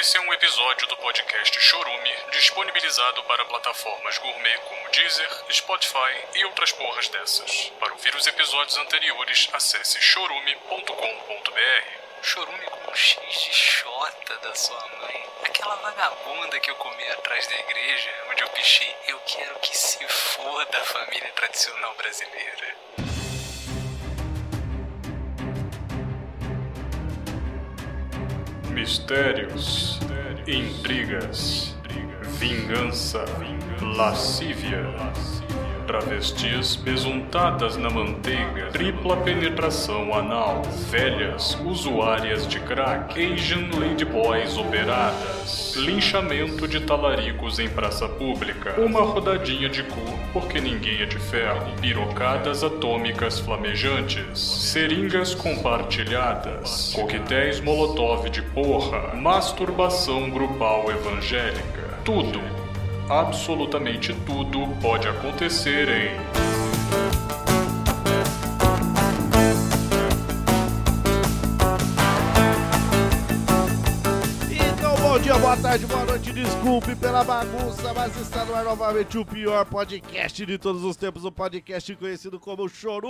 Esse é um episódio do podcast Chorume, disponibilizado para plataformas gourmet como Deezer, Spotify e outras porras dessas. Para ouvir os episódios anteriores, acesse chorume.com.br. Chorume com um X de Xota da sua mãe. Aquela vagabunda que eu comi atrás da igreja, onde eu pichei Eu quero que se foda a família tradicional brasileira. Mistérios, intrigas, vingança, lascívia, travestis besuntadas na manteiga, tripla penetração anal, velhas usuárias de crack, Asian ladyboys operadas, linchamento de talaricos em praça pública, uma rodadinha de cu porque ninguém é de ferro, pirocadas atômicas flamejantes, seringas compartilhadas, coquetéis molotov de porra, masturbação grupal evangélica. Tudo, absolutamente tudo pode acontecer em Então, bom dia, boa tarde, boa noite, desculpe pela bagunça, mas está no ar novamente o pior podcast de todos os tempos, o podcast conhecido como Chorume,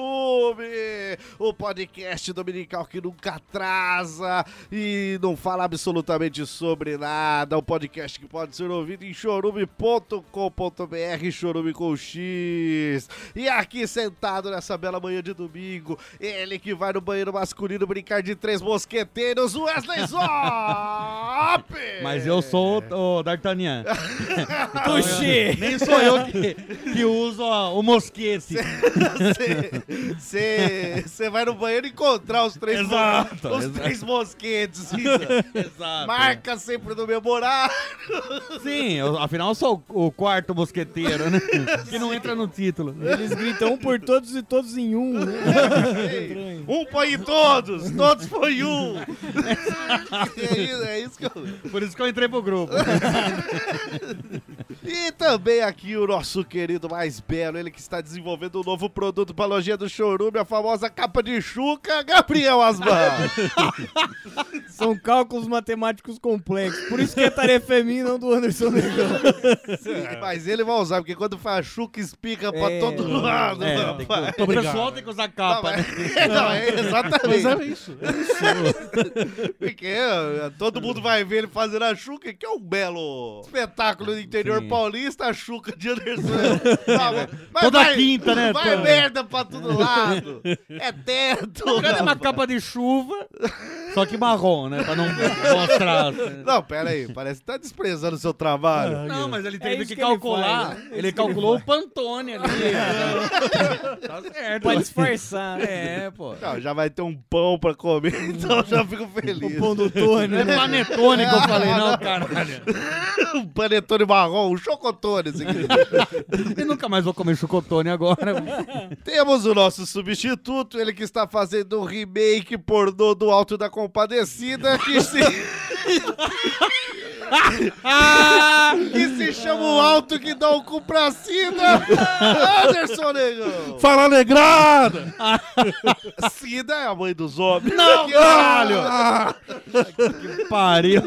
o podcast dominical que nunca atrasa e não fala absolutamente sobre nada, o podcast que pode ser ouvido em chorume.com.br, chorume com X. E aqui sentado nessa bela manhã de domingo, ele que vai no banheiro masculino brincar de três mosqueteiros, Wesley Zop! Mas eu sou o, o D'Artagnan. É. Tuxi! Nem sou eu que, que uso a- o mosquete. é Você vai no banheiro encontrar os três, mos- Exato, os exato. três mosquetes. Isa. Exato. Marca sempre no meu horário. Sim, eu- afinal eu sou o o quarto mosqueteiro, né? Que não entra no título. Eles gritam um por todos e todos em um. né? Um põe em todos, todos põe um. é, isso, é isso que eu... Por isso que eu entrei pro grupo. E também aqui o nosso querido mais belo, ele que está desenvolvendo um novo produto para a lojinha do Chorume, a famosa capa de chuca, Gabriel Asman. São cálculos matemáticos complexos. Por isso que é tarefa é minha, não do Anderson Negão. Mas ele vai usar, porque quando faz chuca, espica pra É, todo lado, É, tem que- rapaz. o pessoal tem que usar Não, capa. né? mas- Não, é exatamente. Porque eh, todo mundo vai ver ele fazendo a Xuca, que é um belo espetáculo do interior Sim. paulista, a Xuca de Anderson. Não, mas- mas Toda vai- quinta, né, Vai Tom? merda pra todo lado. É teto. Cada uma capa de chuva, só que marrom, né? Pra não mostrar. assim. Não, pera aí, parece que tá desprezando o seu trabalho. Não, mas ele teve É isso que que ele calcular. faz, né? Ele, calculou o Pantone ali. né? tá certo. Pra disfarçar. É, pô. Não, já vai ter um pão pra comer, então eu já fico feliz. O pão do Tony. É panetone que eu falei, não, caralho. Um panetone marrom, um chocotone, esse aqui. Eu nunca mais vou comer chocotone agora. Temos o nosso substituto, ele que está fazendo o remake pornô do Alto da Compadecida, que se, Ah! que se chama o Alto que dá o cu pra Cida, Anderson Negão. Fala negrada! Cida é a mãe dos homens. Não, Que- caralho! Ah, Pariu.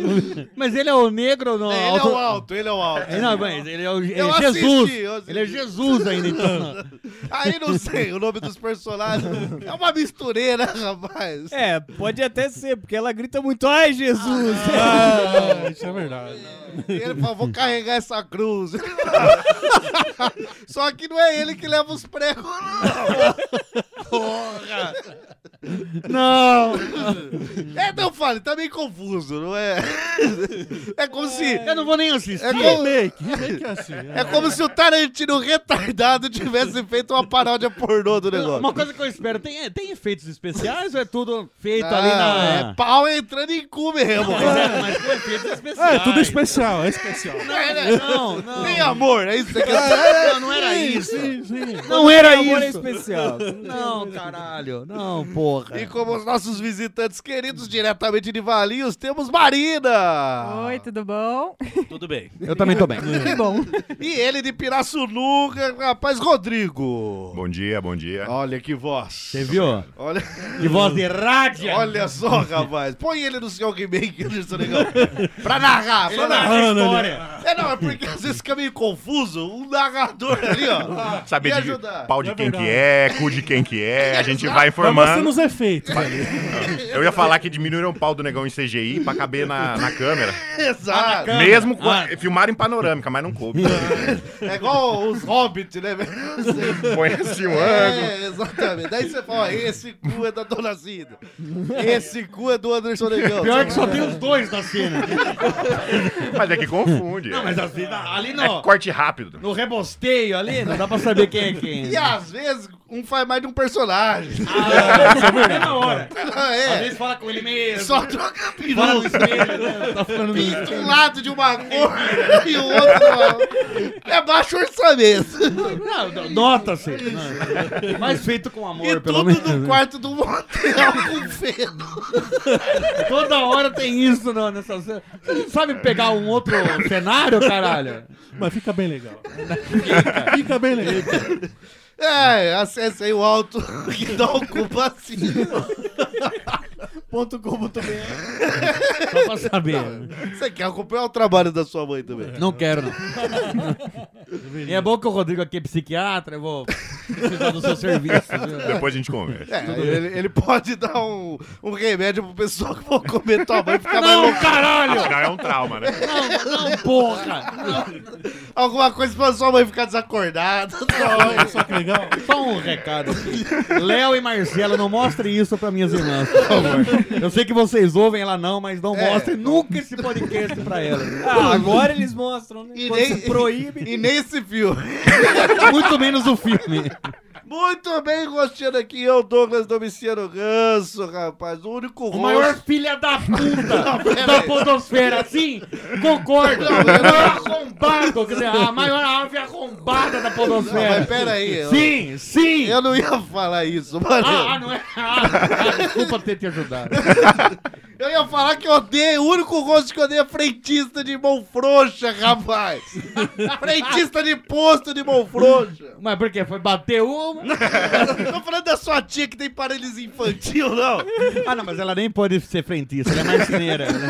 Mas ele é o negro ou não? Ele é Auto- o Alto, ele é o Alto. É, Não, mas ele é o ele é Eu assisti, Jesus. eu assisti. Ele é Jesus ainda, então. Aí não sei o nome dos personagens. É uma mistureira, rapaz. É, pode até ser, porque ela grita muito, ai Jesus! isso é verdade. Ele falou, vou carregar essa cruz. Só que não é ele que leva os pregos, não. Porra! Não! É, não fale, tá meio confuso, não é? É como se. Eu não vou nem assistir. É como, assim, é como se o Tarantino retardado tivesse feito uma paródia pornô do Uma negócio. coisa que eu espero, tem, é, tem efeitos especiais ou é tudo feito ali Ah, na... é pau entrando em cu mesmo. Mas é, mas com efeitos especiais. É, tudo especial, é especial. Não, não, não. Tem amor, é isso que você quer dizer? Não, não era isso. Não era Amor é isso. especial. Não, caralho. Não, porra. E como os nossos visitantes queridos diretamente de Valinhos, temos Marina! Oi, tudo bom? Tudo bem. Eu também tô bem. Que bom. E ele de Pirassununga, rapaz, Rodrigo! Bom dia, bom dia. Olha que voz! Você viu? Olha, De voz de rádio. olha só, rapaz! Põe ele no seu He-Man, que isso é legal. Pra narrar, pra narrar. narra a história. É, não, é porque às vezes fica meio confuso. Um narrador ali, ó. Saber me de ajudar. pau de É quem verdade. que é, cu de quem que é, a gente vai Vamos Ah, ser informando. nos efeitos ali. Eu ia falar que diminuíram o pau do negão em CGI pra caber na, na câmera. Exato. Mesmo com a- filmaram em panorâmica, mas não coube. É igual os hobbits, né? Você- Põe assim o ângulo. É, exatamente. Daí você fala, ó, esse cu é da Dona Cida. Esse cu é do Anderson Negão. Pior que só tem os dois na cena. Mas é que confunde. Mas assim, na- ali É no, corte rápido. no rebosteio ali, não dá pra saber quem é quem. E às vezes um faz mais de um personagem. Na hora. Ah, Às é. vezes fala com ele mesmo. Só troca Fala no peruca. espelho, né? Tá falando no Pinta um espelho. lado de uma cor e o outro não. É baixo orçamento. Não, Nota-se. Não. Mas feito com amor, E pelo tudo menos. no né? quarto do motel com feno. Toda hora tem isso não, nessa cena. Você não sabe pegar um outro cenário, caralho? Mas fica bem legal. Fica bem legal. É, acesse aí o alto que dá o cu vacilo. Ponto com, ponto bem. Só pra saber. Você quer acompanhar o trabalho da sua mãe também. Não quero, não. E é bom que o Rodrigo aqui é psiquiatra, eu vou precisar do seu serviço. viu? Depois a gente conversa. É, ele, ele pode dar um, um remédio pro pessoal que for comer tua mãe e ficar mais Não, louco. caralho! Afinal, é um trauma, né? Não, não, porra! Alguma coisa pra sua mãe ficar desacordada. Olha só que legal. Só um recado aqui. Léo e Marcelo, não mostrem isso pra minhas irmãs, por favor. Eu sei que vocês ouvem ela não, mas não É. mostrem nunca esse podcast pra elas. Ah, agora eles mostram, né? E Quando nem- se proíbe. E nem esse filme. Muito menos o filme. Muito bem, gostando aqui, eu, Douglas Domiciano Ganso, rapaz. O único O rosto. maior filha da puta da podosfera, sim, concordo. Não, é O não. maior arrombado, quer dizer, a maior ave arrombada da Não, mas podosfera. pera aí. eu- Sim, sim. Eu não ia falar isso, mano. Ah, ah, não é? Ah, ah, desculpa ter te ajudado. Eu ia falar que eu odeio, o único rosto que eu odeio é frentista de mão frouxa, rapaz. frentista de posto de mão frouxa. Mas por quê? Foi bater uma? Não tô falando da sua tia que tem paralisia infantil, não. Ah, não, mas ela nem pode ser frentista, ela é marceneira. Né?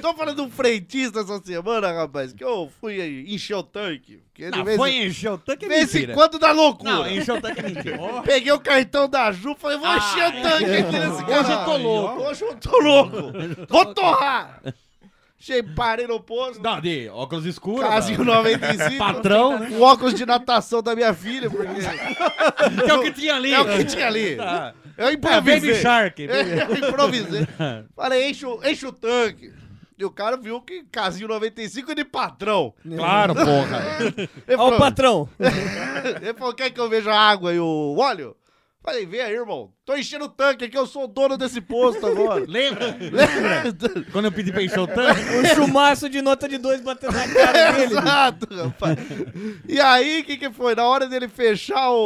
Tô falando de um frentista essa semana, rapaz, que eu fui aí, encher o tanque. Porque ele Não, vez Ah, foi em- encher o tanque, é vez em mentira. quando dá loucura. Não, encher o tanque é mentira. Peguei o cartão da Ju, falei, vou encher o tanque aqui nesse cara. Ah, é. Hoje eu tô louco. Hoje eu tô louco. Vou torrar. Cheguei, parei no posto, Não, de óculos escuros. casinho 95. Patrão, né? O óculos de natação da minha filha, porque Que é o que tinha ali. é o que tinha ali. Tá. Eu É, Baby improvisei. Shark. Eu improvisei. Falei, enche o, enche o tanque. E o cara viu que casinho 95 é de patrão. Claro, porra. Ele Ó, o falou, patrão. ele falou, quer que eu veja a água e o óleo? Falei, vem aí, irmão. Tô enchendo o tanque aqui, eu sou o dono desse posto agora. Lembra? Quando eu pedi pra encher o tanque? Um chumaço de nota de dois batendo na cara dele. Exato, rapaz. E aí, o que, que foi? Na hora dele fechar o,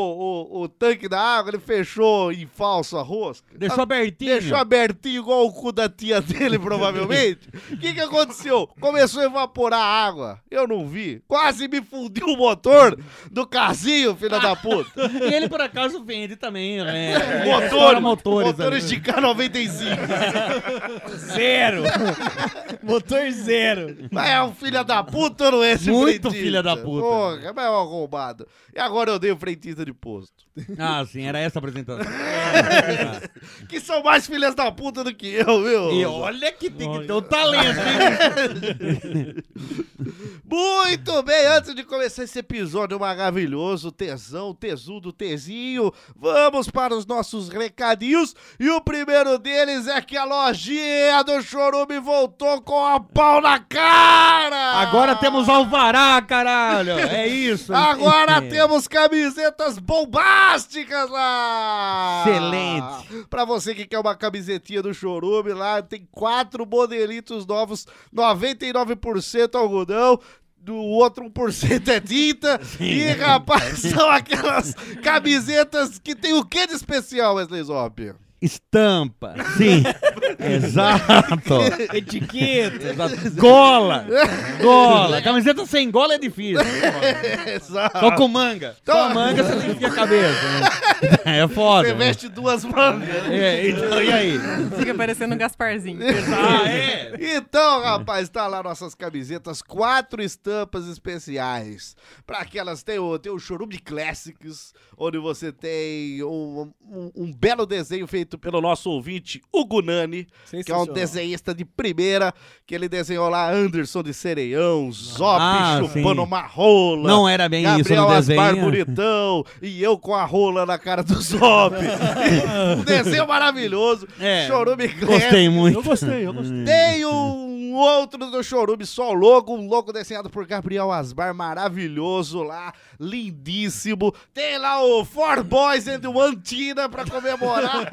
o, o tanque da água, ele fechou em falso a rosca. Ah, Deixou abertinho. Deixou abertinho igual o cu da tia dele, provavelmente. O que, que aconteceu? Começou a evaporar a água. Eu não vi. Quase me fundiu o motor do casinho, filha da puta. E ele, por acaso, vende também, né? Motor, Estoura motores, motores. motores de K95. Zero. Motor zero. Mas é um filha da puta ou não é esse Muito frentista? filha da puta. Porra, mas é um arrombado. E agora eu dei o frentista de posto. Ah, sim, era essa a apresentação. que são mais filhas da puta do que eu, viu? E olha que tem que ter o talento, hein? Muito bem, antes de começar esse episódio maravilhoso, tesão, tesudo, tesinho, vamos para os nossos recadinhos. E o primeiro deles é que a lojinha do Chorume voltou com a pau na cara! Agora temos alvará, caralho. É isso. Agora É. temos camisetas bombásticas lá! Excelente. Pra você que quer uma camisetinha do Chorume lá, tem quatro modelitos novos, 99% algodão. do outro 1% é tinta. E, rapaz, são aquelas camisetas que tem o que de especial, Wesley Zop? Estampa. Sim. Exato. Etiqueta. Exato. Gola. Gola. Camiseta sem gola é difícil. Exato. Só com manga. Só Então- manga você tem que ter a cabeça. Né? É foda. Você veste duas mangas. É, então, e aí? Fica parecendo um Gasparzinho. Ah, é? Então, rapaz, tá lá nossas camisetas, quatro estampas especiais. Pra que elas tem o, tem o Chorume Classics, onde você tem um, um- um belo desenho feito pelo nosso ouvinte, Hugo Nani, que é um desenhista de primeira, que ele desenhou lá Anderson de Sereião, Zop Ah, chupando sim. uma rola. Não era bem isso Gabriel no Aspar desenho. bonitão e eu com a rola na cara do Zop. Um Desenho maravilhoso. É, Chorume Classics. Gostei muito. Eu gostei, eu gostei. Tem um outro do Chorume, só logo, um logo desenhado por Gabriel Asbar, maravilhoso lá, lindíssimo. Tem lá o Four Boys and One Tina pra comemorar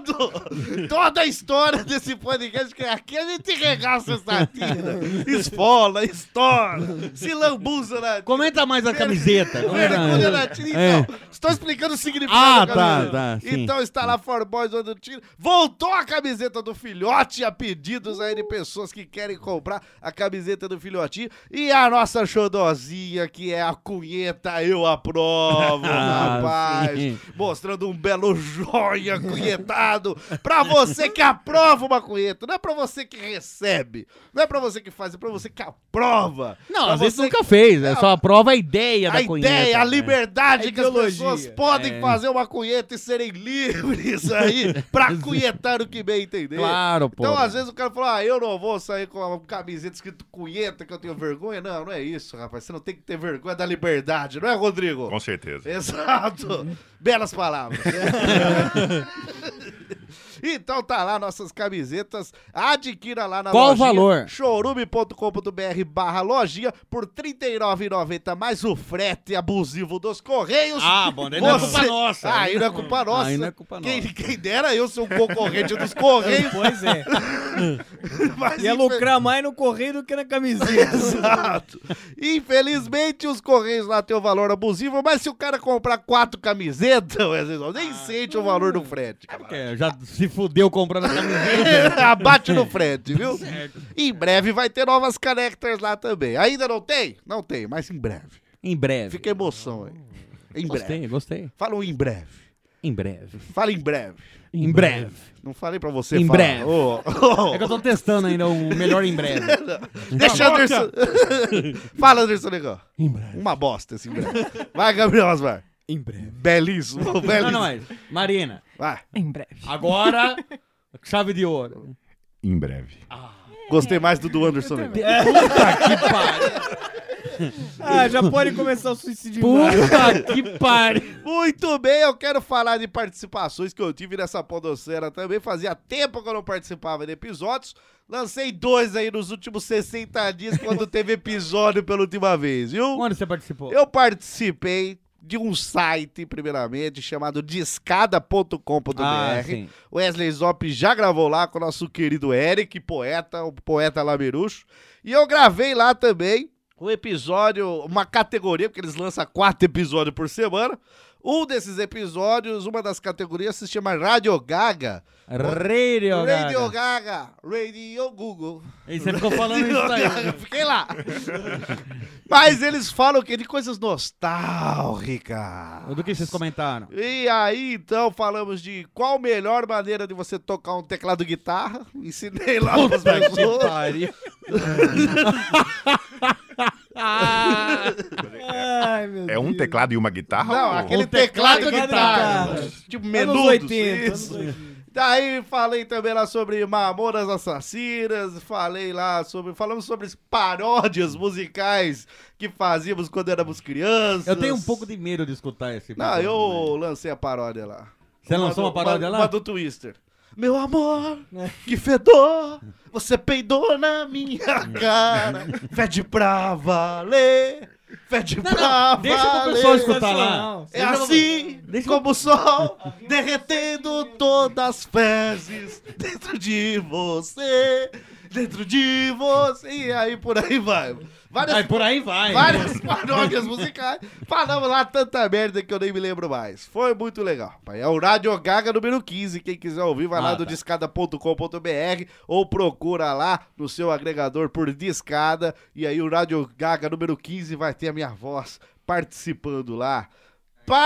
todo, toda a história desse podcast, que aqui a gente regaça essa tina, esfola, estoura, se lambuza na Comenta mais a camiseta. Comenta Mergulha mais. na tira. É. Então, estou explicando o significado Ah, da tá, camiseta. tá, sim. Então está lá For Boys do Tiro. Voltou a camiseta do filhote a pedidos aí de pessoas que querem comprar a camiseta do filhotinho. E a nossa xodozinha, que é a cunheta, eu aprovo, Ah, rapaz. sim. Mostrando um belo joia cunhetado pra você que aprova uma cunheta. Não é pra você que recebe. Não é pra você que faz, é pra você que aprova. Não, Pra às vezes você nunca fez. É Não. só a prova a ideia a da cunheta. ideia, a né? liberdade A que as ideologia. pessoas podem É. fazer uma cunheta e serem livres aí pra cunhetar o que bem entender. Claro, pô. Então, às vezes, o cara fala, ah, eu não vou sair com uma camiseta escrito cunheta que eu tenho vergonha. Não, não é isso, rapaz. Você não tem que ter vergonha da liberdade, não é, Rodrigo? Com certeza. É. Exato. Belas palavras. né? então tá lá nossas camisetas. Adquira lá na Qual o lojinha, valor? chorume.com.br barra lojinha por R$ 39,90 mais o frete abusivo dos correios. Ah, bom, daí não é culpa nossa. Ah, Aí não é culpa nossa. Aí não é culpa quem, nossa. quem dera eu ser um concorrente dos correios. Pois é. mas Ia é infe- lucrar mais no correio do que na camiseta. Exato. Infelizmente, os Correios lá têm o valor abusivo, mas se o cara comprar quatro camisetas, Wesley Zop, nem sente o valor do frete. É, já se fudeu comprando a camiseta. Abate no frete, viu? Em breve vai ter novas characters lá também. Ainda não tem? Não tem, mas em breve. Em breve. Fica emoção aí. Em breve. Gostei, gostei. Fala um em breve. Em breve. Fala em breve. Em breve. Não falei pra você Em falar. breve. Ô, ô, É que eu tô testando ainda o melhor em breve. Deixa Anderson. Fala, Anderson Negão. Em breve. Uma bosta esse em breve. Vai, Gabriel Osmar. Em breve. Belíssimo, belíssimo. Não, é. não, mas. Marina, Vai. Em breve. agora. Chave de ouro. Em breve. Gostei mais do do Anderson. né? É. Que pariu. Ah, já pode começar o suicídio. Puta que pariu. Muito bem, eu quero falar de participações que eu tive nessa podosfera também. Fazia tempo que eu não participava de episódios. Lancei dois aí nos últimos 60 dias, quando teve episódio pela última vez, viu? Onde você participou? Eu participei de um site, primeiramente, chamado discada.com.br. Ah, sim. Wesley Zop já gravou lá com o nosso querido Eric, poeta, o poeta Lameruxo. E eu gravei lá também um episódio, uma categoria, porque eles lançam quatro episódios por semana. Um desses episódios, uma das categorias se chama Radio Gaga. Radio, Radio Radio Gaga, Radio Google. E você ficou falando isso aí. Fiquei lá. Mas eles falam que de coisas nostálgicas. Do que vocês comentaram? E aí, então, falamos de qual melhor maneira de você tocar um teclado guitarra. Ensinei lá para as pessoas. pariu. Ai, meu É um Deus. teclado e uma guitarra? Não, ou- aquele Um teclado, teclado guitarra. guitarra. Tipo, Anos menudo. 80, anos isso. 80. Daí falei também lá sobre Mamonas Assassinas, falei lá sobre. Falamos sobre as paródias musicais que fazíamos quando éramos crianças. Eu tenho um pouco de medo de escutar esse. Não, programa, eu lancei a paródia lá. velho. Você lançou uma paródia Uma lá? do Twister. Meu amor, que fedor, você peidou na minha cara, fede pra valer. Fede Não, não, pra deixa pro valer. pessoal escutar lá. Sensacional. É assim Deixa eu- como o sol derretendo todas as fezes dentro de você, dentro de você, e aí por aí vai. Várias, Aí por aí vai. várias paródias musicais. Falamos lá tanta merda que eu nem me lembro mais. Foi muito legal. pai. É o Rádio Gaga número 15. Quem quiser ouvir, vai Ah, lá tá. no discada.com.br ou procura lá no seu agregador por discada. E aí o Rádio Gaga número 15 vai ter a minha voz participando lá.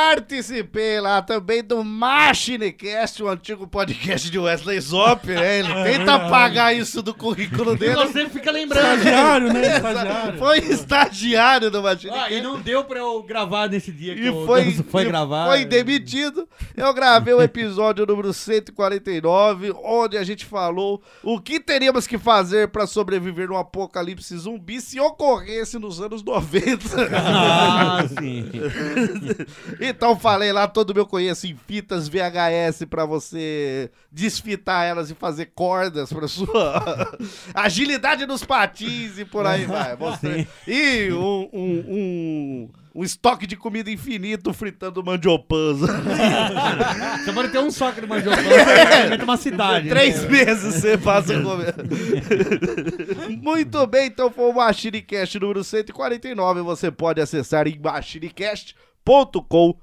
Participei lá também do Machinecast, o antigo podcast de Wesley Zop, né? É Ele tenta apagar isso do currículo E dele. você fica lembrando. Estagiário, né? Estagiário. Foi estagiário do Ah, e Machinecast. não deu pra eu gravar nesse dia que E o foi, Ganso foi e gravar. foi demitido. Eu gravei o episódio número 149, onde a gente falou o que teríamos que fazer pra sobreviver num apocalipse zumbi se ocorresse nos anos 90. Ah, sim. então falei lá todo o meu conheço em fitas VHS pra você desfitar elas e fazer cordas pra sua agilidade nos patins e por aí vai. Mostrei. E um, um, um, um estoque de comida infinito fritando mandiopãs. Você pode ter um só que ele mandou pra uma cidade. É. Três né? meses você passa comer. Muito bem, então foi o Machinecast número 149. Você pode acessar em machinecast.com.br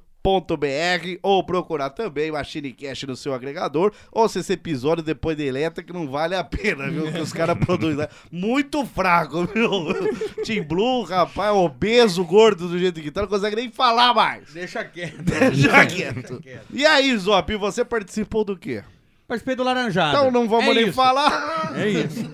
ou procurar também Machinecast no seu agregador. Ou se esse episódio depois deleta, que não vale a pena, viu? Que os caras produzem. né? Muito fraco, viu? Tim Blue, rapaz, obeso, gordo do jeito que tá, não consegue nem falar mais. Deixa quieto. Deixa quieto. E aí, Zop, você participou do quê? Participei do Laranjada. Então não vamos É nem isso. falar. É isso.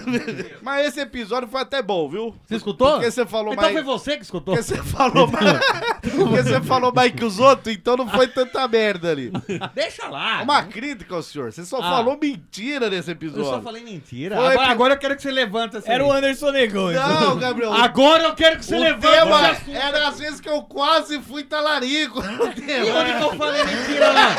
Mas esse episódio foi até bom, viu? Você escutou? Porque você falou então mais. foi você que escutou. Porque você falou mais. Porque você falou mais que os outros, então não foi tanta merda ali. É Deixa lá. Uma crítica ao senhor. Você só Ah. falou mentira nesse Eu só episódio. falei mentira. Foi, agora, porque- agora eu quero que você levanta essa. Era o Anderson Negão. então. Não, Gabriel. Agora eu quero que você o levanta essa. tema era às vezes que eu quase fui talarico. no tema. Onde que eu falei mentira lá?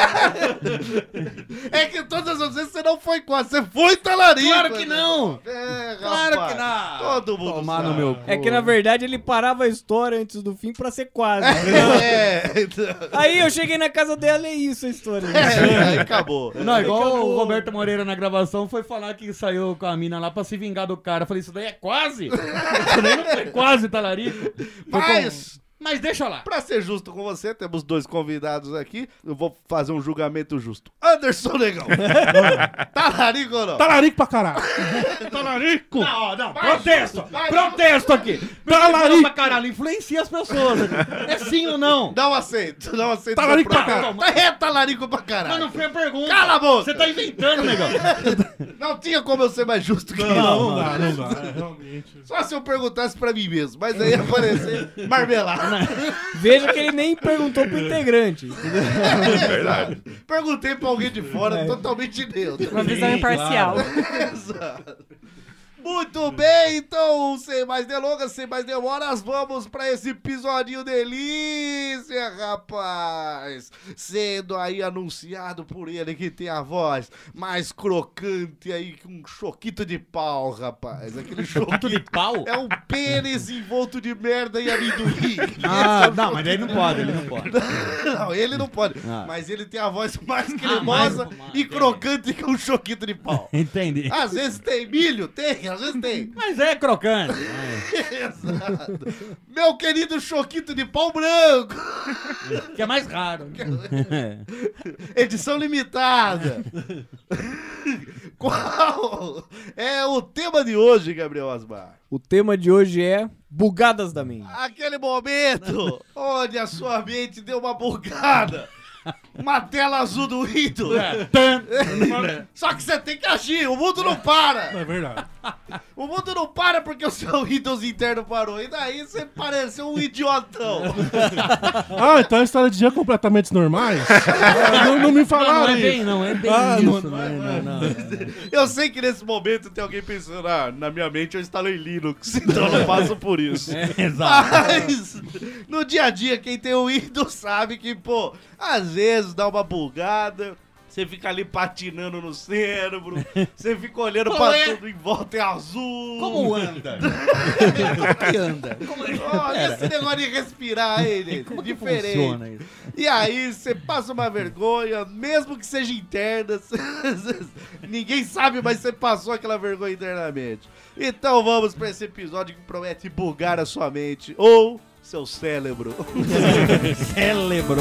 É que todas as vezes você não foi quase, você foi talarico. Claro que né? não. É, Claro rapaz, que não. Todo mundo Tomar sabe. no meu cu. É que na verdade ele parava a história antes do fim pra ser quase. É, então... Aí eu cheguei na casa dela e isso a história. É, aí acabou. Não, igual o Roberto Moreira na gravação foi falar que saiu com a mina lá pra se vingar do cara. Eu falei, isso daí é quase? isso daí não foi quase, talarico. Foi com- Mas, Mas deixa lá. pra ser justo com você, temos dois convidados aqui. Eu vou fazer um julgamento justo. Anderson Negão. Talarico ou não? Talarico pra caralho. Tá Talarico. Não, ó, não, protesto! vai. protesto aqui! Talarico! é Pra caralho, influencia as pessoas. É sim ou não? Não aceito, não aceito. Talarico seu pra programa. É talarico pra caralho. Mas não foi a pergunta. Cala a boca. Você tá inventando, negão. Não tinha como eu ser mais justo que Não, isso. não dá, não dá. Realmente. Só se eu perguntasse pra mim mesmo, mas aí ia aparecer marmelada. Veja que ele nem perguntou pro integrante. Verdade. Perguntei pra alguém de fora, totalmente neutro. Uma visão Sim, imparcial. Exato. Muito bem, então, sem mais delongas, sem mais demoras, vamos pra esse episodinho delícia, rapaz! Sendo aí anunciado por ele que tem a voz mais crocante aí que um choquito de pau, rapaz. Aquele choquito de pau? é um pênis envolto de merda e amendoim. é Ah, não, mas ele não pode, ele não pode. Não, ele não pode, Ah. mas ele tem a voz mais cremosa mais- e crocante que um choquito de pau. Entendi. Às vezes tem milho, tem, às vezes tem. Mas é crocante. Exato. Meu querido Choquito de Pau Branco, Que é mais raro. edição limitada. Qual é o tema de hoje, Gabriel Osmar? O tema de hoje é bugadas da mente. Aquele momento onde a sua mente deu uma bugada. Uma tela azul do Windows. É. Só que você tem que agir, o mundo não para. É verdade. O mundo não para porque o seu Windows interno parou. E daí você pareceu um idiotão. Ah, então a história de dia completamente normais? Ah, não, não me Não, não é falaram isso. bem, não, é bem Ah, isso. não, Não, não, não. Eu sei que nesse momento tem alguém pensando, ah, na minha mente eu instalei Linux, então eu não passo por isso. É, exato. Mas, no dia a dia, quem tem o Windows sabe que, pô, às vezes dá uma bugada, você fica ali patinando no cérebro, você fica olhando pra tudo em volta, é azul. Como anda? que anda? Olha esse negócio de respirar aí, gente. Como que Diferente. funciona isso? E aí, você passa uma vergonha, mesmo que seja interna. Ninguém sabe, mas você passou aquela vergonha internamente. Então vamos pra esse episódio que promete bugar a sua mente ou seu cérebro. É Cérebro.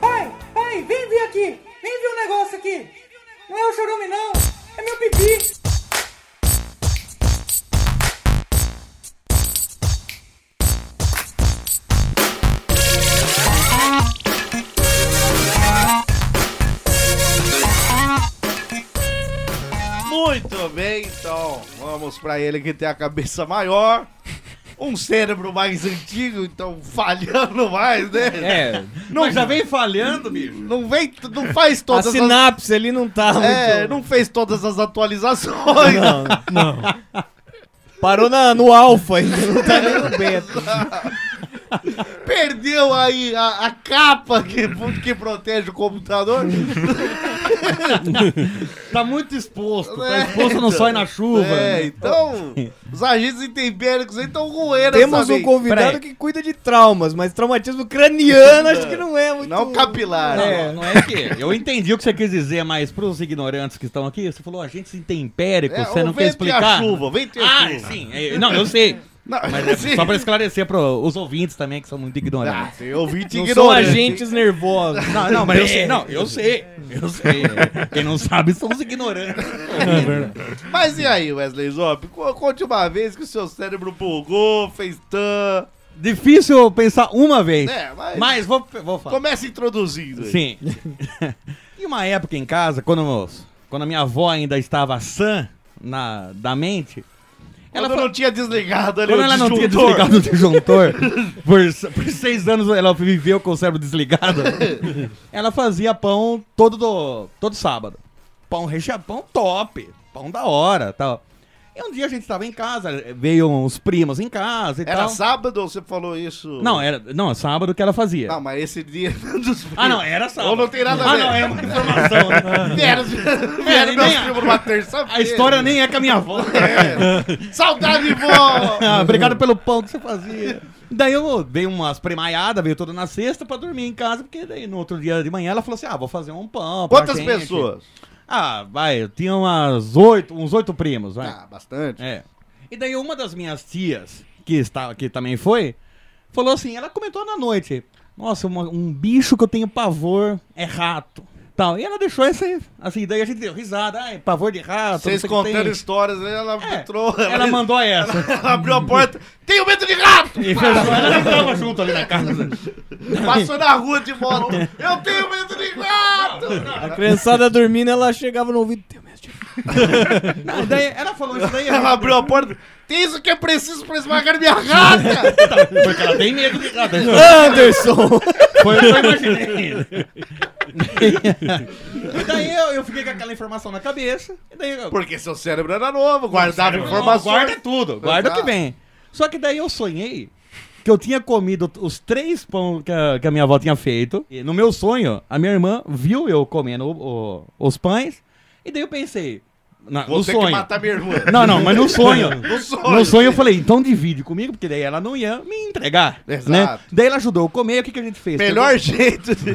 Pai, pai, vem ver aqui! Vem ver um negócio aqui! Não é o chorume, não! É meu pipi! Muito bem, então vamos pra ele que tem a cabeça maior. Um cérebro mais antigo, então falhando mais, né? É, Não, Mas já vem falhando, bicho. Não vem, não faz a todas as sinapse ali não tá É, muito... não fez todas as atualizações. Não, Parou na, no alfa ainda, não tá nem no beta. Perdeu aí a, a capa que, que protege o computador. Tá muito exposto. Tá É, exposto não sai na chuva. é, né? então, os agentes intempéricos aí estão roendo Temos essa um vez. convidado que cuida de traumas, mas traumatismo craniano acho que não é muito... Não capilar. né? Não, É. não é que. Eu entendi o que você quis dizer, mas pros ignorantes que estão aqui, você falou agentes intempéricos, É, você o não quer vento e explicar? a chuva, vento e a Ah, chuva. sim. é, não, eu sei. Não, Mas é sim. só pra esclarecer pros ouvintes também, que são muito Ah, ignorantes. tem ouvinte Não são ignorante. agentes né? Ah, nervosos. Não, não, mas eu sei. Não, eu sei. Eu sei. é, Quem não sabe são os ignorantes. Mas e aí, Wesley Zop? Co- Conte uma vez que o seu cérebro bugou, fez tan. Difícil eu pensar uma vez. É, mas, Mas vou, vou falar. começa introduzindo. aí. Sim. em uma época em casa, quando, meus- quando a minha avó ainda estava sã na, da mente, Quando ela ela não tinha desligado ali Quando o ela não tinha disjuntor. desligado o disjuntor, por, por seis anos ela viveu com o cérebro desligado, ela fazia pão todo, do, todo sábado. Pão recheado, pão top, pão da hora tal. E um dia a gente estava em casa, veio uns primos em casa e Era tal. sábado ou você falou isso? Então? Não, era, não, é sábado que ela fazia. Não, mas esse dia dos Ah, não, era sábado. Ou não tem nada a Ah, ver. não, é uma informação. né? Vieram, vieram nem meus a- primos numa terça-feira. A história nem é com a minha avó. É. Saudade, vó! Ah, obrigado pelo pão que você fazia. Daí eu dei umas primaiadas, veio toda na sexta pra dormir em casa, porque daí no outro dia de manhã ela falou assim: ah, vou fazer um pão. pra Quantas gente." pessoas? Ah, vai, eu tinha umas oito, uns oito primos, vai. Ah, bastante. É. E daí uma das minhas tias, que, está, que também foi, falou assim, ela comentou na noite, nossa, uma- um bicho que eu tenho pavor é rato. Tal. E ela deixou essa aí, assim, daí a gente deu risada, ai, pavor de rato. Vocês não sei o que contando tem." histórias, aí ela É, entrou. Ela mandou essa. ela abriu a porta. Tenho medo de gato! E fez, ela tava junto ali na casa. Passou na rua de moto. Eu tenho medo de gato! A criançada dormindo, ela chegava no ouvido. "Teu mestre". Não, daí ela falou isso daí. Ela abriu a porta. Tem isso que é preciso pra esmagar minha gata! Porque ela tem medo de rato. Anderson! Foi o que eu imaginei. e daí eu, eu fiquei com aquela informação na cabeça. E daí eu, Porque seu cérebro era novo, guardava informações. Guarda tudo, guarda o que Exato. vem. Só que daí eu sonhei que eu tinha comido os três pão que a, que a minha avó tinha feito. E no meu sonho, a minha irmã viu eu comendo o- o- os pães. E daí eu pensei. Na, Vou no ter sonho. que matar minha irmã. Não, não, mas no sonho. No sonho. No sonho eu falei, então divide comigo, porque daí ela não ia me entregar. Exato. Né? Daí ela ajudou eu comer, o que, que a gente fez? Melhor jeito de,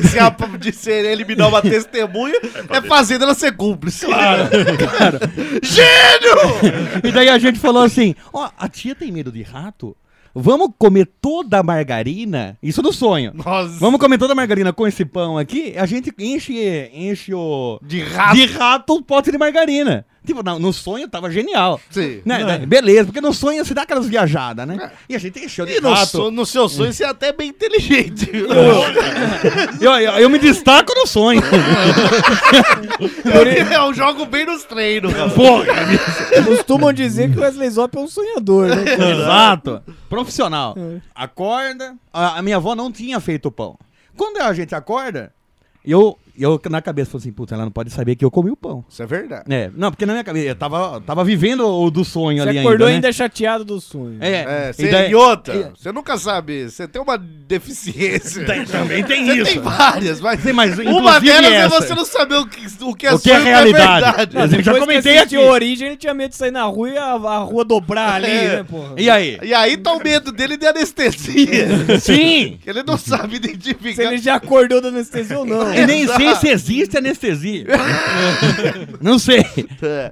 de, ser, a- de ser eliminar uma testemunha é fazendo ela ser cúmplice. Claro. Gênio! E daí a gente falou assim: ó, a tia tem medo de rato? Vamos comer toda a margarina? Isso do sonho. Nossa. Vamos comer toda a margarina com esse pão aqui? A gente enche, enche o. De rato. De rato o pote de margarina. Tipo, não, no sonho tava genial. Sim. É. Né? Daí, Beleza, porque no sonho você dá aquelas viajadas, né? E a gente encheu de E no, rato. sonho, no seu sonho você é até bem inteligente. viu? É. Eu, eu, eu me destaco no sonho. Eu, eu jogo bem nos treinos. cara. Porra, Costumam dizer que o Wesley Zop é um sonhador, né? Exato. Profissional. Acorda. A, a minha avó não tinha feito o pão. Quando a gente acorda, eu, eu na cabeça falei assim, puta, ela não pode saber que eu comi o pão. Isso é verdade. É, não, porque na minha cabeça, eu tava, tava vivendo o do sonho ali Você ainda, acordou né? ainda, chateado do sonho. É, É, e cê, daí- e outra, você nunca sabe, você tem uma deficiência. Tem- também tem Você isso. tem várias, mas Sim, mas uma inclusive delas é essa. você não saber o que, o que é O que é sonho e o realidade? verdade. Eu já Depois que comentei aqui. assistiu Origem, ele tinha medo de sair na rua e a, a rua dobrar ali, É. né, porra? E aí? E aí tá o medo dele de anestesia. Sim! que ele não sabe Se identificar. ele já acordou da anestesia ou não. Eu nem sei se existe anestesia. não sei.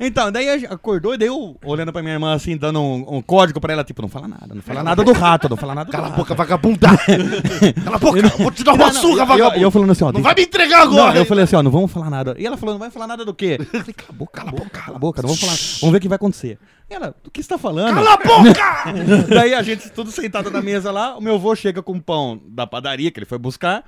Então, daí a gente acordou e daí eu olhando pra minha irmã assim, dando um, um código pra ela, tipo, não fala nada, não fala nada do rato, não fala nada do Cala a rato. boca, vagabunda! Cala a boca, eu vou te dar Não, uma não, surra, e- e eu, vagabundo! e eu falando assim, ó, não tem- vai me entregar Não, agora! eu falei assim, ó, não vamos falar nada. E ela falou, não vai falar nada do quê? Eu falei, cala a boca, cala a boca, cala a boca, não vamos falar. Vamos ver o que vai acontecer. E ela, do que você tá falando? Cala a boca! Daí a gente tudo sentado na mesa lá, o meu avô chega com um pão da padaria que ele foi buscar.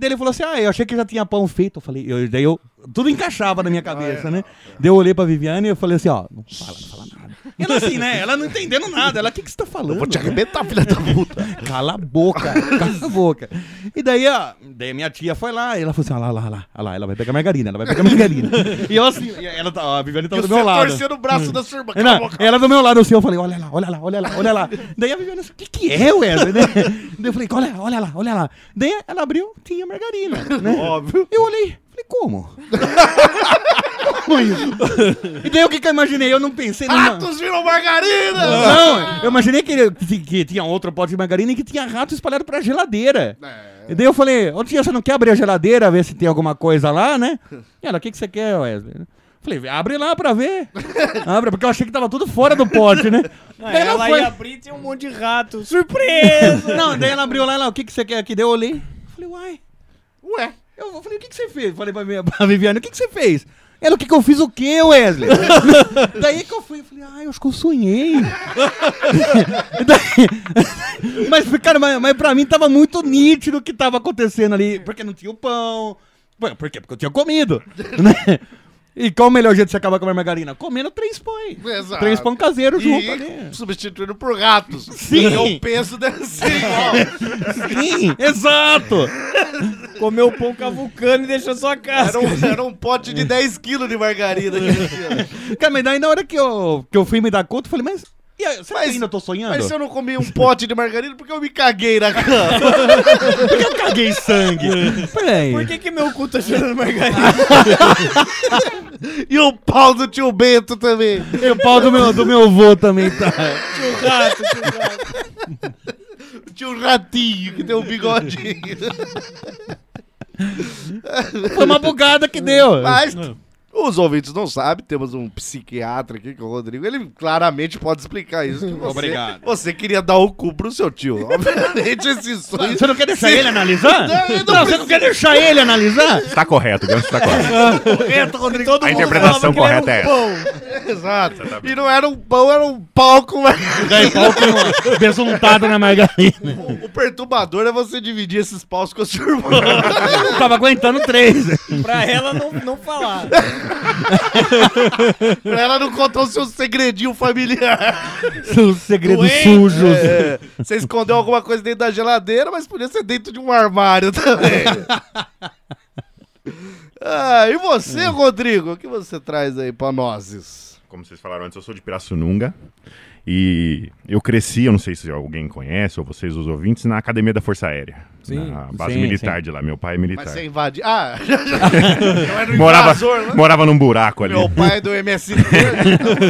Daí ele falou assim: Ah, eu achei que já tinha pão feito. Eu falei, eu, daí eu. Tudo encaixava na minha cabeça, né? Daí eu olhei pra Viviane e eu falei assim: Ó, não fala, não fala nada. Ela assim, né? Ela não entendendo nada. Ela, o que, que você tá falando? vou te arrebentar, filha da puta! Cala a boca, cala a boca. E daí, ó, daí minha tia foi lá e ela falou assim: Ó, lá, lá, lá, ó lá, ela vai pegar margarina, ela vai pegar margarina. e eu assim, e ela, tá- ó, a Viviane E tava do meu lado. Hum. torcendo o braço da sua irmã, Aí, cala a não, boca! ela do meu lado assim, eu falei, olha lá, olha lá, olha lá, olha lá. Daí a Viviane assim, o que, que é, Wesley? né? Daí eu falei, olha lá, olha lá, olha lá. Daí ela abriu, tinha margarina. Né? Óbvio. Eu olhei, falei, como? Como isso? e daí o que, que eu imaginei? Eu não pensei numa... Ratos viram margarina! Não, eu imaginei que, que- que tinha outro pote de margarina e que tinha rato espalhado pra geladeira. E daí eu falei, ô tia, você não quer abrir a geladeira, ver se tem alguma coisa lá, né? E ela, o que, que você quer, Wesley? Eu Falei, abre lá pra ver. Abre, porque eu achei que tava tudo fora do pote, né? Não, daí ela, Ah, ela foi. ia abrir e tinha um monte de rato. Surpresa! Não, daí ela abriu lá, ela, o que, que você quer aqui? Daí eu olhei. Falei, uai. Ué. Eu falei, o que, que você fez? Falei pra, minha, pra Viviane, o que, que você fez? Ela, o que, que eu fiz o quê, Wesley? daí que eu fui, eu falei, ai, eu acho que eu sonhei. Daí- mas, cara, mas, mas pra mim tava muito nítido o que tava acontecendo ali, porque não tinha o pão. Por por quê? Porque eu tinha comido, né? E qual o melhor jeito de você acabar com a margarina? Comendo três pães. Exato. Três pão caseiros Tá junto ali. E substituindo por ratos. Sim. Eu penso desse igual. Sim, exato. Comeu o pão cavucando e deixou sua Era casca. um, era um pote de 10 quilos de margarina. que eu tinha. Cara, mas daí na hora que eu, que eu fui me dar conta, eu falei, mas. E aí, será Mas- que ainda tô sonhando? Mas eu não comi um pote de margarina porque eu me caguei na cama. Por que eu caguei sangue? Peraí. Por que, que meu cu tá cheirando margarina? E o pau do tio Bento também. E o pau do meu, do meu avô também tá. tio rato, tio rato. Tinha um ratinho que tem um bigodinho. Foi uma bugada que deu. Mas os ouvintes não sabem, temos um psiquiatra aqui que é o Rodrigo. Ele claramente pode explicar isso. que você, Obrigado. Você queria dar o cu pro seu tio. Obviamente esse sonho... Você não quer deixar ele analisar? Não, eu não Não, você não quer deixar ele analisar? Está tá correto, Ganso, está correto. Todo A mundo interpretação falava que era correta é um essa. pão. Exato. E não era um pão, era um pau com margarina. Daí pau com besuntado na margarina. O- O perturbador é você dividir esses paus com a sua irmã. Eu tava aguentando três. Pra ela não, não falar. pra ela não contar o seu segredinho familiar. São segredos Doente. sujos. É, você escondeu alguma coisa dentro da geladeira, mas podia ser dentro de um armário também. É. Ah, e você, Rodrigo? O que você traz aí pra nós? Como vocês falaram antes, eu sou de Pirassununga. E eu cresci, eu não sei se alguém conhece, ou vocês, os ouvintes, na Academia da Força Aérea. Sim, na base sim, militar sim. de lá. Meu pai é Mas militar. você invade. Ah, eu era um Morava, invasor, né? morava num buraco ali. Meu pai é do MSD.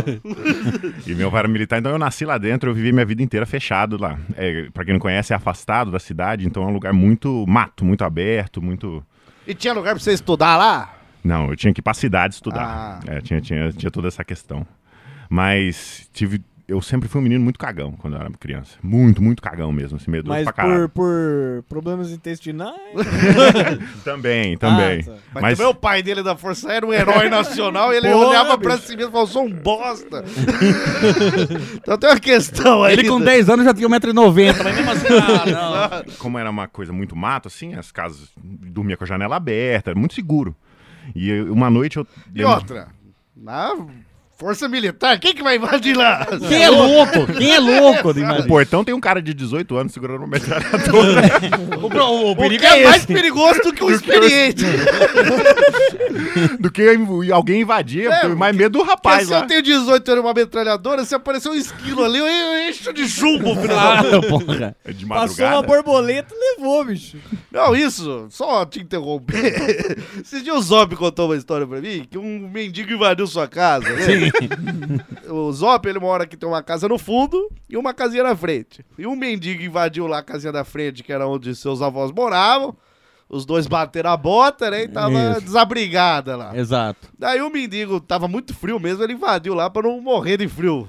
E meu pai era militar, então eu nasci lá dentro, eu vivi minha vida inteira fechado lá. É, pra quem não conhece, é afastado da cidade, então é um lugar muito mato, muito aberto, muito. e tinha lugar pra você estudar lá? Não, eu tinha que ir pra cidade estudar. Ah. É, tinha, tinha, tinha toda essa questão. Mas tive eu sempre fui um menino muito cagão quando eu era criança. Muito, muito cagão mesmo, assim, medo Mas pra caralho. por, por problemas intestinais? Também, também. Ah, tá. Mas, também o pai dele da Força Aérea, um herói nacional, e ele Porra, olhava pra bicho. si mesmo e falou, sou um bosta. então tem uma questão aí. Ele com 10 anos já tinha 1,90m, mas mesmo assim, ah, não. como era uma coisa muito mato, assim, as casas dormia com a janela aberta, era muito seguro. E eu- uma noite eu. E outra, na Força Militar, quem que vai invadir lá? Quem é louco? Quem é louco? de O imaginar? portão tem um cara de 18 anos segurando uma metralhadora. O, pro- o O perigo que é, é mais esse. perigoso do que o experiente. do que inv- alguém invadir, eu É, tenho mais medo do Porque rapaz se lá. eu tenho 18 anos e uma metralhadora, se aparecer um esquilo ali, eu eu encho de chumbo. filho da Claro, porra. É De Passou uma madrugada. borboleta e levou, bicho. Não, isso, só te interromper. Esses dias o Zop contou uma história pra mim, que um mendigo invadiu sua casa, né? O Zop, ele mora que tem uma casa no fundo e uma casinha na frente. E um mendigo invadiu lá a casinha da frente, que era onde seus avós moravam. Os dois bateram a bota, né? E tava Isso. desabrigada lá. Exato. Daí o mendigo tava muito frio mesmo, ele invadiu lá pra não morrer de frio.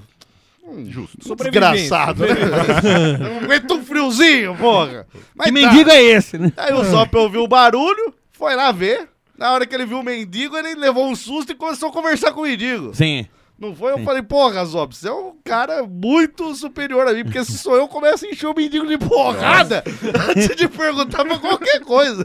Justo. Sobrevivência. Desgraçado, né? Não aguenta um friozinho, porra. Mas Que tá. mendigo é esse, né? Aí o Zop ouviu o barulho, foi lá ver. Na hora que ele viu o mendigo, ele levou um susto e começou a conversar com o mendigo. Sim. Não foi? Eu falei, porra, Zop, você é um cara muito superior a mim, porque se sou eu, começo a encher o mendigo de porrada antes de perguntar pra qualquer coisa.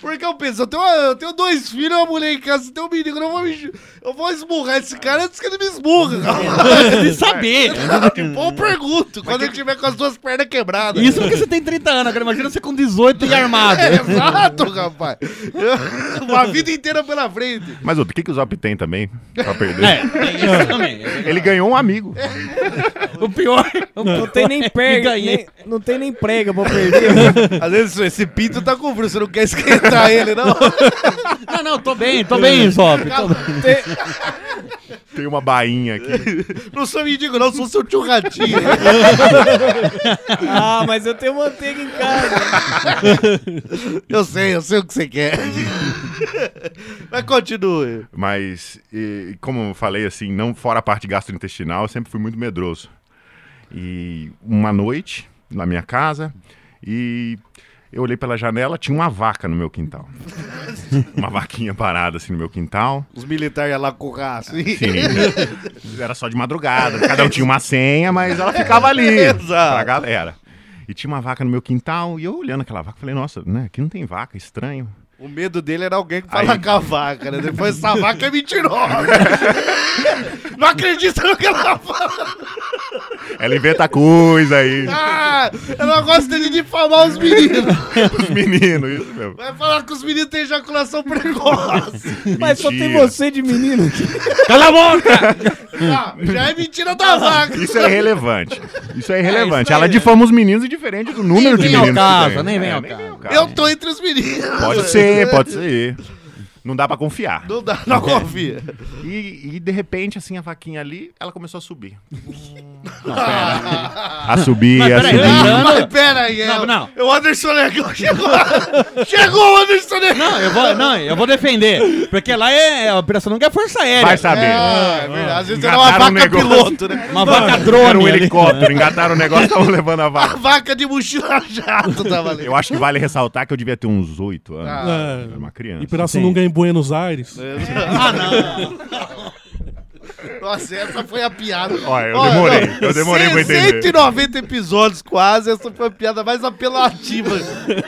porque eu penso, eu tenho, uma- eu tenho dois filhos e uma mulher em casa, se tem um mendigo, eu não vou, me encher- eu vou esmurrar esse cara antes que ele me esmurra. De saber. Bom pergunto, quando ele tiver com as duas pernas quebradas. Isso porque você tem 30 anos, agora imagina você com 18 e armado. É, Exato, rapaz. Uma vida inteira pela frente. Mas outro, o que, que o Zop tem também pra perder? É, tem isso também. Ele ganhou um amigo. O pior. é- o Não tem nem Que prega, ganhei. nem- não tem nem prega pra perder. né? Às vezes esse pinto tá com frio, você não quer esquentar ele, não? Não, não, tô bem, tô É. bem, Zop. tô bem. Tem uma bainha É. aqui. Não sou mendigo, não, sou seu tio ratinho. ah, mas eu tenho manteiga em casa. Eu sei, eu sei o que você quer. Mas continue. Mas, e, como eu falei, assim, não fora a parte gastrointestinal, eu sempre fui muito medroso. E uma noite, na minha casa, e eu olhei pela janela, tinha uma vaca no meu quintal. uma vaquinha parada, assim, no meu quintal. Os militares iam lá com o raço. Sim. Era só de madrugada, cada um tinha uma senha, mas ela ficava ali. Exato. Pra galera. E tinha uma vaca no meu quintal, e eu olhando aquela vaca, falei, nossa, né, aqui não tem vaca, estranho. O medo dele era alguém que falava Aí. com a vaca, né? Depois essa vaca é mentirosa. Não acredita no que ela tá fala. Ela inventa coisa aí. Ah, ela gosta de difamar os meninos. Os meninos, isso mesmo. Vai falar que os meninos têm ejaculação precoce. Mas só tem Mentira. você de menino Ah, aqui. Cala a boca! Ah, já é mentira da vaca. Isso é irrelevante. Isso é irrelevante. isso aí, Ela né? difama os meninos indiferente do número vem de ao meninos. que caso, tem. nem vem ao nem caso. Eu tô entre os meninos. Pode ser, pode ser. Não dá pra confiar. Não dá, não confia. E, e, de repente, assim, a vaquinha ali, ela começou a subir. A subir, Mas a peraí, subir. Não, mas não. pera aí. Não, é- não. é O Anderson Negão chegou. chegou o Anderson Negão. Não, eu vou, não, eu vou defender. Porque lá é, é a operação não é força aérea. Vai saber. É, é verdade. Às vezes era uma Engataram vaca um negócio. piloto, né? Uma vaca Era um drone. ali. helicóptero, engataram o negócio, estavam levando a A vaca. vaca de mochila jato tá tava ali. Eu acho que vale ressaltar que eu devia ter uns oito anos. Ah. É, Era uma criança. Pirassununga em Buenos Aires. Nossa, essa foi a piada. Olha, eu demorei, eu demorei pra entender. 190 episódios quase, essa foi a piada mais apelativa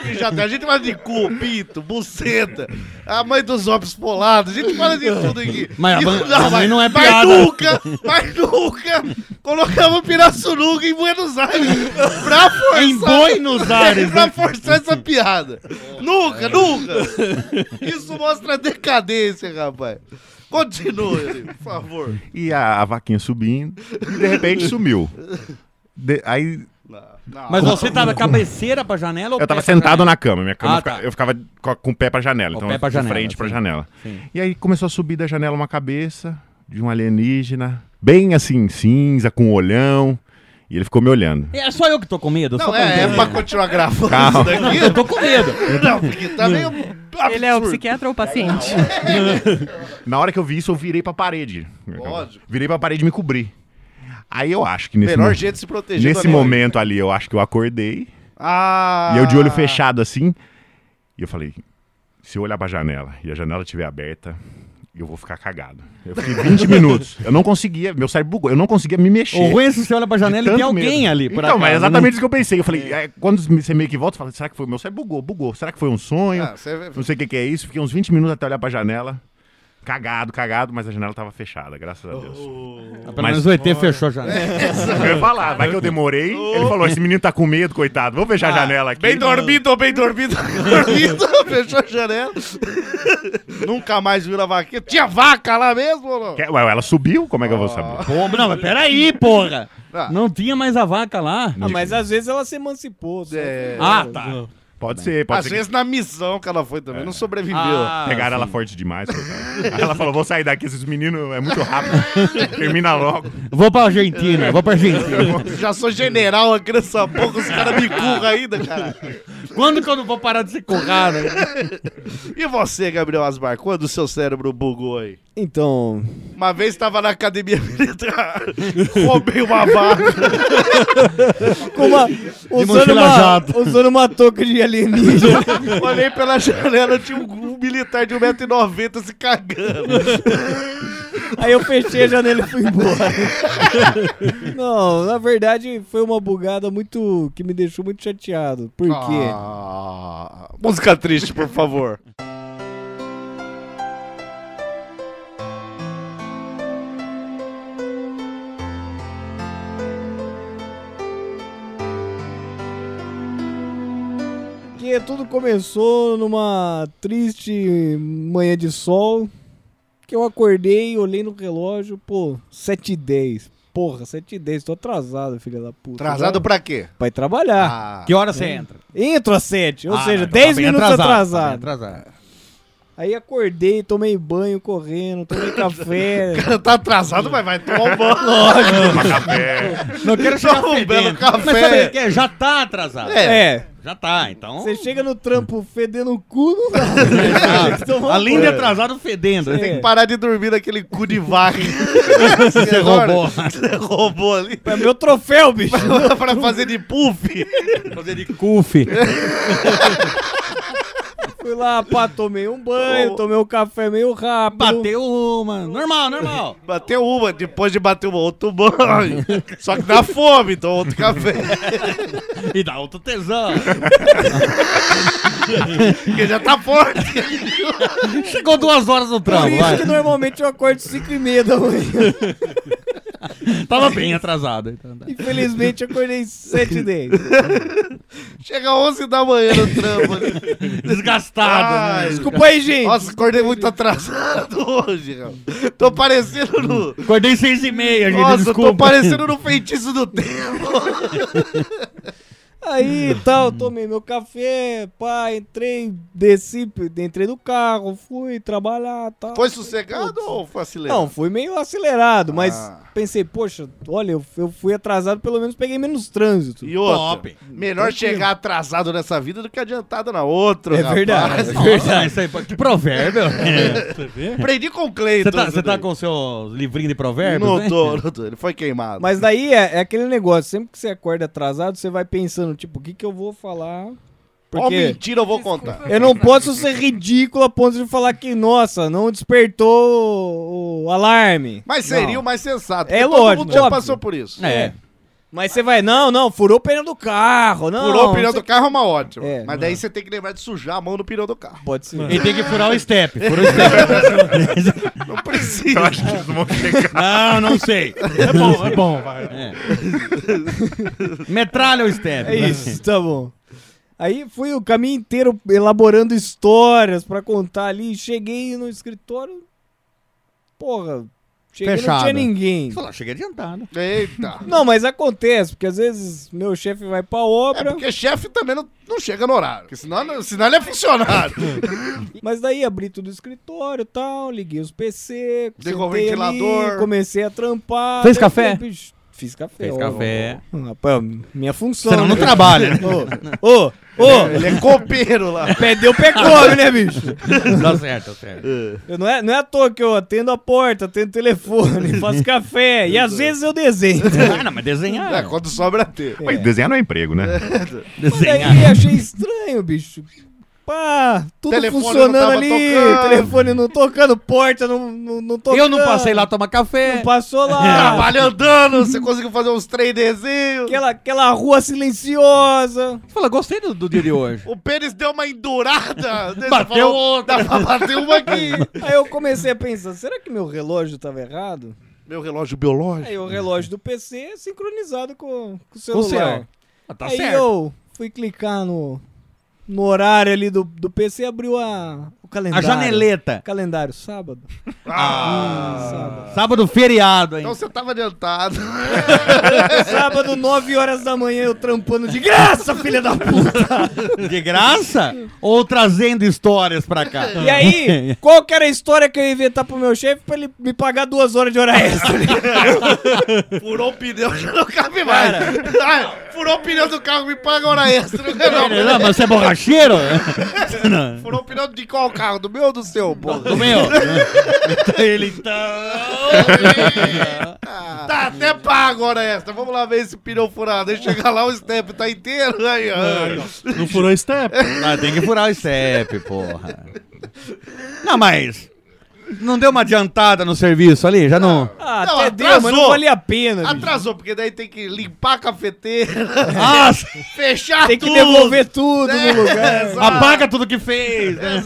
que já tem. A gente fala de cu, pinto, buceta, a mãe dos homens polados, a gente fala de tudo aqui. Mas a Isso mãe- a mãe não é mas piada. nunca, mas nunca colocamos Pirassununga em Buenos Aires pra forçar... Em Buenos Aires, né? pra forçar essa piada. Nunca, nunca. Isso mostra a decadência, rapaz. Continue, por favor. E a, a vaquinha subindo, e de repente sumiu. De- aí Mas você tava cabeceira pra janela ou Eu tava pé pra sentado janela? na cama, minha cama Ah, fica- tá. eu ficava co- com o pé pra janela, O então pé eu pra de janela, frente pra sim. janela. Sim. E aí começou a subir da janela uma cabeça de um alienígena, bem assim, cinza, com um olhão, e ele ficou me olhando. É só eu que tô com medo. só Não, pra é, é entender. pra continuar gravando Calma. isso Não, eu daqui. tô com medo. Não, porque tá meio absurdo. Ele é o psiquiatra ou o paciente? Na hora que eu vi isso, eu virei pra parede. Lógico. Virei pra parede e me cobri. Aí eu acho que nesse, Melhor mo- jeito de se proteger. nesse também. momento ali, eu acho que eu acordei. Ah, E eu de olho fechado assim. E eu falei, se eu olhar pra janela e a janela estiver aberta, eu vou ficar cagado. Eu fiquei 20 minutos. Eu não conseguia, meu cérebro bugou, eu não conseguia me mexer. O ruim é se você olha pra De janela e tem tanto alguém medo. ali. por Então, mas acaso, né? exatamente isso que eu pensei. Eu falei, é, quando você meio que volta, você fala, será que foi? Meu cérebro bugou, bugou. Será que foi um sonho? Ah, você vê- Não sei o que, que é isso. Fiquei uns 20 minutos até olhar pra janela. Cagado, cagado, mas a janela tava fechada, graças a Deus. Ah, Pelo menos o ET fechou a janela. Eu ia falar, vai que eu demorei. Ele falou: esse menino tá com medo, coitado. Vamos fechar Ah, a janela aqui. Bem dormido, bem dormido, bem dormido. Fechou a janela. Nunca mais vira vaqueiro. Tinha vaca lá mesmo ou não? Quer- Ué, ela subiu? Como é que eu vou saber? Pô, não, mas peraí, porra. Ah. Não tinha mais a vaca lá. Ah, mas às vezes ela se emancipou. sabe? É, Ah, tá. Pode ser, pode às ser. que vezes assim. na missão que ela foi também, não sobreviveu. Ah, Pegaram ela forte demais. coitada. Aí ela falou: vou sair daqui, esses meninos é muito rápido. Termina logo. Vou pra Argentina, vou pra Argentina. Já sou general aqui nessa pouco, os caras me curram ainda, cara. Quando que eu não vou parar de ser currado? E você, Gabriel Asmar, quando o seu cérebro bugou aí? Então, Uma vez tava na academia militar, roubei uma vaca. com uma- usando, mochila uma, jato. usando uma touca de alienígena. Olhei pela janela, tinha um, um militar de 1,90m se cagando. Aí eu fechei a janela e fui embora. Não, na verdade foi uma bugada muito. que me deixou muito chateado. Por quê? Ah, música triste, por favor. Porque tudo começou numa triste manhã de sol. Que eu acordei, olhei no relógio, pô, 7h10. Porra, 7h10, tô atrasado, filha da puta. Atrasado pra quê? Vai trabalhar. Ah, Que hora você entra? Entro às 7, ou Ah, seja, não, tá 10 bem minutos atrasado, atrasado. tá bem atrasado. Aí acordei, tomei banho correndo, tomei café. tá atrasado, mas vai tomar um banho. Não quero chegar Toma um fedendo. belo café. Mas sabe o que é? Já tá atrasado. é. Já tá, então... Você chega no trampo fedendo o cu, não dá. Ah, Tem que tomar um Além de banho. atrasado, fedendo. É. Parar de dormir naquele cu de vaca. Você roubou. Você roubou ali. É meu troféu, bicho. pra fazer de puff. Fazer de cufe. Fui lá, pá, tomei um banho, tomei um café meio rápido. Bateu uma. Normal, normal. Bateu uma, depois de bater uma, outro banho. Só que dá fome, então outro café. E dá outro tesão. Porque já tá forte. Chegou duas horas no Por trampo, isso vai. que normalmente eu acordo 5 e meia da manhã. Tava bem atrasado. então tá. Infelizmente eu acordei 7 e 10. Chega 11 da manhã no trampo ali. Desgastado, Ai, né? Desculpa aí, gente. Nossa, acordei muito atrasado hoje, cara. Tô parecendo no... Acordei seis e meia, gente. Nossa, desculpa. tô parecendo no feitiço do tempo. Aí tal, tomei meu café, pá, entrei, desci, entrei no carro, fui trabalhar tal. Foi sossegado ou foi acelerado? Não, fui meio acelerado, mas Ah. pensei, poxa, olha, eu, eu fui atrasado, pelo menos peguei menos trânsito. E outra, Top. melhor Tranquilo. chegar atrasado nessa vida do que adiantado na outra, É rapaz. verdade. É. Nossa, verdade. Isso aí, pô, que provérbio. tá, Aprendi com o Cleiton. Você tá, Então, isso você tá daí. com o seu livrinho de provérbios? Não né? tô, não tô. Ele foi queimado. Mas daí é, é aquele negócio, sempre que você acorda atrasado, você vai pensando, tipo, o que que eu vou falar? Qual Porque mentira eu vou contar? eu não posso ser ridículo a ponto de falar que, nossa, não despertou o, o alarme. Mas seria Não. o mais sensato. É porque lógico, Todo mundo já óbvio. passou por isso. É. Mas você vai, não, não, furou o pneu do carro, não. Furou o pneu não do sei- carro é uma ótima. É, mas daí você tem que lembrar de sujar a mão no pneu do carro. Pode ser. E tem que furar o step. Fura o step. Não precisa. Eu acho que eles vão chegar. não, não sei. É bom, é bom, vai. É. Metralha o step. É isso, tá bom. Aí fui o caminho inteiro elaborando histórias pra contar ali. Cheguei no escritório. Porra, cheguei Fechado. não tinha ninguém. Fala, cheguei adiantado. Eita. Não, mas acontece, porque às vezes meu chefe vai pra É obra, porque chefe também não, não chega no horário. Porque senão, não- senão ele é funcionário. mas daí abri tudo o escritório e tal, liguei os PC, Ligou o sentei ventilador. ali, comecei a trampar. Fez daí, café? pô, bicho, Fiz café. Fez ó. café. Rapaz, minha função. Senão não né? trabalha. Ô, ô, Ele é copeiro lá. perdeu, pegou, né, bicho? Tá certo, tá certo. Eu não, é, não é à toa que eu atendo a porta, atendo o telefone, faço café e às vezes eu desenho. Ah, não, mas desenhar. É, quando sobra ter. Mas desenhar não é emprego, né? Mas desenhar. aí achei estranho, bicho. Pá, tudo Telefone não funcionando tava ali, tocando. telefone não tocando, porta não, não, não tocando. Eu não passei lá tomar café. Não passou lá. Trabalho andando, você conseguiu fazer uns três desenhos. Aquela, aquela rua silenciosa. Fala, gostei do, do dia de hoje. O pênis deu uma endurada. né? Você Bateu falou, Dá pra bater uma aqui. Aí eu comecei a pensar, será que meu relógio tava errado? Meu relógio biológico. Aí o relógio do PC é sincronizado com, Com o com o celular. céu. Ah, tá Aí certo. É eu fui clicar no, no horário ali do, do PC e abriu a, o A calendário. janeleta. Calendário, sábado. Ah. Hum, sábado. Sábado feriado, hein? Então você tava adiantado. Sábado, 9 horas da manhã, eu trampando de graça, filha da puta! De graça? Ou trazendo histórias pra cá? E aí, qual que era a história que eu ia inventar pro meu chefe pra ele me pagar duas horas de hora extra? Furou o pneu, já não cabe mais. Ai, furou o pneu do carro, me paga hora extra. Não, Não, mas você é borracheiro? Não. furou o pneu um de qual carro? Do meu ou do seu, pô? Do meu. Então Ele então. Tá até pago hora extra. Vamos lá ver esse pneu furado. Aí chega lá, o step tá inteiro. Aí, ó. Não furou step? Ah, tem que furar o CEP, porra. Não, mas. Não deu uma adiantada no serviço ali? Já não. Ah, Não, até deu, mas atrasou. não valia a pena. bicho. Atrasou, porque daí tem que limpar a cafeteira, Ah, sim. fechar Tem que tudo. né? devolver tudo É. no lugar. Exato. Ah, apaga tudo que fez. né?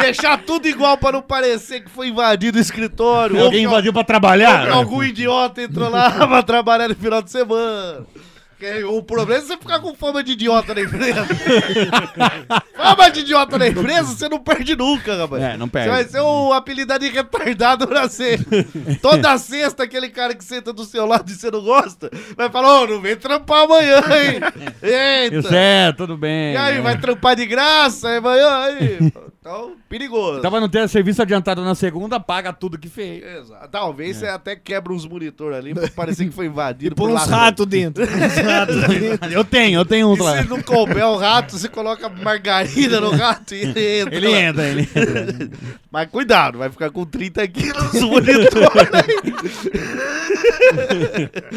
Deixar tudo igual pra não parecer que foi invadido o escritório. ou Alguém que- invadiu pra ou trabalhar? que Algum idiota entrou lá pra trabalhar no final de semana. Que O problema é você ficar com fama de idiota na empresa. fama de idiota na empresa, você não perde nunca, rapaz. É, não perde. Você vai ser um apelidado de retardado pra sempre. Toda sexta, aquele cara que senta do seu lado e você não gosta, vai falar, ô, não vem trampar amanhã, hein? Eita. Isso é, tudo bem. E aí, vai trampar de graça? Aí, vai, aí. Então, perigoso. Então vai não ter serviço adiantado na segunda, paga tudo que fez. Exato. É. Talvez você até quebra uns monitor ali pra parecer que foi invadido. Por por uns ladrão. ratos dentro. Eu tenho, eu tenho um E lá. se não couber o rato, você coloca margarina no rato e ele entra. Ele lá. entra, ele entra. Mas cuidado, vai ficar com 30 quilos no monitor.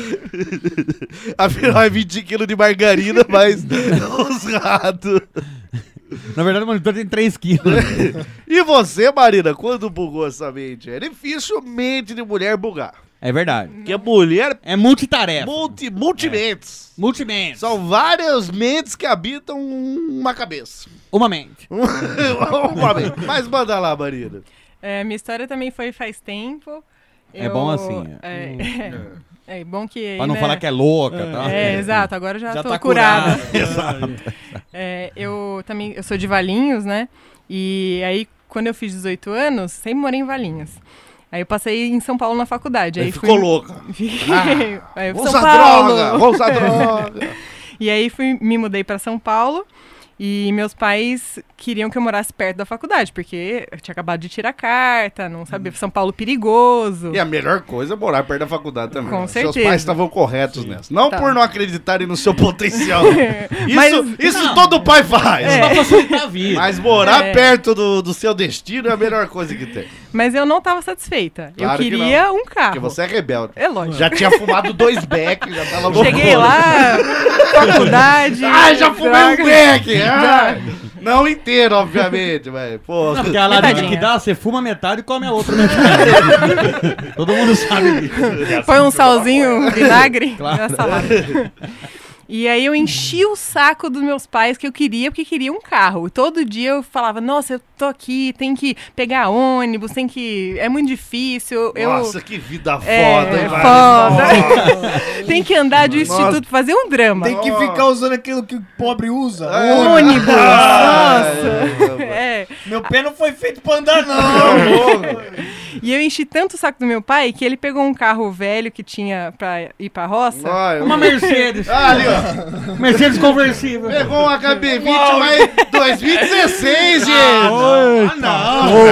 né? Afinal, é 20 quilos de margarina, mas uns ratos. Na verdade, o monitor tem 3 quilos. E você, Marina, quando bugou essa mente? É dificilmente de mulher bugar. É verdade. Porque mulher É multitarefa. multi, multimentes. Multimente. Só um- São várias mentes que habitam uma cabeça. uma mente. uma mente. Mas manda lá, Marina. É, minha história também foi faz tempo. É Hum. bom assim, É, é, é bom que. Pra não falar que é louca, tá? É, exato, agora eu já, Já tô tá curada. Exato. É, eu também eu sou de Valinhos, né? E aí, quando eu fiz 18 anos, sempre morei em Valinhos. Aí eu passei em São Paulo na faculdade. Aí fui... Ficou louca. Aí eu fui Vamos São usar Paulo. droga, vamos usar droga. E aí fui, me mudei para São Paulo e meus pais queriam que eu morasse perto da faculdade, porque eu tinha acabado de tirar carta, não sabia, São Paulo perigoso. Hum. E a melhor coisa é morar perto da faculdade também. né? Com Seus certeza. pais estavam corretos nessa. Não Tá. por não acreditarem no seu potencial. Isso, Mas- isso todo pai faz. É, Facilitar a vida. Mas morar É. perto do, do seu destino é a melhor coisa que tem. mas eu não tava satisfeita. Claro eu que queria um Porque carro. você é rebelde. É lógico. Já tinha fumado dois beck, já tava loucona. Cheguei lá, faculdade. Ah, já fumei um droga. beck! Ah, não inteiro, obviamente, mas, pô. Porque a ladinha Tadinha. que dá, você fuma metade e come a outra metade. Todo mundo sabe disso. Foi um salzinho, um vinagre na salada. E aí eu enchi o saco dos meus pais que eu queria, porque queria um carro. E todo dia eu falava, nossa, eu tô aqui, tem que pegar ônibus, tem que... É muito difícil, eu... Nossa, que vida foda, é, hein, vai? foda. tem que andar de instituto, fazer um drama. Tem que ficar usando aquilo que o pobre usa. Ônibus, Nossa. nossa. É. Meu pé não foi feito pra andar, não. E eu enchi tanto o saco do meu pai que ele pegou um carro velho que tinha pra ir pra roça. Uma Mercedes. Ah, ali, ó. Mercedes conversível. Pegou uma HB20, mas 2016, gente. Eita. não!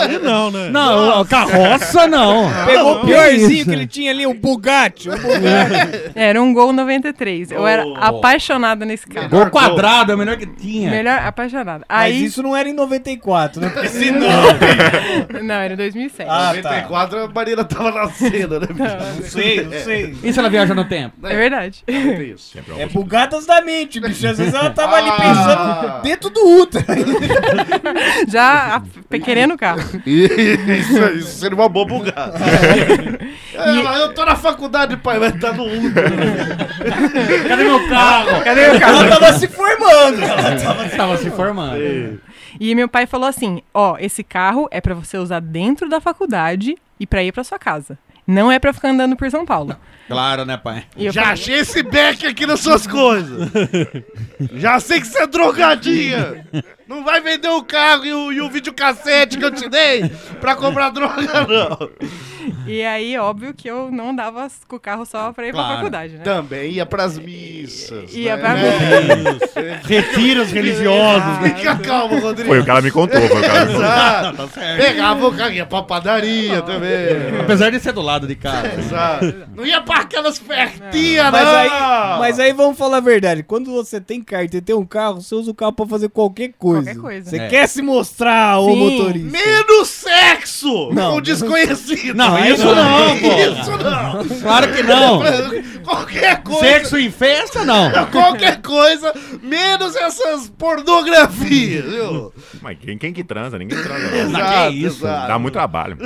Aí não, né? Não, carroça não. é Pegou o piorzinho que ele tinha ali, o Bugatti. O Bugatti. Era um Gol 93. Eu era Oh. apaixonada nesse carro. Gol quadrado é o melhor que tinha. Melhor apaixonada. Mas Aí. isso não era em 94, né? Porque se não. Não, era em 2007. Ah, tá. 94 a Marina tava nascendo, né, bicho? Não sei, não sei. E se ela viaja no tempo? é verdade. Não tem isso. É bugadas da mente, bicho. Às vezes ela tava ali Ah. pensando dentro do útero. Já a- querendo o carro. Isso, isso seria uma boa bugada. Ela, eu tô na faculdade, pai, vai estar no útero. Cadê meu carro? Cadê meu Ela tava se formando. Ela tava... carro? Tava se formando. E meu pai falou assim: ó, esse carro é pra você usar dentro da faculdade e pra ir pra sua casa. Não é pra ficar andando por São Paulo. Claro, né, pai? E eu Já falei, achei esse beck aqui nas suas coisas. Já sei que você é drogadinha. Não vai vender o carro e o, e o videocassete que eu te dei pra comprar droga, não. E aí, óbvio que eu não andava s- com o carro só pra ir Claro. pra faculdade, né? Também ia pras missas. Ia né? pra- Retiros religiosos. né? Fica calmo, Rodrigo. Foi o cara me contou, foi o cara me contou. Exato. Pegava o carro, ia pra padaria também. Apesar de ser do lado de casa. Exato. Não ia pra aquelas pertinhas, não. Mas aí, mas aí vamos falar a verdade. Quando você tem carta e tem um carro, você usa o carro pra fazer qualquer coisa. Qualquer coisa. Você É. quer se mostrar, ô Sim. motorista. Menos sexo Não. com desconhecido. Não, Aí isso não, pô. Isso não. Claro que não. Qualquer coisa. Sexo em festa, não. Qualquer coisa, menos essas pornografias, viu? Mas quem, quem que transa? Ninguém transa. não. que isso? Dá muito trabalho.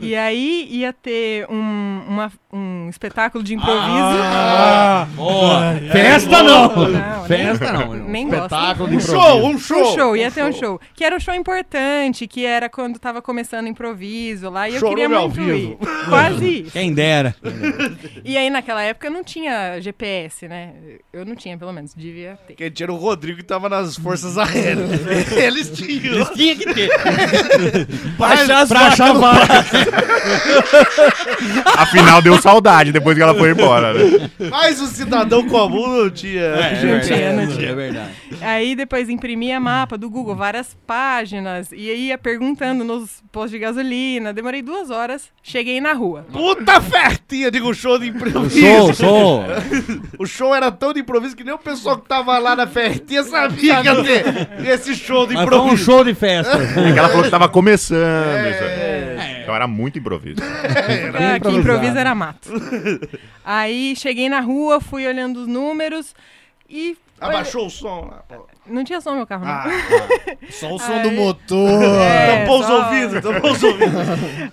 E aí ia ter um, uma- um espetáculo de improviso. Ah, Boa. Festa não. Não, nem- Festa não. nem Um gosto. espetáculo Um de show, improviso. um Um show. show, ia ter um show. Que era um show importante, que era quando tava começando o improviso lá. E eu Show queria ao muito ir. vivo. Quase isso. Quem dera. E aí naquela época eu não tinha GPS, né? Eu não tinha, pelo menos. Devia ter. Quem tinha era o Rodrigo que tava nas Forças Aéreas. Eles tinham. Tinha que ter. Baixar as Pra achar vaga. Afinal, deu saudade depois que ela foi embora, né? Mas o cidadão comum não tinha. É, verdade. É verdade. Aí depois imprimia mapa do Google, várias páginas. E aí ia perguntando nos postos de gasolina. Demorei duas horas, cheguei na rua. Puta festinha, digo, show de improviso. Sou, sou. O show era tão de improviso que nem o pessoal que tava lá na festinha sabia que ia ter esse show de Mas foi um improviso. show de festa. É que ela falou que tava começando. É. sabe? Então era muito improviso. Ah, que improvisado. improviso era mato. Aí cheguei na rua, fui olhando os números e. Abaixou Ah, o som lá, pô. Não tinha som no meu carro, não. Só o som do Aí. motor. É, Tampou os só- ouvidos, tampou os ouvidos.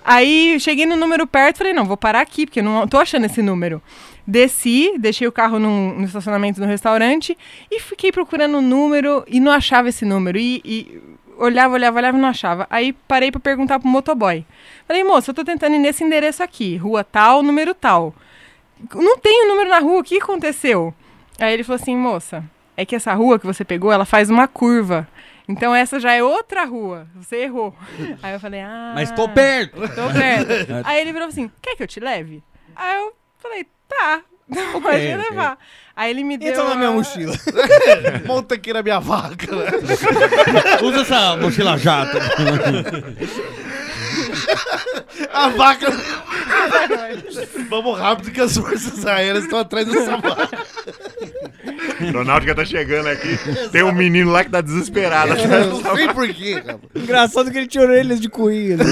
Aí cheguei no número perto, falei, não, vou parar aqui, porque eu não tô achando esse número. Desci, deixei o carro num- no estacionamento do restaurante e fiquei procurando o número e não achava esse número. E, e olhava, olhava, olhava e não achava. Aí parei pra perguntar pro motoboy. Falei, moço, eu tô tentando ir nesse endereço aqui, rua tal, número tal. Não tem o número na rua, o que aconteceu? Aí ele falou assim, moça, é que essa rua que você pegou, ela faz uma curva. Então essa já é outra rua, você errou. Aí eu falei, ah... Mas tô perto. Tô perto. Aí ele virou assim: quer que eu te leve? Aí eu falei, tá, não pode me ok. levar. Aí ele me deu. Entra na minha a- mochila. Monta aqui na minha vaca, né? Usa essa mochila jato. A vaca. Vamos rápido que as forças aéreas estão atrás dessa vaca. Aeronáutica tá chegando aqui. Tem um menino lá que tá desesperado. Eu não sei porquê, cara. Engraçado que ele tinha orelhas de coelho. né?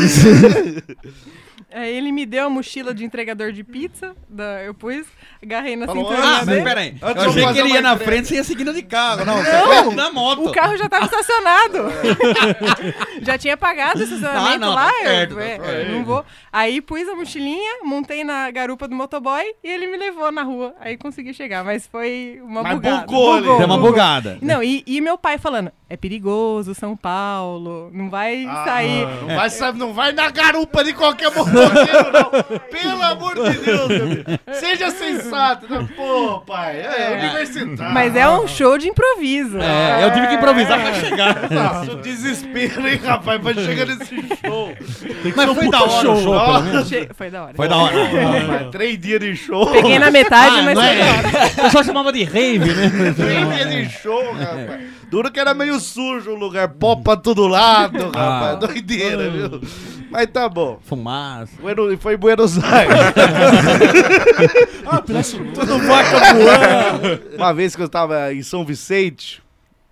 Aí ele me deu a mochila de entregador de pizza. Da, eu pus, agarrei na Falou, cintura. Ah, dele. mas peraí. eu Eu achei fazer que ele ia uma na entrega. frente, você ia seguindo de carro. Não, você foi na moto. o carro já tava estacionado. já tinha pagado o estacionamento Ah, não, lá. tá certo, eu, tá é, certo. não vou. Aí pus a mochilinha, montei na garupa do motoboy e ele me levou na rua. Aí consegui chegar, mas foi uma Mas bugada. bugou ali. Deu uma bugou. bugada. Não, e, e meu pai falando, é perigoso, São Paulo, não vai sair. Ah. É. Não vai, sa- não vai na garupa de qualquer motor. exagero, não. Pelo amor de Deus, meu amigo. Seja sensato, né? Pô, pai, é universitário. Mas é um show de improviso. É, eu tive que improvisar pra chegar. Nossa, o desespero, hein, rapaz, pra chegar nesse show. Mas foi da hora o um show, pelo menos. Che- Ah, Foi da hora. Foi da hora. Rapaz, três dias de show. Peguei na metade, Ah, mas não foi da hora. é? O pessoal chamava de rave, né? Três dias é. de show, rapaz. Duro que era meio sujo o lugar, pó pra todo lado, Ah. rapaz. Doideira, viu? Mas tá bom. Fumaça. Bueno- Foi em Buenos Aires. Ah, Tudo vaca voando. Uma vez que eu tava em São Vicente,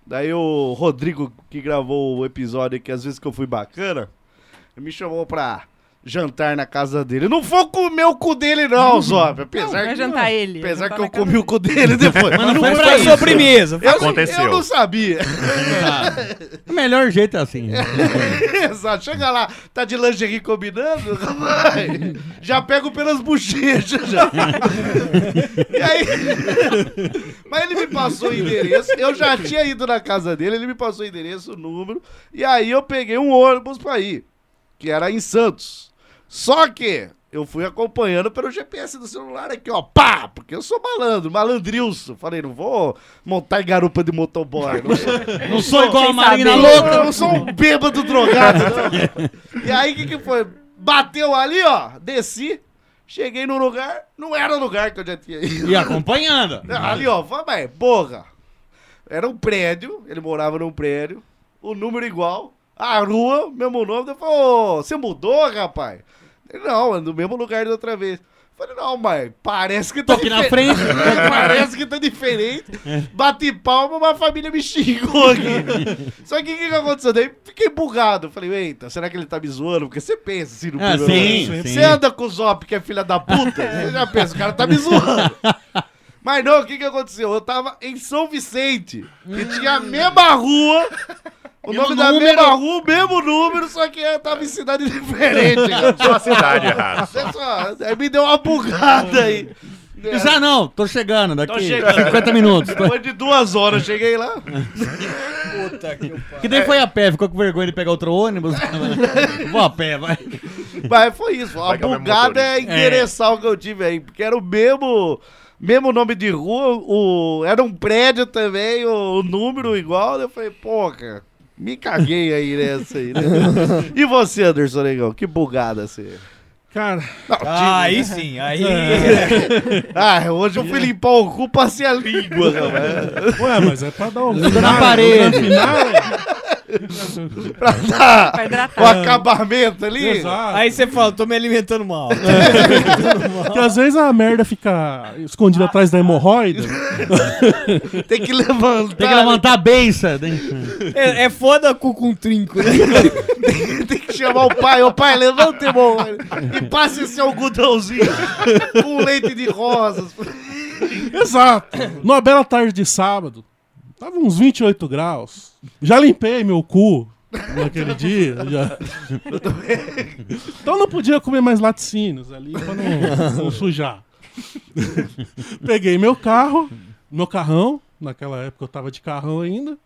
daí o Rodrigo, que gravou o episódio que às vezes que eu fui bacana, me chamou pra jantar na casa dele. Não vou comer o cu dele, não, Zóbio. Apesar Vai que, jantar ele. apesar jantar que na eu casa comi o cu dele depois. Mas não Eu- foi pra Foi isso. sobremesa. eu, Aconteceu. não sabia. O melhor jeito é assim. Exato. Chega lá, tá de lingerie combinando? Vai. Já pego pelas bochechas. Já. e aí... Mas ele me passou o endereço. Eu já tinha ido na casa dele, ele me passou o endereço, o número. E aí eu peguei um ônibus pra ir, que era em Santos. Só que... Eu fui acompanhando pelo GPS do celular aqui, ó. Pá! Porque eu sou malandro, malandrilso. Falei, não vou montar em garupa de motoboy. Não sou, Não sou igual a Sem Marina saber. louca. eu não sou um bêbado drogado, não. E aí, o que, que foi? Bateu ali, ó, desci, cheguei no lugar, não era o lugar que eu já tinha ido. E acompanhando. Ali, ó, vai, porra. Era um prédio, ele morava num prédio, o número igual, a rua, mesmo nome. Eu falei, ô, você mudou, rapaz? Ele, não, é do mesmo lugar da outra vez. Eu Falei, não, mas parece que Tô tá aqui na dife- frente. É. Parece que tá diferente. Bati palma, mas a família me xingou aqui. Só que o que, que aconteceu? Daí fiquei bugado. Falei, eita, será que ele tá me zoando? Porque você pensa assim no Ah, primeiro sim, momento. sim. Você anda com o Zop, que é filha da puta, você já pensa, o cara tá me zoando. Mas não, o que, que aconteceu? Eu tava em São Vicente, que tinha a mesma rua, o nome da mesma rua, o mesmo número, só que eu tava em cidade diferente. cara. Só a cidade errada. só. Você só- Aí me deu uma bugada aí. Hum. Já "Ah, não, tô chegando daqui. Tô chegando. 50 minutos. Tô- Depois de duas horas, cheguei lá. Que daí foi a pé, ficou com vergonha de pegar outro ônibus. Vou a pé, vai. Mas foi isso. A Vai que é o mesmo bugada é motorista. endereçar o que eu tive aí. Porque era o mesmo, mesmo nome de rua, o, era um prédio também, o, o número igual. Eu falei, pô, cara, me caguei aí nessa aí. Né? e você, Anderson Negão? Que bugada você. é. Cara, aí sim, aí. É. Ah, hoje eu fui limpar o cu, passei a língua. rapaz. ué, mas é pra dar um. Na parede. pra dar Pra o hidratar. acabamento ali. Exato. Aí você fala, tô me alimentando mal. Porque às vezes a merda fica escondida atrás da hemorroida. Tem que levantar. Tem que levantar a benção. né? É, é foda cu com trinco, né? Tem que chamar o pai. Ô pai, levanta, irmão. E passa esse algodãozinho com leite de rosas. Exato. Numa bela tarde de sábado, tava uns 28 graus. Já limpei meu cu naquele dia. já. Então não podia comer mais laticínios ali pra não, não sujar. Peguei meu carro, meu carrão. Naquela época eu tava de carrão ainda.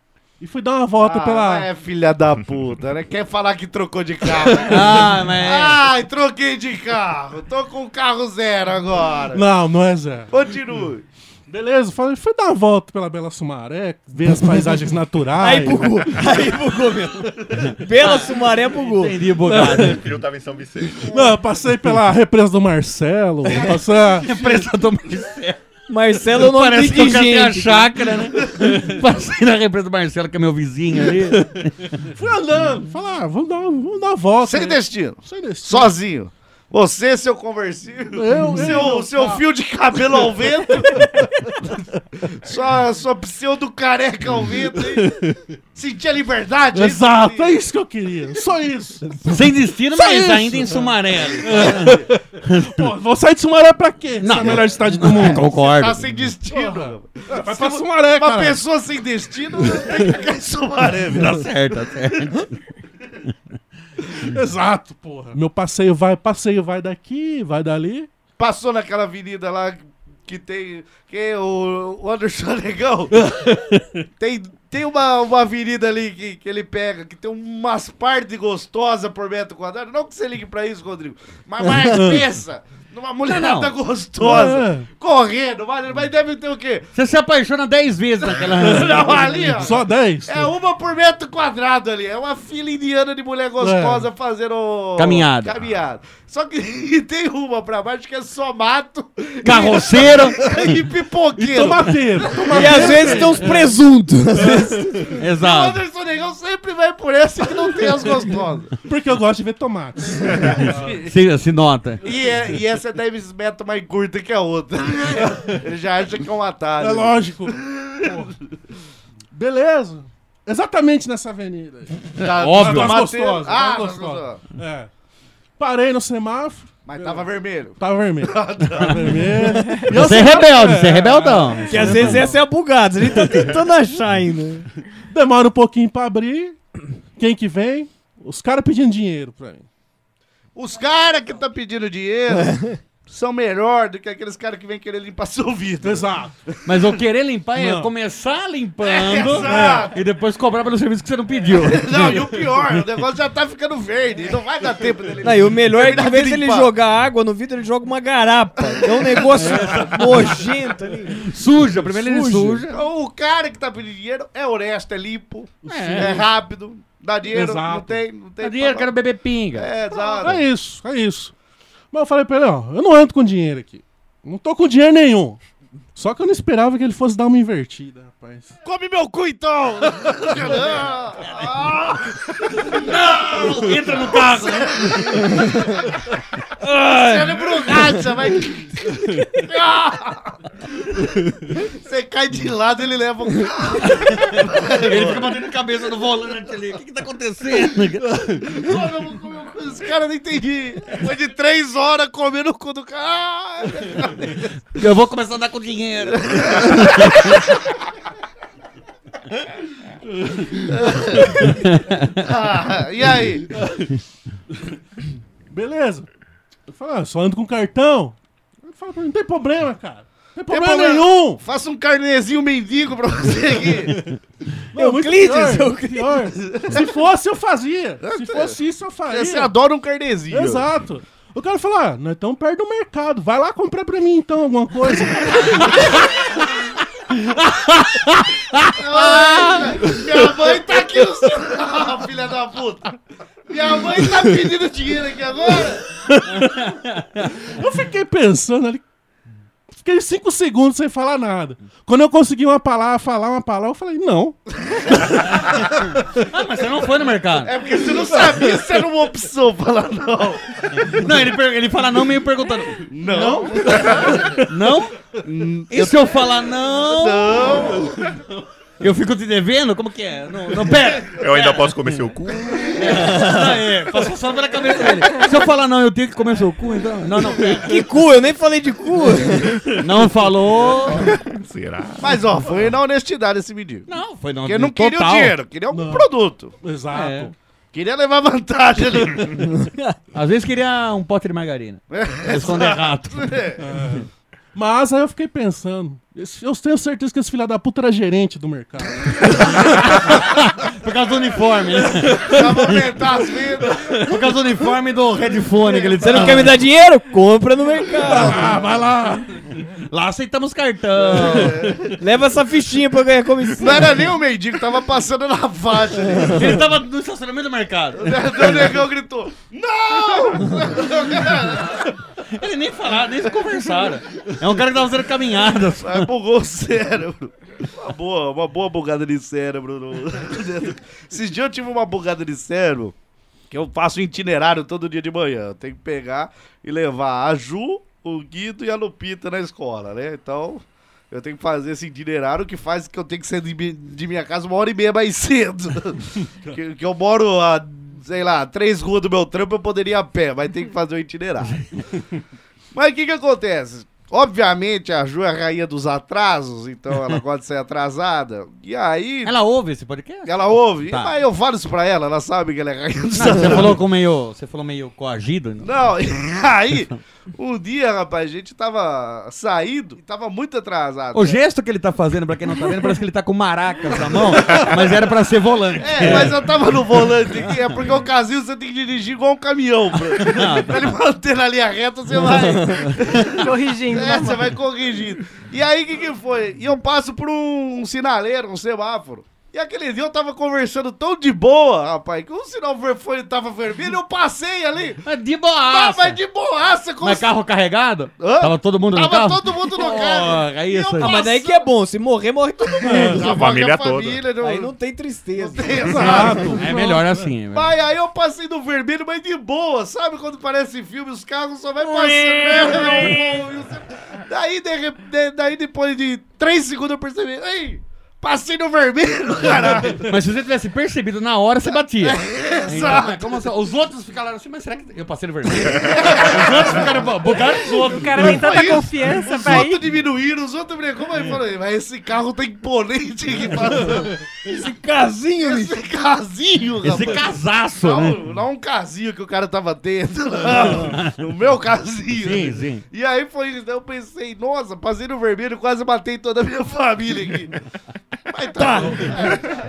E fui dar uma volta pela. Ah, é filha da puta, né? Quer falar que trocou de carro? Ah, É. mas. Ai, troquei de carro. Tô com um carro zero agora. Não, não é zero. Continue. Beleza, falei, fui dar uma volta pela Bela Sumaré, ver as paisagens naturais. Aí bugou. Aí bugou mesmo. Bela Sumaré bugou. Entendi, é bugado. Meu filho tava em São Vicente. Não, eu passei pela represa do Marcelo, passei a- Represa do Marcelo. Marcelo não Parece que eu cantei a gente. chácara, né? Passei na represa do Marcelo, que é meu vizinho ali. fui andando, falei, ah, vamos dar, vamos dar uma volta. né? Sem destino. Sem destino. Sozinho. Você, seu conversível. Eu, Ah. eu, Seu, seu fio de cabelo ao vento. sua, sua pseudo careca ao vento. hein? Sentir a liberdade. hein? Exato, é isso que eu queria, só isso. Sem destino, Só mas isso. ainda em Sumaré. Pô, vou sair de Sumaré pra quê? Não, é a melhor cidade do mundo. Concordo. Tá sem destino. Vai pra Sumaré, Uma cara. pessoa sem destino não tem que ficar em Sumaré, velho. Tá certo, tá certo. Exato, porra. Meu passeio vai, passeio vai daqui, vai dali. Passou naquela avenida lá que tem. Que é o, o Anderson Negão. tem Tem uma, uma avenida ali que, que ele pega, que tem umas partes gostosas por metro quadrado. Não que você ligue pra isso, Rodrigo. Mas, mas pensa numa mulherada Não, gostosa, correndo, mas, mas deve ter o quê? Você se apaixona 10 vezes naquela. Não, ali, ó. Só 10. É uma por metro quadrado ali. É uma fila indiana de mulher É. gostosa fazendo. Caminhada. Caminhada. Só que tem uma pra baixo que é só mato Carroceiro. e pipoqueiro. E tomateiro. E às vezes tem uns presuntos. O Exato. Anderson Negão sempre vai por essa que não tem as gostosas. Porque eu gosto de ver tomates. Se, se nota. E, é- e essa é 10 metros mais curta que a outra. Ele já acha que é um atalho. É lógico. Pô. Beleza. Exatamente nessa avenida. aí. Tá- Óbvio. tá Mas batendo. gostosa, Ah, mas mas gostosa. gostosa. É. Parei no semáforo. Ah, Mas tava vermelho. Tava Tá vermelho. Tava vermelho. E eu Você é sempre- rebelde, você é rebeldão. Que às vezes essa é a bugada. A gente tá tentando achar ainda. Demora um pouquinho pra abrir. Quem que vem? Os caras pedindo dinheiro pra mim. Os caras que tá pedindo dinheiro são melhor do que aqueles caras que vem querer limpar seu vidro. Exato. Mas eu querer limpar é Não. começar limpando é, Exato. e depois cobrar pelo serviço que você não pediu. Não, e o pior, o negócio já tá ficando verde. Não vai dar tempo dele. Não, e o melhor é que, em vez Terminar dele de limpar. jogar água no vidro, ele joga uma garapa. É um negócio nojento ali. Suja, primeiro ele Suja. suja. O cara que tá pedindo dinheiro é honesto, é limpo, é, rápido, dá dinheiro, não Exato. tem, não tem. Dá dinheiro, pra- quero beber pinga. É, exato. É isso, é isso. Mas eu falei pra ele, ó, eu não ando com dinheiro aqui. Não tô com dinheiro nenhum. Só que eu não esperava que ele fosse dar uma invertida, rapaz. Come meu cu então! Entra no carro. Cérebro racha, é vai. Você cai de lado, ele leva um. Ele fica batendo cabeça no volante ali. O que, que tá acontecendo? Os caras não entendi. Foi de três horas comendo o cu do cara. Ah, Eu vou começar a andar com dinheiro. Ah, e aí? Beleza. Eu falei, ah, só ando com cartão. Ele falou pra mim, não tem problema, cara. Não tem problema, problema. nenhum. Faça um carnezinho mendigo pra você aqui. Não, muito Euclides, pior, pior. Se fosse, eu fazia. Se fosse isso, eu faria. Você adora um carnezinho. Exato. O cara falou, ah, nós estamos perto do mercado. Vai lá comprar pra mim, então, alguma coisa. Minha mãe tá aqui, o seu- Ah, filha da puta. Minha mãe tá pedindo dinheiro aqui agora. Eu fiquei pensando ali. Fiquei cinco segundos sem falar nada. Quando eu consegui uma palavra, falar uma palavra, eu falei, não. Ah, Mas você não foi no mercado. É porque você não sabia se era uma opção falar não. Não, ele, per- ele fala não meio perguntando. Não? Hum, Não? E se eu falar não? Não. Eu fico te devendo? Como que é? Não, não pera. Eu ainda posso comer seu cu? Não, é, passou só pela cabeça dele. Se eu falar não, eu tenho que comer seu cu, então? Não, não, pera. Que cu, eu nem falei de cu. Não falou. Será? Mas ó, foi na honestidade esse mendigo. Não, foi não. Porque não queria o total. dinheiro, queria um produto. Exato. É. Queria levar vantagem ali. Às vezes queria um pote de margarina. Esconder rato. Mas aí eu fiquei pensando. esse- Eu tenho certeza que esse filho da puta era gerente do mercado. Por causa do uniforme. né? Pra aumentar as vendas. Por causa do uniforme e do headphone que ele tá Você não quer me dar dinheiro? Compra no mercado. ah, vai lá. Lá aceitamos cartão. Leva essa fichinha pra eu ganhar Não comissão. era nem o mendigo, tava passando na faixa ali. Ele tava no estacionamento do mercado. O negão gritou: Ele nem falaram, nem se conversaram. É um cara que tava fazendo caminhada. Aí É bugou o cérebro. Uma boa, uma boa bugada de cérebro. No... Esses dias eu tive uma bugada de cérebro que eu faço itinerário todo dia de manhã. Eu tenho que pegar e levar a Ju, o Guido e a Lupita na escola, né? Então. Eu tenho que fazer esse itinerário que faz que eu tenho que sair de mi- de minha casa uma hora e meia mais cedo. que, que eu moro a, sei lá, três ruas do meu trampo, eu poderia ir a pé, mas tem que fazer o itinerário. Mas o que que acontece? Obviamente, a Ju é a rainha dos atrasos, então ela gosta de ser atrasada. E aí, ela, Ela ouve esse podcast? ouve. Tá. Mas eu falo isso pra ela, ela sabe que ela é rainha dos Não, você falou com meio. Você falou meio coagido? né? Não. Não, e aí, um dia, rapaz, a gente tava saído e tava muito atrasado. O gesto que ele tá fazendo, pra quem não tá vendo, parece que ele tá com maracas na mão, mas era pra ser volante. É, mas eu tava no volante aqui, é porque o casinho você tem que dirigir igual um caminhão, pra, pra ele manter na linha reta, você vai. Corrigindo. É, né? você vai corrigindo. E aí, o que, que foi? E eu passo por um, sinaleiro, um semáforo. E aquele dia eu tava conversando tão de boa, rapaz, que o sinal ver- foi, tava vermelho, eu passei ali. Mas de Ah, boaça. mas de boaça, com Mas carro carregado? Hã? Tava todo mundo no Tava carro? todo mundo no carro. Porra, E eu isso aí. passei- Ah, mas daí que é bom. Se morrer, morre todo mundo. A com a família toda. família, não- Aí não tem tristeza. Exato. É melhor assim. velho. Mas aí eu passei no vermelho, mas de boa, sabe? Quando parece filme, os carros só vai passando. né? daí, de rep- de- daí, depois de três segundos, eu percebi. Ei, passei no vermelho, caralho. Mas se você tivesse percebido na hora, você batia. Exato. Então, como assim? Os outros ficaram assim, mas será que eu passei no vermelho? os outros ficaram bugaram os outros. O cara tem Foi tanta é isso. confiança Os pra ir. outros diminuíram, os outros é brecou, mas falou, mas esse carro tá imponente aqui passando. Esse casinho, bicho. Esse casinho, rapaz. Esse casaço, Não, né? não um casinho que o cara tava tendo, não. O meu casinho. Sim, sim. E aí foi isso. Daí eu pensei, nossa, passei no vermelho, quase matei toda a minha família aqui. Mas tá. bom.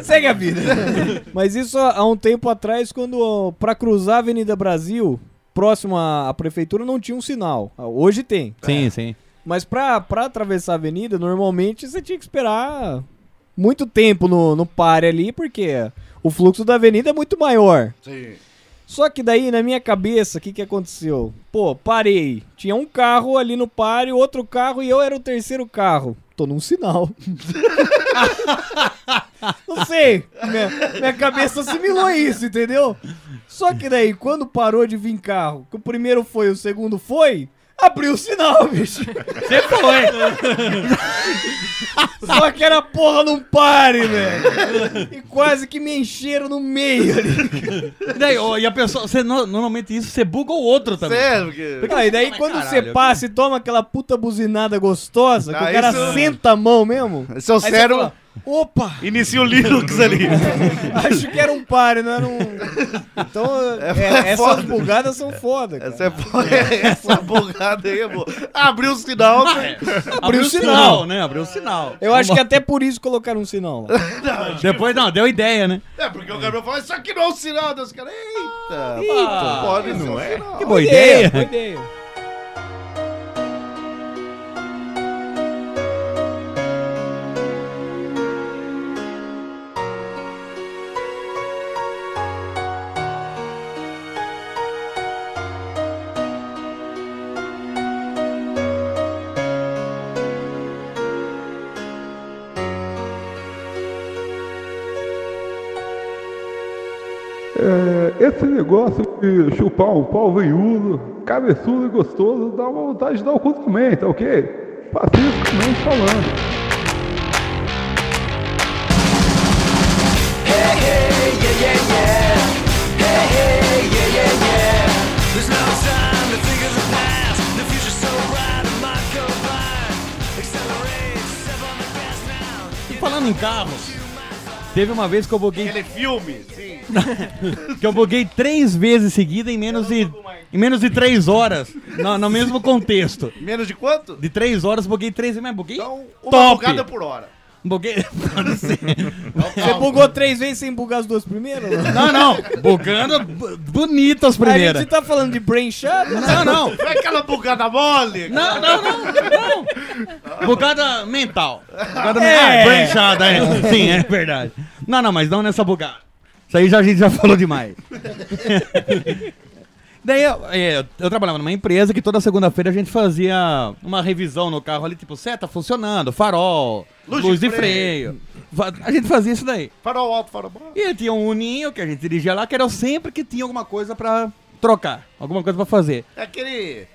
Segue a vida. Mas isso há há um tempo atrás, quando ó, pra cruzar a Avenida Brasil, próximo à à prefeitura, não tinha um sinal. Ah, Hoje tem. Sim, sim. Mas pra, pra atravessar a avenida, normalmente você tinha que esperar muito tempo no, no pare ali, porque o fluxo da avenida é muito maior. Sim. Só que daí, na minha cabeça, o que, que aconteceu? Pô, parei. Tinha um carro ali no pare, outro carro e eu era o terceiro carro. Tô num sinal. Não sei. Minha, minha cabeça assimilou isso, entendeu? Só que daí, quando parou de vir carro, que o primeiro foi, o segundo foi, abriu o sinal, bicho. Você foi. Só que era porra num pare, velho. E quase que me encheram no meio ali. Daí, ó, e a pessoa, você, no- normalmente isso, você buga o outro também. Sério, porque... Não, e daí Mas quando caralho, você passa e toma aquela puta buzinada gostosa, que Ah, o cara isso- senta a mão mesmo. Seu aí você cérebro fala, Opa, inicia o Linux ali. acho que era um pare, não era um. Então, é- é essas foda. bugadas são foda. Cara. Essa, é, bo- essa bugada aí, amor. Abriu o sinal. Ah, né? é. Abriu o sinal, né? Abriu o sinal. Eu acho que é até por isso colocaram um sinal lá. Depois, não, deu ideia, né? É porque o Gabriel falou, isso aqui não é um sinal. Deus, cara, eita. Eita. pode não ser um é? sinal. Que boa ideia. Boa ideia. Esse negócio de chupar um pau veiudo, cabeçudo e gostoso, dá uma vontade de dar o cu também, tá ok? Pacificamente falando. E falando em carro, teve uma vez que eu buguei Aquele filme, sim. que eu buguei três vezes seguida em menos de em menos de três horas, no, no mesmo contexto. Menos de quanto? De três horas, buguei três, mas buguei, Então, uma Top. bugada por hora. buguei, Você bugou três vezes sem bugar as duas primeiras? não, Não, não, bugando bu- bonito as primeira. primeiras. Você tá falando de brain shot? Não, não, Não é aquela bugada mole? não, não, não, não. bugada mental, bugada É. mental, branchada, é. sim, é verdade. Não, não, mas não nessa bugada. Isso aí já, a gente já falou demais. Daí eu, é, eu trabalhava numa empresa que toda segunda-feira a gente fazia uma revisão no carro ali, tipo, seta funcionando, farol, Luz luz, de de freio. freio. Fa- A gente fazia isso daí. Farol alto, farol baixo. E tinha um uninho que a gente dirigia lá, que era sempre que tinha alguma coisa pra trocar, alguma coisa pra fazer. É aquele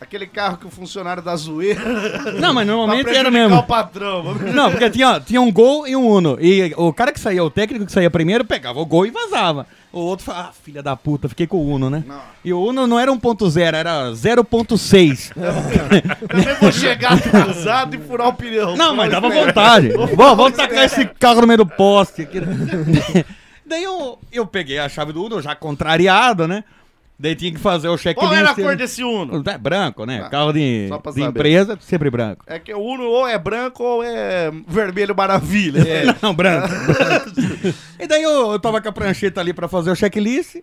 Aquele carro que o funcionário da zoeira. Não, mas normalmente pra era prejudicar mesmo. o patrão. Vamos- Não, porque tinha, tinha um gol e um Uno. E o cara que saía, o técnico que saía primeiro, pegava o gol e vazava. O outro falava, ah, filha da puta, fiquei com o Uno, né? E o Uno não era 1.0, era É 0.6. Também vou chegar atrasado e furar o pneu. Não, mas Furar dava o pneu. vontade. Um Bom, vamos tacar esse carro no meio do poste. aqui. Daí eu, eu peguei a chave do Uno, já contrariado, né? Daí tinha que fazer o Qual era a checklist. cor desse Uno? É branco, né? Carro de, só pra de saber. empresa, sempre branco. É que o Uno ou é branco ou é vermelho maravilha. Não, branco. e daí eu, eu tava com a prancheta ali pra fazer o checklist.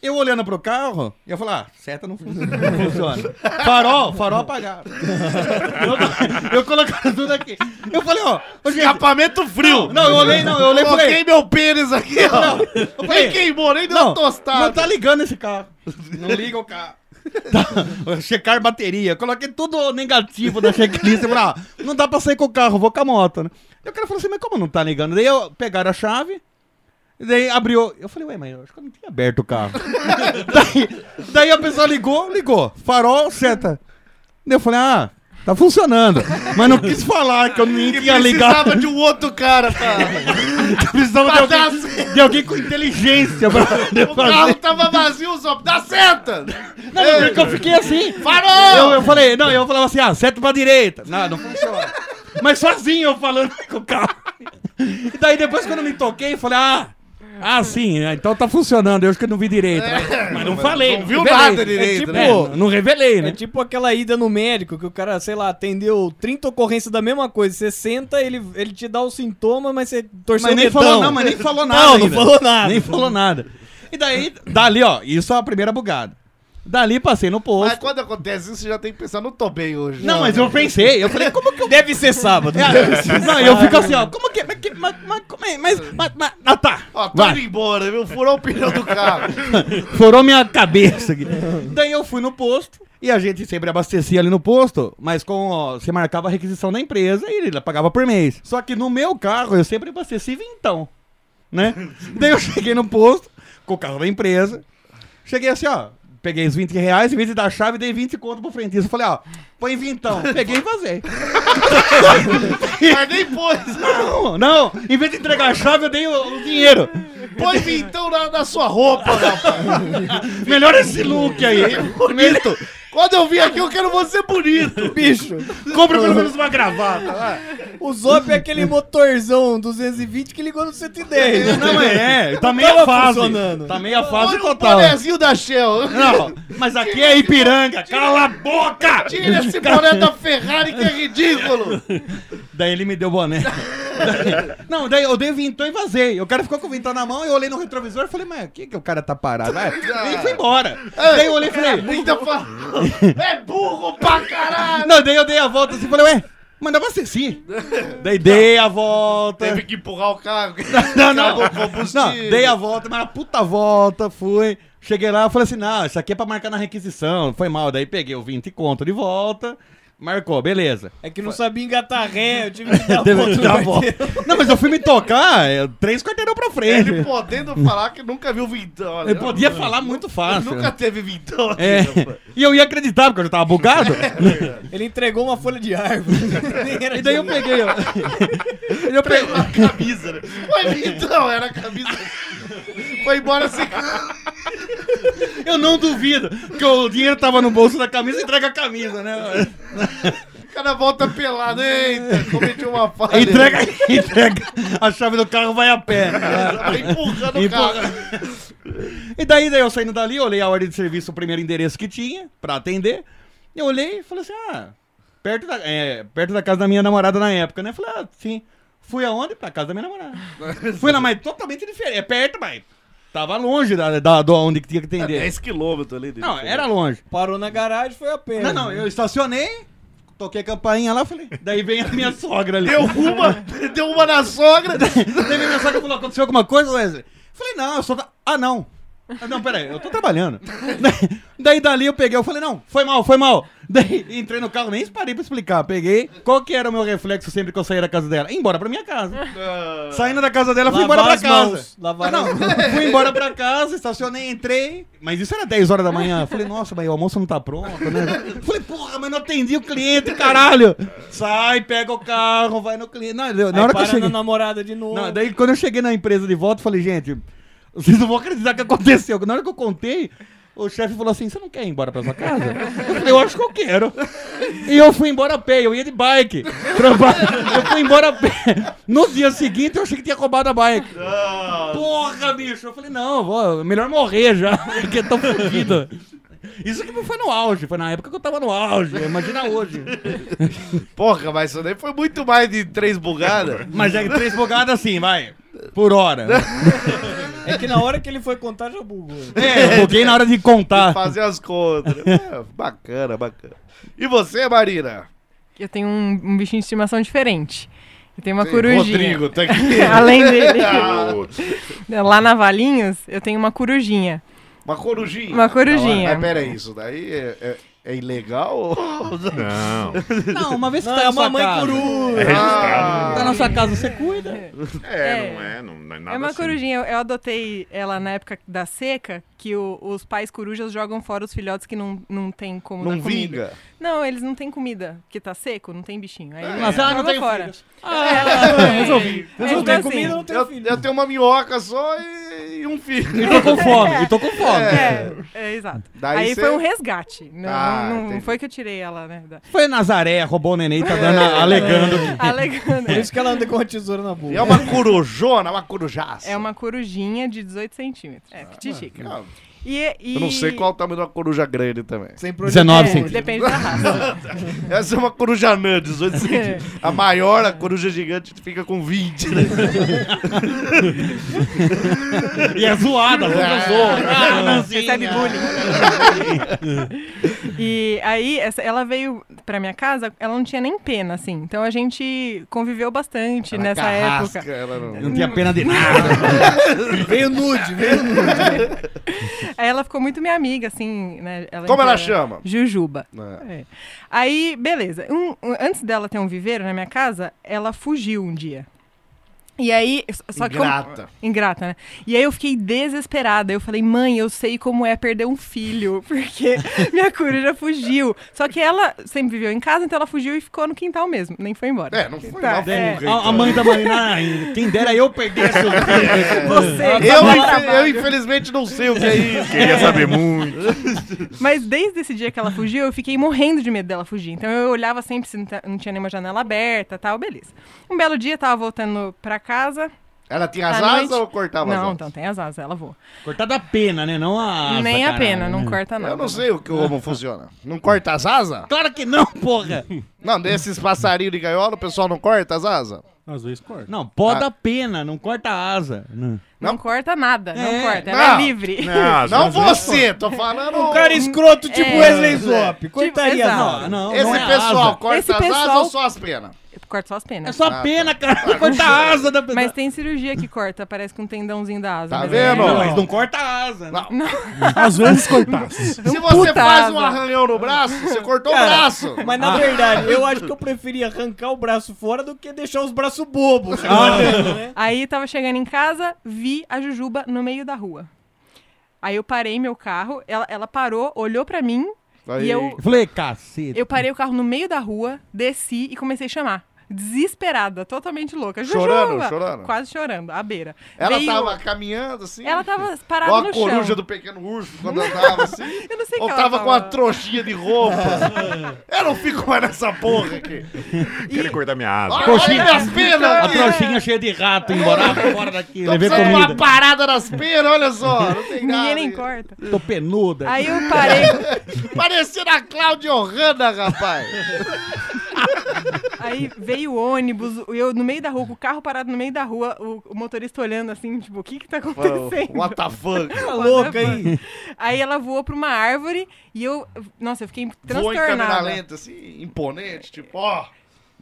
Eu olhando pro carro, e eu falar, ah, seta não funciona. não funciona. Farol, farol apagado. eu, eu colocando tudo aqui. Eu falei, ó, ô, gente, Escapamento frio. não, eu olhei, não, eu olhei e Coloquei falei. meu pênis aqui, ó. Eu nem falei, queimou, nem deu não, uma tostada. não tá ligando esse carro. Não liga o carro. Tá, checar bateria. Eu Coloquei tudo negativo da checklist. Eu falei, ah, não dá pra sair com o carro, vou com a moto, né? E o cara falou assim, mas como não tá ligando? Daí eu pegaram a chave, e daí abriu. Eu falei, ué, mas eu acho que eu não tinha aberto o carro. daí, daí a pessoa ligou, ligou. Farol, seta. Daí eu falei, ah, tá funcionando. Mas não quis falar que eu nem tinha ligado. Precisava de um outro cara, tá? Precisava de Pra dar alguém, de alguém com inteligência pra assim. O fazer. carro tava vazio, só dá seta. Não, mas porque eu fiquei assim. Farol! Eu, eu falei, não, eu falava assim, ah, seta pra direita. Não, não funciona. Mas sozinho eu falando com o carro. E daí depois quando eu me toquei, eu falei, ah, ah, sim, né, então tá funcionando. Eu acho que eu não vi direito. né? Mas não falei. Não viu revelei. nada direito, É, né? não- não revelei, É né? tipo aquela ida no médico que o cara, sei lá, atendeu 30 ocorrências da mesma coisa. Você senta, ele, ele te dá o sintoma, mas você torceu Mas o nem dedão. falou, não, mas nem falou nada. um Não, não ainda. falou nada. Nem falou nada. E daí, dali, ó, isso é a primeira bugada. Dali passei no posto. Mas quando acontece isso, você já tem que pensar, não tô bem hoje. não, mas eu pensei, eu falei, como que eu Deve ser sábado. Não, eu fico assim, ó. Como que. Mas. que- Mas. Mas. Mas. mas, mas, mas ah, tá. Ó, tô indo Vai. embora, viu? Furou o pneu do carro. Furou minha cabeça aqui. Daí eu fui no posto. E a gente sempre abastecia ali no posto, mas com ó, você marcava a requisição da empresa e ele pagava por mês. Só que no meu carro eu sempre abasteci vintão, né? Daí eu cheguei no posto com o carro da empresa, cheguei assim, ó, peguei os 20 reais, em vez de dar a chave, dei 20 conto pro frentista. Falei, ó, põe vintão. Peguei e vazei. Mas nem pôs. né? Não, não, em vez de entregar a chave, eu dei o- o dinheiro. Pôs então na, na sua roupa, rapaz. Melhor esse look aí. Bonito. Quando eu vim aqui, eu quero você bonito. Bicho, Compra pelo menos uma gravata. o Zop é aquele motorzão 220 que ligou no 110. Não, mas é. Tá Tava meia fase. funcionando. Tá meia fase Olha o total. um bonezinho da Shell. Não, mas aqui é Ipiranga. Cala a boca! Tira esse boné da Ferrari que é ridículo. Daí ele me deu boné. Daí- Não, daí eu dei o vintão e vazei. O cara ficou com o vintão na mão, eu olhei no retrovisor e falei, mas o que que o cara tá parado? Ah, E foi embora. Daí eu olhei e falei, Ainda falou. Então É burro pra caralho. não, daí eu dei a volta assim e falei, ué, manda pra sim. Daí dei a volta. Teve que empurrar o carro. Não, não. Acabou o combustível. Não, dei a volta, mas a puta volta, fui. Cheguei lá, falei assim, não, isso aqui é pra marcar na requisição. Foi mal, daí peguei o 20 conto de volta, marcou, beleza. É que não sabia engatar ré, eu tive que dar Teve volta que no dar a quarteirão. volta. Não, mas eu fui me tocar é, três quarteirão pra frente. Ele Ele, podendo falar que nunca viu vintão. olha. podia falar muito fácil. Nunca teve vintão aqui, É, rapaz. e eu ia acreditar, porque eu já tava bugado. Ele entregou uma folha de árvore. Nem era e daí eu dele. peguei, ó. E eu peguei. A camisa, né? Foi vintão, era a camisa. Foi embora sem Eu não duvido que o dinheiro tava no bolso da camisa, entrega a camisa, né? O cara volta pelado. Eita, cometi uma falha. Entrega, entrega. A chave do carro vai a pé. Tá empurrando o Empurra- carro. E daí, daí eu saindo dali, olhei a ordem de serviço, o primeiro endereço que tinha pra atender. Eu olhei e falei assim: ah, perto da, é, perto da casa da minha namorada na época, né? Falei, ah, sim. Fui aonde? Pra casa da minha namorada. Fui lá, mas totalmente diferente. É perto, mas tava longe da, da, da onde que tinha que atender. 10 quilômetros ali. dele. Não, era longe. Parou na garagem, foi a pena. Não, não, eu estacionei, toquei a campainha lá, falei. Daí vem a minha sogra ali. Deu uma, deu uma na sogra. Daí minha sogra falou: aconteceu alguma coisa, Wesley? Falei, não, eu só. ta- Ah, não. Ah, Não, peraí, eu tô trabalhando. Daí- Daí dali eu peguei, eu falei, não, foi mal, foi mal. Daí entrei no carro, nem parei pra explicar. Peguei, qual que era o meu reflexo sempre que eu saía da casa dela? Ir embora pra minha casa. Saindo da casa dela, fui Lavar embora pra as casa. mãos, lavar Ah, não, as fui embora pra casa, estacionei, entrei. Mas isso era 10 horas da manhã. Eu Falei, nossa, mas o almoço não tá pronto, né? Eu Falei, porra, mas não atendi o cliente, caralho. Sai, pega o carro, vai no cliente. Não, eu- na Aí hora que eu para cheguei... na namorada de novo. É Não, daí quando eu cheguei na empresa de volta, eu falei, gente, vocês não vão acreditar que aconteceu. Na hora que eu contei, o chefe falou assim: você não quer ir embora pra sua casa? Eu falei, eu acho que eu quero. E eu fui embora a pé, eu ia de bike. Traba- Eu fui embora a pé. No dia seguinte eu achei que tinha roubado a bike. Porra, bicho! Eu falei, não, vou, melhor morrer já, porque tão fodido. Isso que não foi no auge, foi na época que eu tava no auge, imagina hoje. Porra, mas isso daí foi muito mais de três bugadas. Mas é que três bogadas assim, vai. Por hora. É que na hora que ele foi contar, já bugou. É, eu buguei na hora de contar. Fazer as contas. É, bacana, bacana. E você, Marina? Eu tenho um, um bichinho de estimação diferente. Eu tenho uma Sim, corujinha. Rodrigo, tá aqui. Além dele. Ah, Lá na Valinhos, eu tenho uma corujinha. uma corujinha. Uma corujinha. Mas peraí, isso daí é, é, é ilegal? ou- Não. Não, uma vez que Não, tá é na uma sua mãe casa. coru. É registrado. Ah, Tá na sua casa, você cuida. É, É. não é, não, não é nada é uma assim. corujinha. Eu, eu adotei ela na época da seca, que o- os pais corujas jogam fora os filhotes que não, não tem como Não dar comida. vinga? Não, eles não têm comida, que tá seco, não tem bichinho. Aí eles Mas ela não jogam tem fora. É. tipo filhos. Ah, resolvi. Não tem comida, não um tem Eu, filho. eu tenho uma minhoca só e, e um filho. E tô com fome, e tô com fome. É, é, exato. Daí Aí cê- foi um resgate. Não, Ah, não- não entendi. foi que eu tirei ela, né? da- Foi Nazaré, roubou o neném, tá dando, alegando que... Alegando. Por isso que ela anda com a tesoura na boca. E é uma corujona, uma corujaça. É uma corujinha de 18 centímetros. É, pititica. Ah, E, e... Eu não sei qual o tamanho de uma coruja grande também. Sem é, 19 centímetros. Depende da raça. Essa é uma coruja anã, 18 centímetros. A maior, a coruja gigante, fica com 20. Né? E é zoada, nunca zoa. Ah, Recebe bullying. e aí, essa- ela veio pra minha casa, ela não tinha nem pena, assim. Então a gente conviveu bastante nessa Carrasca, época. Ela não... Não tinha pena de nada. Veio nude, veio nude. Aí ela ficou muito minha amiga, assim, né? Como ela inteira- chama? Jujuba. É. É. Aí, beleza. Um- um- antes dela ter um viveiro na minha casa, ela fugiu um dia. E aí, s- só que como- Ingrata. ingrata, né? E aí eu fiquei desesperada. Eu falei, mãe, eu sei como é perder um filho, porque minha coruja fugiu. Só que ela sempre viveu em casa, então ela fugiu e ficou no quintal mesmo, nem foi embora. É, não foi Tá, uma é. fuga, A, a mãe da Marina, "Ai, quem dera eu perdesse o Você, Eu, tá infe- trabalho. eu, infelizmente não sei o que é isso. Queria saber muito. Mas desde esse dia que ela fugiu, eu fiquei morrendo de medo dela fugir. Então eu olhava sempre se não, ta- não tinha nenhuma janela aberta tal, beleza. Um belo dia, tava voltando pra casa. Ela tinha as à asas Tá, noite- ou cortava as Não, asas? então tem as asas, ela voa. Cortar da pena, né? Não a. Nem a caralho, pena, não né? corta nada. Eu não sei o que como funciona. Não corta as asas? Claro que não, porra! Não, desses passarinhos de gaiola, o pessoal não corta as asas? Às vezes corta. Não, poda a pena, não corta a asa. Não. Não, Não? corta nada, não É, corta. Ela não. Né? é livre. Não, às Não vezes- você, tô falando. Um cara escroto tipo É. Wesley Zop. Cortaria exato. não. não, Esse não é pessoal asa. corta Esse as asas pessoal- ou só as penas? Corta só as penas. É só a pena, cara. Corta a asa da pessoa. Mas tem cirurgia que corta, parece com um tendãozinho da asa. Tá mas vendo? Não, mas não corta a asa. né? Às vezes cortasse. Se você puta faz um asa. arranhão no braço, você cortou o Cara, braço. Mas na verdade, eu acho que eu preferia arrancar o braço fora do que deixar os braços bobos. né? Aí tava chegando em casa, vi a Jujuba no meio da rua. Aí eu parei meu carro, ela, ela parou, olhou pra mim, Aí, e eu, Eu falei, cacete. eu parei o carro no meio da rua, desci e comecei a chamar. Desesperada, totalmente louca. Jujuba! Chorando, chorando? Quase chorando, à beira. Ela Veio- tava caminhando assim. Ela tava parada Igual a no coruja chão. do pequeno urso quando andava assim. Eu não sei o Ou que ela tava com tava- a trouxinha de roupa. eu não fico mais nessa porra aqui. Queria cortar minha Olha, asa. olha minhas penas A aqui. trouxinha cheia de rato, embora fora daqui, Tô levei precisando de uma comida. parada nas penas, olha só. Não tem nada. Ninguém nem corta. Tô penuda. Aí eu parei. Parecendo a Cláudia Ohana, rapaz. Aí veio o ônibus, eu no meio da rua, com o carro parado no meio da rua, o, o motorista olhando assim, tipo, o que que tá acontecendo? Né, What the fuck? Tá louca aí. Aí ela voou pra uma árvore e eu, nossa, eu fiquei Vou em câmera transtornada. lenta, assim, imponente, tipo, ó.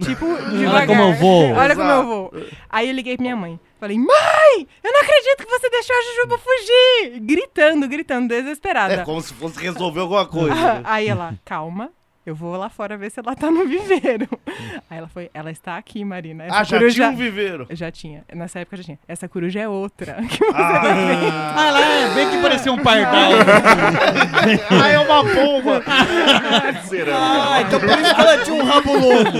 Tipo, devagar. Olha como eu vou. Olha como eu vou. Aí eu liguei pra minha mãe. Falei, mãe, eu não acredito que você deixou a Jujuba fugir. Gritando, gritando, desesperada. Ah, É como se fosse resolver alguma coisa. né? Aí ela, calma. Eu vou lá fora ver se ela tá no viveiro. Aí ela foi, ela está aqui, Marina. Essa Ah, já coruja- tinha um viveiro. Já tinha. Nessa época já tinha. Essa coruja é outra. Que você vai ver. Ah, Ah, lá, é, bem que parecia um pardal. ah, é uma bomba. Será? Ah, então por isso que ela tinha um rabo longo.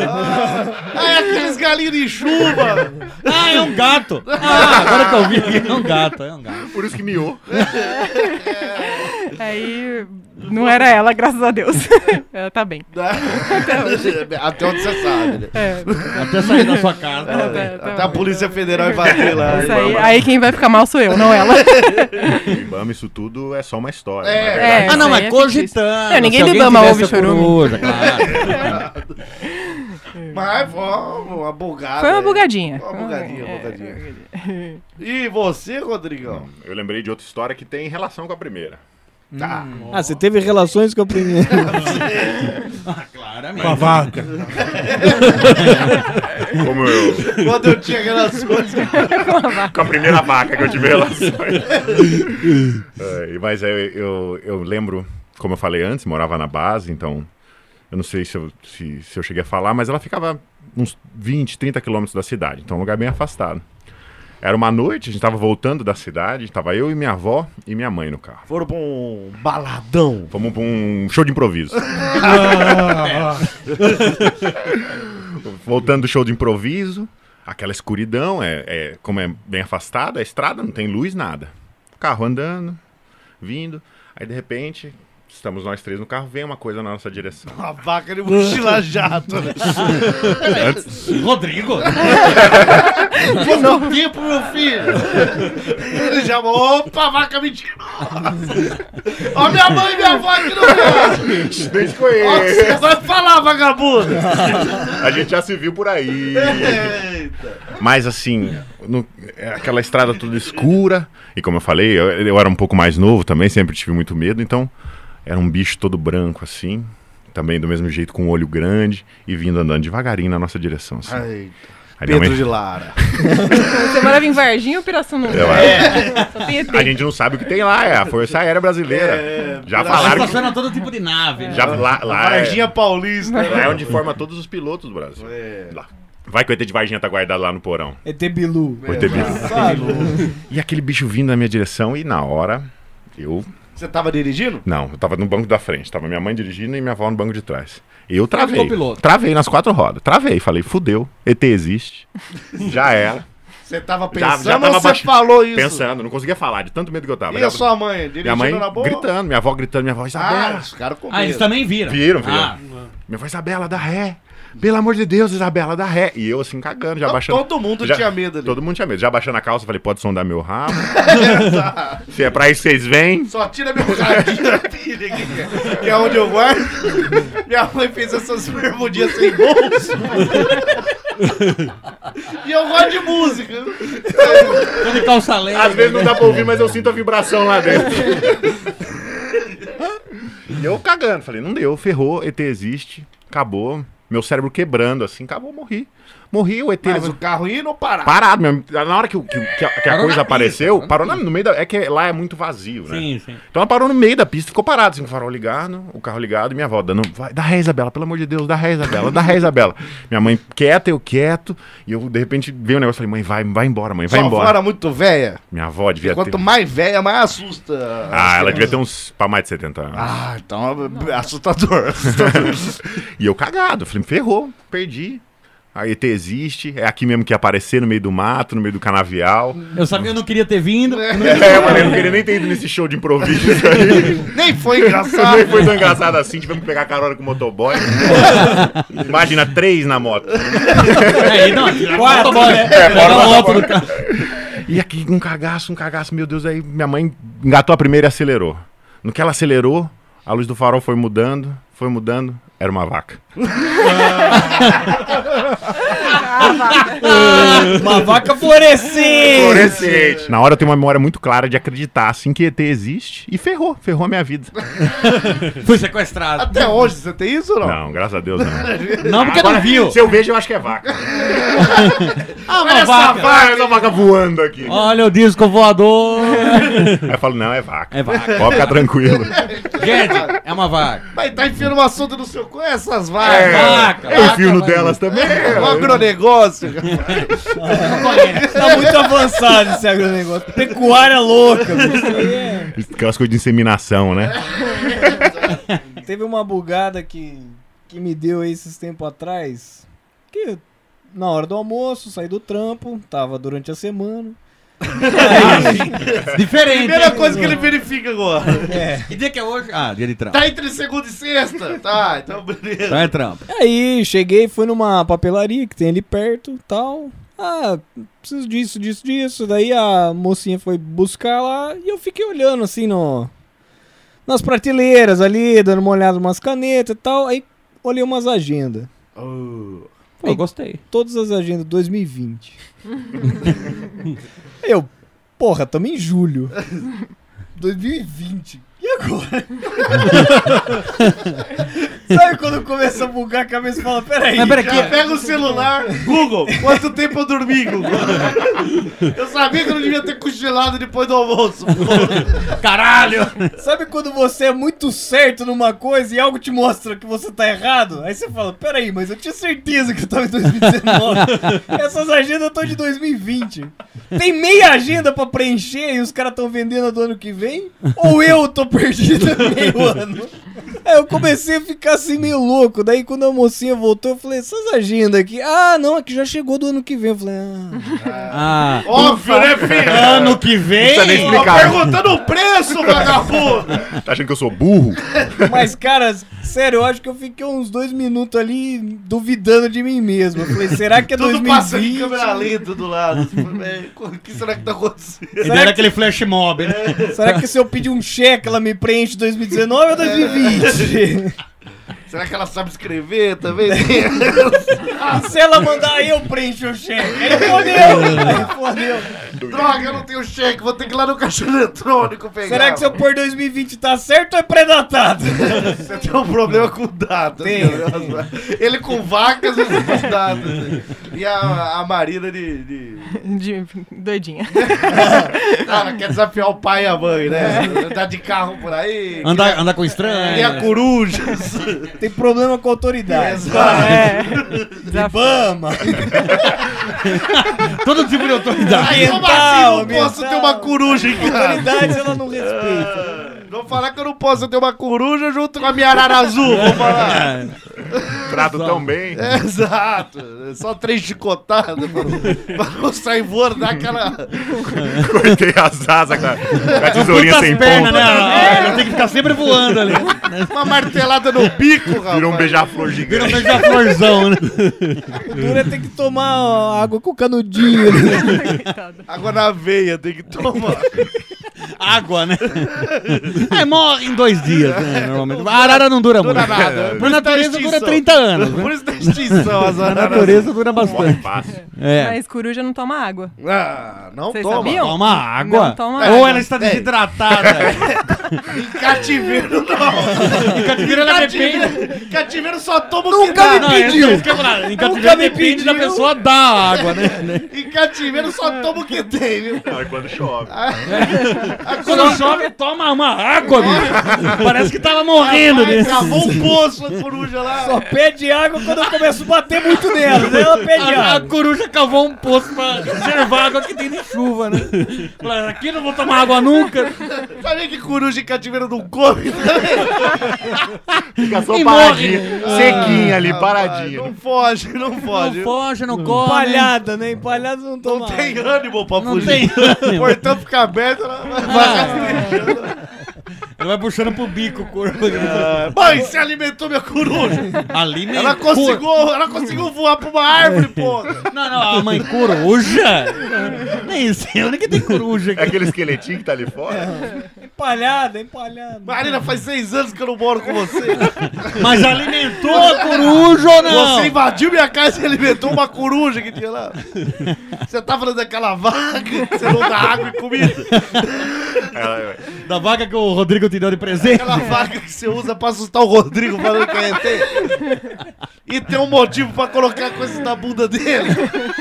Ah, é aqueles galinhos de chuva. Ah, é um gato. Ah, agora que eu vi, é um gato, é um gato. Por isso que miou. Aí não era ela, graças a Deus. ela tá bem. Até onde você sabe, né? É, Até sair da sua casa. tá- tá Até a bem. Polícia Federal invadir lá. Isso aí, aí quem vai ficar mal sou eu, não ela. O Ibama, isso tudo é só uma história. É. na verdade. É, Ah, não, isso aí mas é fictício. cogitando. Não, ninguém se do alguém Ibama tivesse ouve a chorume. coruja, claro. Mas vamos, uma bugada. Foi uma aí. bugadinha. Ah, é. Uma bugadinha, uma bugadinha. É, E você, Rodrigão? Eu lembrei de outra história que tem relação com a primeira. Tá. Ah, você teve relações com a primeira. Com a vaca. Como eu. Quando eu tinha aquelas coisas. com a primeira vaca que eu tive relações. É, mas eu, eu, eu lembro, como eu falei antes, morava na base, então eu não sei se eu, se, se eu cheguei a falar, mas ela ficava uns 20, 30 quilômetros da cidade, então um lugar bem afastado. Era uma noite, a gente estava voltando da cidade, estava eu e minha avó e minha mãe no carro. Foram pra um baladão. Fomos pra um show de improviso. Voltando do show de improviso, aquela escuridão, é, é- como é bem afastada, a estrada não tem luz, nada. Carro andando, vindo, aí de repente, estamos nós três no carro, vem uma coisa na nossa direção. Uma vaca de mochila jato, né? Antes, Rodrigo? Pouco tempo, meu filho. Ele já. Opa, vaca mentirosa. Ó, minha mãe e minha avó aqui no meu. nem Ó, te conheço. você vai falar, vagabundo. A gente já se viu por aí. Eita. Mas assim, no- é aquela estrada toda escura. E como eu falei, eu, eu era um pouco mais novo também, sempre tive muito medo. Então, era um bicho todo branco assim. Também do mesmo jeito, com um olho grande. E vindo andando devagarinho na nossa direção. Assim. Aí minha Ah, Pedro mãe- de Lara. Você morava em Varginha ou Pirassununga? Eu- Só tem ET. A gente não sabe o que tem lá, é a Força Aérea É, Brasileira. já falaram que. Passando todo tipo de nave. Já, lá, lá, é, Varginha É. Paulista. né? lá é onde forma todos os pilotos do Brasil. Lá. Vai que o ET de Varginha tá guardado lá no porão. É Tebilu. O ET bicho. Sabe? E aquele bicho vindo na minha direção, e na hora, eu Você tava dirigindo? Não, eu tava no banco da frente. Tava minha mãe dirigindo e minha avó no banco de trás. Eu travei. copiloto. Travei nas quatro rodas. Travei. Falei, fudeu. ET existe. Já era. Você tava Já- pensando já tava ou você baixando- falou isso? Pensando, não conseguia falar de tanto medo que eu tava. E Minha- a sua mãe? Dirigindo minha mãe na boa? gritando, minha avó gritando, minha avó Ah, Isabela. os caras com Ah, eles medo. também viram. Viram, viram. Ah, Minha avó Isabela, dá ré. Pelo amor de Deus, Isabela, dá ré. E eu assim cagando, já Então, baixando. todo mundo já- tinha medo ali. Todo mundo tinha medo. Já baixando a calça, falei, pode sondar meu rabo. Se é pra isso que vocês vêm. Só tira meu radinho da pilha aqui, que é- que é onde eu guardo. Minha mãe fez essas bermudinhas sem bolso. e eu gosto de música. todo de calça leve. Às vezes não dá pra ouvir, mas eu sinto a vibração lá dentro. e eu cagando, falei, não deu, ferrou, ET existe, acabou. Meu cérebro quebrando, assim, acabou, morri. Morri, o ET. Mas levou- o carro ia não parar. Parado mesmo. Na hora que, o- que o- que a, que a Parou na coisa pista, apareceu, parou na parou na- no meio da. É que lá é muito vazio, né? Sim, sim. Então ela parou no meio da pista, ficou parada, assim, com o farol ligado, o carro ligado, e minha avó dando, vai, dá ré, Isabela, pelo amor de Deus, dá ré, Isabela, dá ré, Isabela. Minha mãe quieta, eu quieto, e eu, de repente, veio um negócio, falei, mãe, vai, vai embora, mãe, vai Sua embora. avó era muito velha. Minha avó devia ter... Quanto mais velha, mais assusta. Ah, ela devia ter uns pra mais de 70 anos. Ah, então é assustador. assustador. E eu cagado, falei, ferrou, perdi. A ET existe, é aqui mesmo que ia aparecer no meio do mato, no meio do canavial. Eu sabia que eu não queria ter vindo. É, eu falei, eu não queria nem ter ido nesse show de improviso aí. Nem foi Também engraçado. foi tão engraçado assim, tivemos que pegar carona com o motoboy. Imagina, três na moto. Aí, É, não, quatro, né? bora, Pega bora, outro bora. do carro. E aqui um cagaço, um cagaço, meu Deus, aí minha mãe engatou a primeira e acelerou. No que ela acelerou, a luz do farol foi mudando, foi mudando, era uma vaca. Ah, Uma vaca florescente! Fluorescente. Na hora eu tenho uma memória muito clara de acreditar assim que ET existe e ferrou, ferrou a minha vida. Fui sequestrado. Até hoje você tem isso ou não? Não, graças a Deus não. Não, porque não viu. Se eu vejo, eu acho que é vaca. Ah, uma vaca. Ah, essa vaca voando aqui. Olha o disco voador. Aí eu falo, não, é vaca. É vaca. Pode ficar tranquilo. Gente, é uma vaca. Mas tá enfiando um assunto no seu cu, essas vacas. É, vaca, eu vaca, É enfio no vai. delas também. O agronegócio. Tá muito avançado esse agronegócio. Pecuária louca. bicho. Isso aí é- Aquelas coisas de inseminação, né? Teve uma bugada que, que me deu aí esses tempos atrás. Que na hora do almoço, saí do trampo, tava durante a semana. Diferente. Primeira coisa que ele verifica agora. Que dia que é hoje? Ah, dia de trampo. Tá entre segunda e sexta. Tá, então beleza. Então é trampo. Aí cheguei, fui numa papelaria que tem ali perto tal. Ah, preciso disso, disso, disso. Daí a mocinha foi buscar lá e eu fiquei olhando assim no. Nas prateleiras ali, dando uma olhada umas canetas e tal. Aí olhei umas agendas. Pô, gostei. Todas as agendas 2020. eu, porra, tamo em julho. 2020. E agora? Sabe quando começa a bugar a cabeça e fala, peraí. Mas peraí, Já que- pega o celular. Google, quanto tempo eu dormi, Google? Eu sabia que eu não devia ter cochilado depois do almoço. caralho. Sabe quando você é muito certo numa coisa e algo te mostra que você tá errado? Aí você fala, peraí, mas eu tinha certeza que eu tava em 2019. Essas agendas eu tô de 2020. Tem meia agenda pra preencher e os caras tão vendendo a do ano que vem? Ou eu tô perdido no meio ano? Aí eu comecei a ficar assim meio louco. Daí quando a mocinha voltou, eu falei, essas agendas aqui. Ah, não, é que já chegou do ano que vem. Eu falei, ah. Ah, Óbvio, né, filho? ano que vem. precisa nem Tá explicar. perguntando o preço, vagabundo. Tá achando que eu sou burro? Mas, cara, sério, eu acho que eu fiquei uns dois minutos ali duvidando de mim mesmo. Eu falei, será que é Tudo passa em 2020? câmera lenta do lado. Tipo, é, O que será que tá acontecendo? Ele era aquele flash mob, né? Será que se eu pedir um cheque ela me preenche 2019 ou 2020? Será que ela sabe escrever também? É. Ah, se ela mandar eu preencho o cheque. Ele fodeu, ele fodeu. Droga, eu não tenho cheque, vou ter que ir lá no caixa eletrônico pegar. Será que se eu pôr 2020 tá certo ou é predatado? Você tem um problema com data. Tem. né? Ele com vacas e com datas. né? E a, a Marina de... de- De- Doidinha. Ah, ela quer desafiar o pai e a mãe, né? É. Andar de carro por aí. Andar, andar com E É. a estranho. corujas. Tem problema com a autoridade. É, Exato. É. Ibama. Todo tipo de autoridade. Aí, como assim eu não Ambiental, posso ter uma coruja em casa? Autoridades ela não respeita. Vou falar que eu não posso ter uma coruja junto com a minha arara azul, vou falar. Trato tão bem. É, É. Exato. É Só três chicotadas pra, pra não sair voando, dar aquela... Cortei as asas com a, com a tesourinha sem pernas, né? ponta. Ela tem que ficar sempre voando ali. Uma martelada no bico, rapaz. Virou um beija-flor Vira um gigante. beija-florzão, né? Dura tem é que tomar ó, água com canudinho. né? Água na veia, tem que tomar. Água, né? É, morre em dois dias, né? Normalmente. A arara não dura muito. Dura nada. Por natureza, dura 30 anos. né? Por isso tem extinção, as A araras. natureza dura bastante. Morre fácil. É. Mas coruja não toma água. Ah, não Vocês toma. sabiam? Toma água. Não tá toma Ou água. ela está desidratada. Cativeiro não. Em cativeiro ela depende. Cativeiro, cativeiro só toma o que Nunca dá. me pediu. isso que eu ia falar. Em cativeiro depende da pessoa dar água, né? Em cativeiro só toma o que tem, viu? Não, é quando chove. Ah. Quando chove, toma uma água, bicho. Parece que tava morrendo, Ai, né? Cavou um poço a coruja lá. Só pede água quando eu começo a bater muito nela. Daí ela pede A, a água. coruja cavou um poço pra reservar a água que tem de chuva, né? Falaram, aqui não vou tomar água nunca. Sabia que coruja em cativeiro não né? come? Fica só E paradinha. morre. Ah, Sequinha ali, Rapaz, paradinha. Não foge, não Não foge. foge, não come. Palhada, né? Palhada não Não toma tem ânimo pra Não fugir. tem. assim. O portão fica aberto, ela vai- vai rastejar. Ele vai puxando pro bico o corpo. Mãe, você alimentou minha coruja. É, Ali mesmo. Ela conseguiu, ela conseguiu voar pra uma árvore, porra. Não, não, a mãe coruja? Nem sei onde que tem coruja É aqui. aquele esqueletinho que tá ali É. fora? Empalhada, empalhada. Marina, faz seis anos que eu não moro com você. Mas alimentou a coruja ou não? Você invadiu minha casa e alimentou uma coruja que tinha lá. Você tá falando daquela vaca que você não dá água e comida. Ela- Da vaca que o Rodrigo te deu de presente? tá Aquela vaca que você usa pra assustar o Rodrigo falando que é ET. E tem um motivo pra colocar coisas na bunda dele.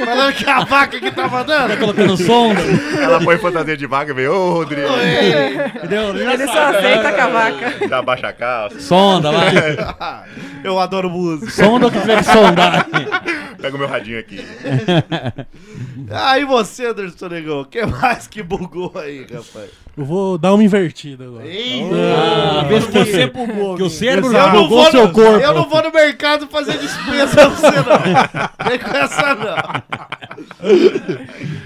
Falando que é a vaca que tá mandando. Colocando sonda. Ela põe fantasia de vaca e vem, ô Rodrigo, é Entendeu? Ele só aceita com a vaca. dá baixa a calça, Sonda, vai. Eu adoro música. Sonda o que tiver que sondar. pega o meu radinho aqui. Ah, e você, Anderson Negão? O que mais que bugou aí, rapaz? Eu vou dar uma invertida agora. Ah, vê se você bugou, Que o Gui. cérebro Exato. já Eu não bugou o seu no, corpo. eu não vou no mercado fazer despesa pra você, não. Vem com essa, não.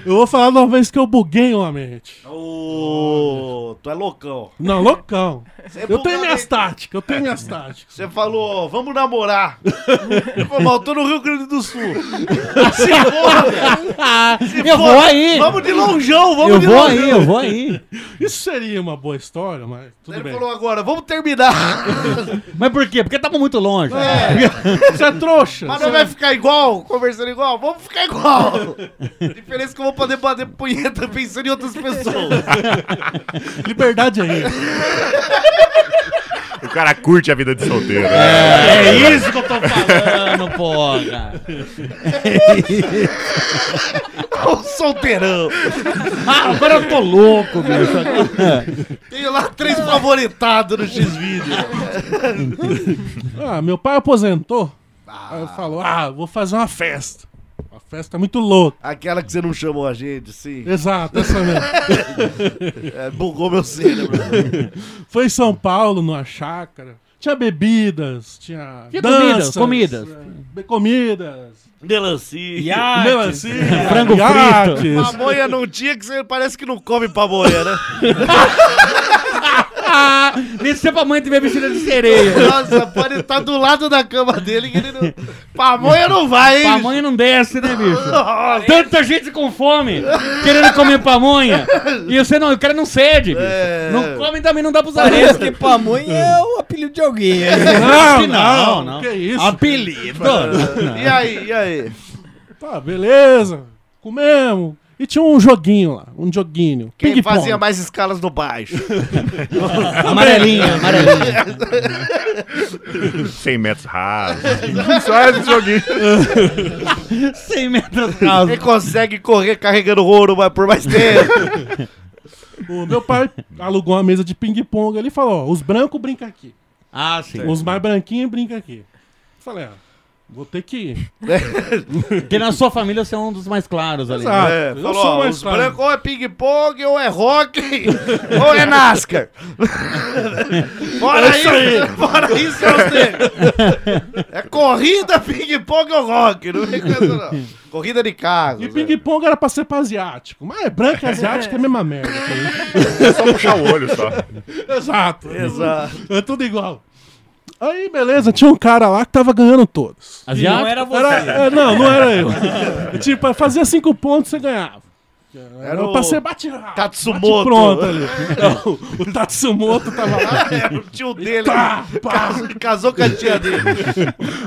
Eu vou falar de uma vez que eu buguei uma mente. Ô, tu é loucão. Não, loucão. Você Eu tenho bugou, minhas hein? táticas, eu tenho minhas táticas. Você falou, ó, vamos namorar. Eu falei, mas eu tô no Rio Grande do Sul. Se for, velho. Se Eu for, vou aí. Vamos de longeão, vamos Eu de vou longeão. aí, eu vou aí. Isso seria uma boa história, mas tudo Ele bem. falou agora, vamos terminar. Mas por quê? Porque tava muito longe. Você é trouxa. Mas você não vai ficar igual, conversando igual? Vamos ficar igual. A diferença é que eu vou poder bater punheta pensando em outras pessoas. Liberdade aí. O cara curte a vida de solteiro. né? É isso que eu tô falando, porra. Ô, solteirão. Ah, agora eu tô louco, bicho. Tenho lá três favoritados no X-Video. Ah, meu pai aposentou. Aí eu falou, ah, vou fazer uma festa. Uma festa muito louca. Aquela que você não chamou a gente, sim. Exato, essa mesmo. É, bugou meu cérebro. Foi em São Paulo, numa chácara. Tinha bebidas, tinha. Tinha danças, comidas, comidas. eh, be- Comidas. Melancia. Melancia. Frango iates. Pamonha não tinha que você parece que não come pamonha, né? Ah, nesse tempo a mãe tiver vestida de sereia. Nossa, pode estar do lado da cama dele que ele não... Pamonha não vai, hein? Pamonha não desce, né, bicho? Nossa, Tanta gente com fome, querendo comer pamonha. E você não, o cara não cede, bicho. É. Não come também não dá pros Parece areias. que pamonha é o apelido de alguém. né? hein? Não, que não, não, não. Que isso? Apelido. E aí, e aí? Tá, beleza. Comemos. E tinha um joguinho lá, um joguinho. Quem Ping-pong. fazia mais escalas no baixo? Amarelinha, amarelinha. 100 metros rasos. Só esse joguinho. 100 metros atrás. Quem consegue correr carregando ouro mas por mais tempo? O meu pai alugou uma mesa de ping-pong ali e falou: ó, os brancos brincam aqui. Ah, sim. Os mais branquinhos brincam aqui. Falei, ah, vou ter que ir. Porque na sua família você é um dos mais claros ali. Exato. É, Eu falou, sou ó, mais os claro. brancos ou é ping-pong, ou é rock, ou é NASCAR. É Fora isso, fora isso, é os negros. É corrida, ping-pong ou rock, não vem com essa não. Corrida de é. carro. E ping-pong era pra ser pra asiático. Mas é branco e asiático é a mesma merda. É só puxar o olho só. Exato. Exato. É tudo igual. Aí, beleza, tinha um cara lá que tava ganhando todos. Asiático? Não era você. Era- é, não, não era eu. tipo, fazia cinco pontos você ganhava. Era Era pra o ser bate rápido. Tatsumoto. pronto ali. Não, o Tatsumoto tava lá. É, o tio dele Pá, pá. casou, casou com a tia dele.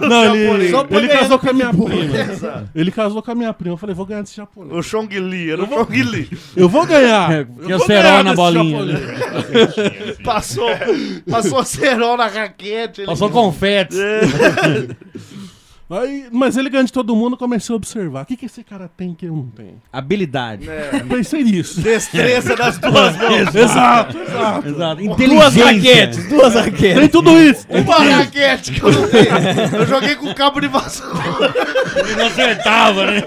Não, ele, Só pra ele ganhar casou com a minha prima. Ele casou com a minha prima. Eu falei, vou ganhar desse japonês. O Chong Li, era o Chong Li. Eu vou ganhar. É, Eu tinha vou cerol ganhar na desse bolinha, né? japonês. Passou, É. passou cerol na raquete. ele- Passou confete. Aí, mas ele ganhou de todo mundo, eu comecei a observar. O que, que esse cara tem que eu não tenho? Habilidade. Eu pensei nisso. Destreza nas duas mãos. Exato, exato. Exato. Inteligência. Duas raquetes. Tem tudo isso. Uma raquete que eu não tenho. Eu joguei com cabo de vassoura. E não acertava, né?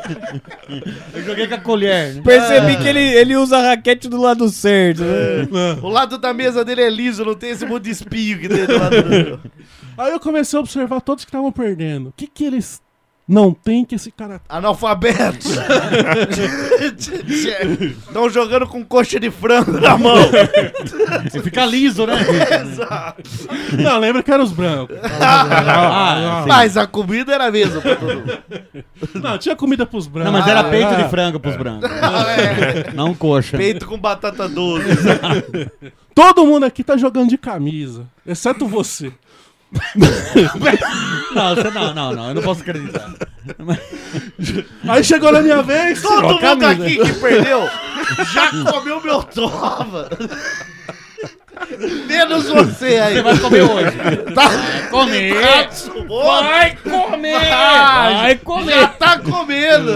Eu joguei com a colher, né? Percebi que ele, ele usa a raquete do lado certo. né? O lado da mesa dele é liso, não tem esse monte de espinho que tem do lado do Aí eu comecei a observar todos que estavam perdendo. O que, que eles Não tem que esse cara. Analfabetos! Estão jogando com coxa de frango na mão. Ele fica liso, né? Não, lembra que eram os brancos. Ah, sim. Mas a comida era a mesma pra todo mundo. Não, tinha comida pros brancos. Ah, Não, é. mas era peito de frango. frango pros brancos. Ah, é. Não coxa. É, Peito com batata doce. Todo mundo aqui tá jogando de camisa, exceto você. Não, você- não, não, não. Eu não posso acreditar. Aí chegou na minha vez. Todo tirou a mundo camisa. aqui que perdeu já comeu meu trova. Menos você aí. Você vai comer hoje. Tá Comer! Vai Comer! Vai Vai Já comer! tá comendo.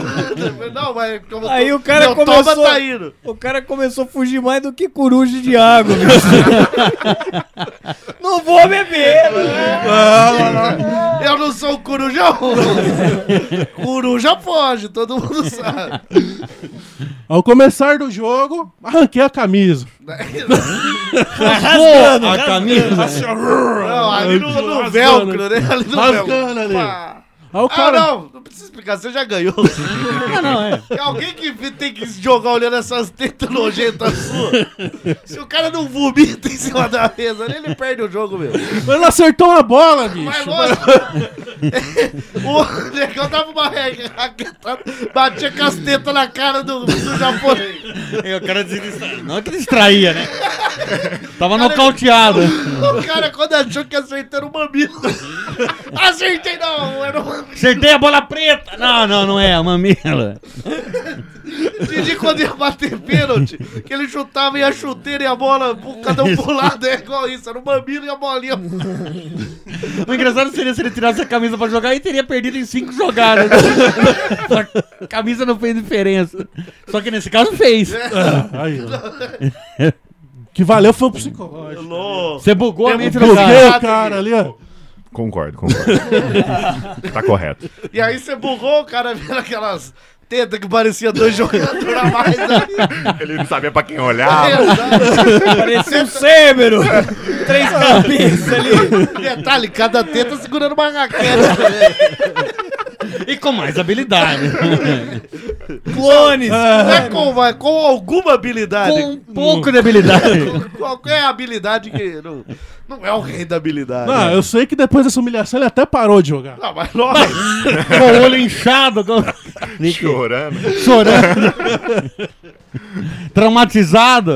Não, mas como Aí tô- o cara meu começou- toba tá indo. O cara começou a fugir mais do que coruja de água, bicho. Não vou beber! né? Eu não sou um corujão. Coruja pode, todo mundo sabe. Ao começar do jogo, arranquei a camisa. Rasgou a camisa. Não, ali no, no Rasgando. velcro, né? Ali no Rasgando velcro. ali. Pá. Aí o Ah, cara. não, não precisa explicar, você já ganhou. Ah, não, é. É alguém que vi- tem que se jogar olhando essas tetas nojentas suas. Se o cara não vomita em cima da mesa, ali ele perde o jogo, meu. Mas ele acertou uma bola, Mas bicho. lógico. o negão dava uma re- raquetada, batia com as tetas na cara do, do japonês. Eu quero dizer Não é que distraía, né? Tava nocauteado. O cara, quando achou que acertou, era o mamilo. Acertei, não, era o mamilo. Acertei a bola preta! Não, não, não é. A mamila. Didi, quando ia bater pênalti, que ele chutava e a chuteira e a bola, pro- cada um pro lado, é igual isso, era o mamilo e a bolinha. O engraçado seria se ele tirasse a camisa pra jogar e teria perdido em cinco jogadas. Só que a camisa não fez diferença. Só que nesse caso fez. Aí, ó. que valeu foi o psicológico. Louco. Você bugou a Eu mente do Buguei cara. o cara ali, ó. Concordo, concordo. tá correto. E aí você burrou o cara vendo aquelas tetas que parecia dois jogadores a mais. Né? Ele não sabia pra quem É, olhar. Parecia um sêmero! Três cabeças ali! É. Detalhe, cada teta segurando uma raquete. E com mais habilidade. Clones! Não é com, vai, com alguma habilidade. com um pouco de habilidade. Qualquer habilidade que. Não, não é o rei da habilidade. Não, eu sei que depois dessa humilhação ele até parou de jogar. Não, é. mas lógico. com o olho inchado. com- Chorando. Chorando. Traumatizado.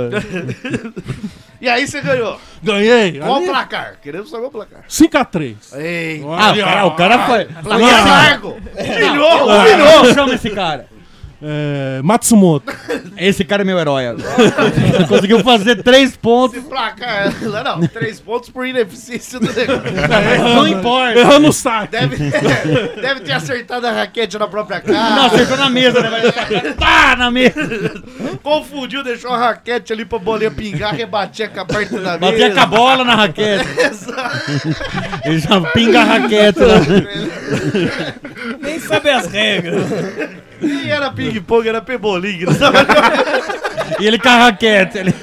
E aí você ganhou. Ganhei. Qual o ali, placar? Queremos saber o placar. 5x3. Ei. Ah, o cara, o cara foi. Ah, Placar é largo. Humilhou, humilhou. Humilhou! Chama esse cara. É, Matsumoto. Esse cara é meu herói agora. Conseguiu fazer três pontos. Esse placar. Não, não, três pontos por ineficiência do negócio. Não importa. Errando o saque. Deve, deve ter acertado a raquete na própria cara. Não, acertou na mesa, né? Mas- Tá na mesa. Confundiu, deixou a raquete ali pra bolinha pingar, rebatia com a parte da mesa. Batia com a bola na raquete. Ele já pinga a raquete. Né? Nem sabe as regras! Nem era ping-pong, era né? pebolinho. E ele com a raquete. Ele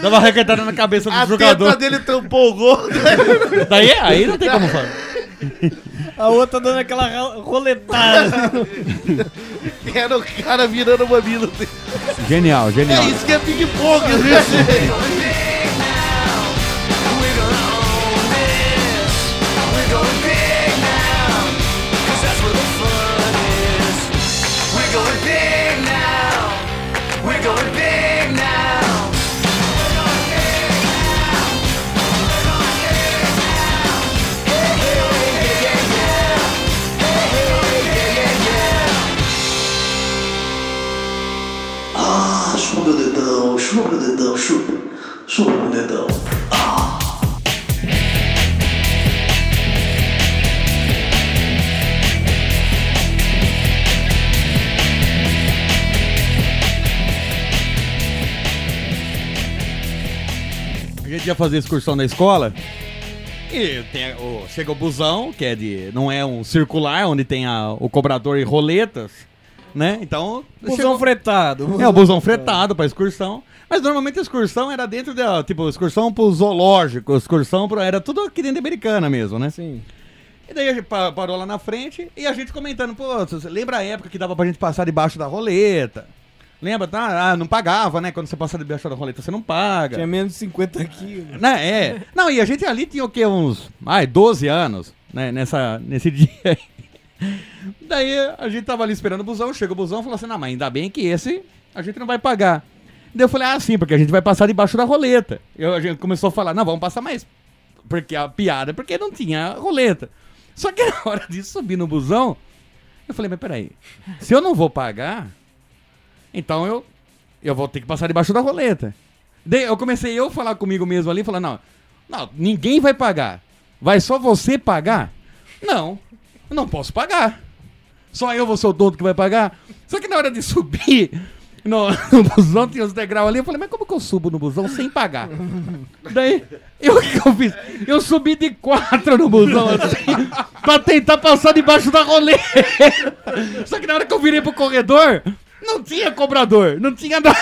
dava uma raquetada na cabeça do A jogador. teta dele tampou o gol. Daí aí não tem como falar. A outra dando aquela ra- roletada. Era o cara virando o mamilo dele. Genial, É genial. isso que é ping-pong, né? Ah, chupa o dedão, chupa o dedão, chupa. Chupa o dedão. A gente ia fazer excursão da escola. E tem o- chega o busão, que é de. não é um circular, onde tem a- o cobrador e roletas, né? Então. Fusão chegou- fretado. É, o busão fretado pra excursão. Mas normalmente a excursão era dentro da. Tipo, excursão pro zoológico, excursão pro. Era tudo aqui dentro da americana mesmo, né? Sim. E daí a gente pa- parou lá na frente e a gente comentando, pô, você lembra a época que dava pra gente passar debaixo da roleta? Lembra? Tá? Ah, não pagava, né? Quando você passa debaixo da roleta, você não paga. Tinha menos de 50 quilos. Né? É. Não, e a gente ali tinha o quê? Uns. Ai, 12 anos, né? Nessa, nesse dia aí. Daí a gente tava ali esperando o busão, chega o busão e falou assim: não, mas ainda bem que esse a gente não vai pagar. Daí eu falei, ah, sim, porque a gente vai passar debaixo da roleta. Eu, a gente começou a falar, não, vamos passar mais. Porque a piada, é porque não tinha roleta. Só que na hora de subir no busão, eu falei, mas peraí, se eu não vou pagar, então eu, eu vou ter que passar debaixo da roleta. Daí eu comecei eu falar comigo mesmo ali, falar, não, não, ninguém vai pagar. Vai só você pagar? Não, eu não posso pagar. Só eu vou ser o dono que vai pagar. Só que na hora de subir no, no busão, tinha os degraus ali, eu falei, mas como que eu subo no busão sem pagar? Daí, eu o que que eu fiz? Eu subi de quatro no busão, assim, pra tentar passar debaixo da roleta. Só que na hora que eu virei pro corredor, não tinha cobrador, não tinha nada.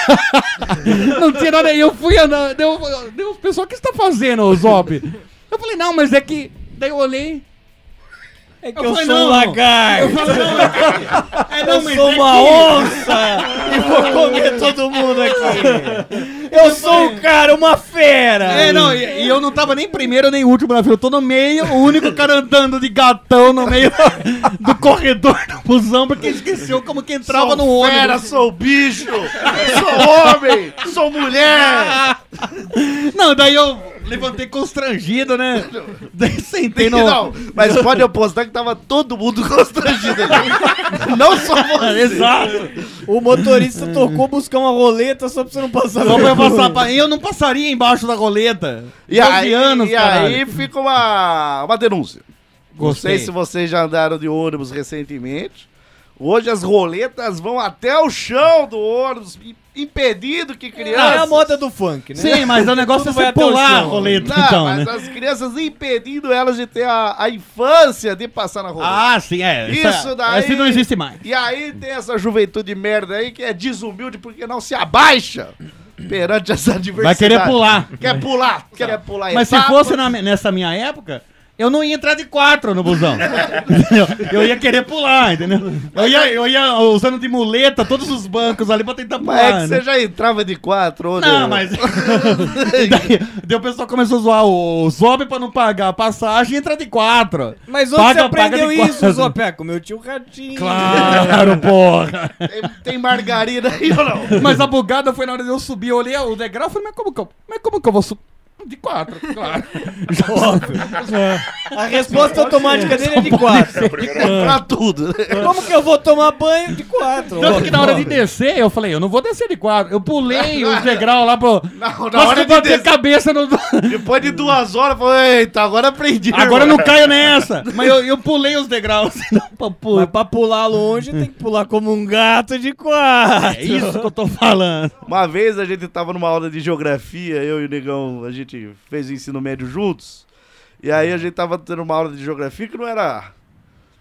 Não tinha nada. E eu fui andando. Deu, deu, pessoal, o que você tá fazendo, ô Zob? Eu falei, não, mas é que. Daí eu olhei. É que eu eu falei, sou um não. lagarto. Eu falei, não, é que- é, não, Eu mas sou é uma que- onça e vou comer todo mundo aqui. Eu sou um cara, uma fera. É, não, e, e eu não tava nem primeiro nem último na fila. Eu tô no meio, o único cara andando de gatão no meio do corredor do busão, porque esqueceu como que entrava no ônibus. Fera, sou bicho! sou homem! Sou mulher! Não, daí eu levantei constrangido, né? Daí sentei no. Não, um. mas pode apostar que tava todo mundo constrangido ali. Não só você. É, Exato. O motorista tocou buscar uma roleta só pra você não passar. Só pra eu passar pra... Eu não passaria embaixo da roleta. E 12 aí, anos, e caralho. aí fica uma, uma denúncia. Não Gostei. sei se vocês já andaram de ônibus recentemente. Hoje as roletas vão até o chão do ônibus, i- impedindo que Ah, É a crianças... moda do funk, né? Sim, mas o negócio é Tudo vai você até o pular a chão. roleta, Não, então, Ah, mas é né? as crianças impedindo elas de ter a, a infância de passar na roleta. Ah, sim, é. Isso essa, daí- Essa não existe mais. E aí tem essa juventude merda aí que é desumilde porque não se abaixa perante essa diversidade. Vai querer pular. Quer pular, quer pular Mas se etapa. fosse na- nessa minha época, eu não ia entrar de quatro no busão. Entendeu? eu ia querer pular, entendeu? Eu ia, eu ia usando de muleta todos os bancos ali pra tentar Mas é que pular. você né? já entrava de quatro, ô, Não, Deus. mas. E daí, daí o pessoal começou a zoar o Zob pra não pagar a passagem e entra de quatro. Mas onde Paga, você aprendeu paga de isso, quatro. Zopeco? Meu tio Ratinho. Claro, porra. Tem, tem margarina aí ou não? Mas a bugada foi na hora de eu subir, eu olhei o degrau e falei, mas como que eu, mas como que eu vou subir? De quatro, claro. A resposta automática dele é de quatro. Ah. pra tudo. Como que eu vou tomar banho de quatro? Tanto que na hora de descer, eu falei, eu não vou descer de quatro. Eu pulei o degrau lá pro... Não, na Quase hora que eu de bati a descer, cabeça no... depois de duas horas, falou, eita, agora aprendi. Agora eu irmão." não caio nessa. Mas eu, eu pulei os degraus. Não, pra Mas pular. pra pular longe tem que pular como um gato de quatro. É isso que eu tô falando. Uma vez a gente tava numa aula de geografia, eu e o Negão, a gente fez o ensino médio juntos. E aí Uhum. a gente tava tendo uma aula de geografia que não era.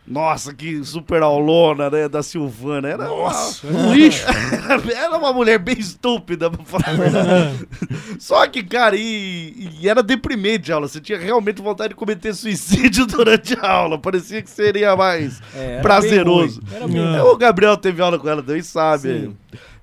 Nossa, que super aulona, né? Da Silvana. Era Nossa, é. um lixo. era uma mulher bem estúpida, pra falar a verdade. Só que, cara, e, e era deprimente a aula. Você tinha realmente vontade de cometer suicídio durante a aula. Parecia que seria mais É, era prazeroso. bem ruim, era bem É, O Gabriel teve aula com ela também, sabe?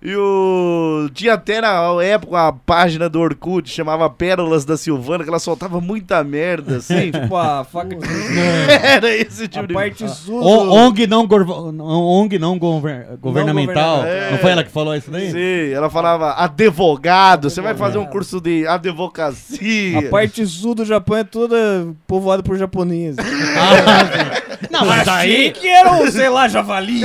E o. Tinha até na época uma página do Orkut, chamava Pérolas da Silvana, que ela soltava muita merda, assim. Tipo a faca de... Ah. Era esse tipo A de. parte azul. O- ONG não, gorvo- ONG não gover- governamental. Não, governamental. É. foi ela que falou isso daí? Sim, ela falava advogado, você vai fazer um curso de advocacia. A parte sul do Japão é toda povoada por japoneses. Ah, sim. não, mas daí... que era o, sei lá, javali.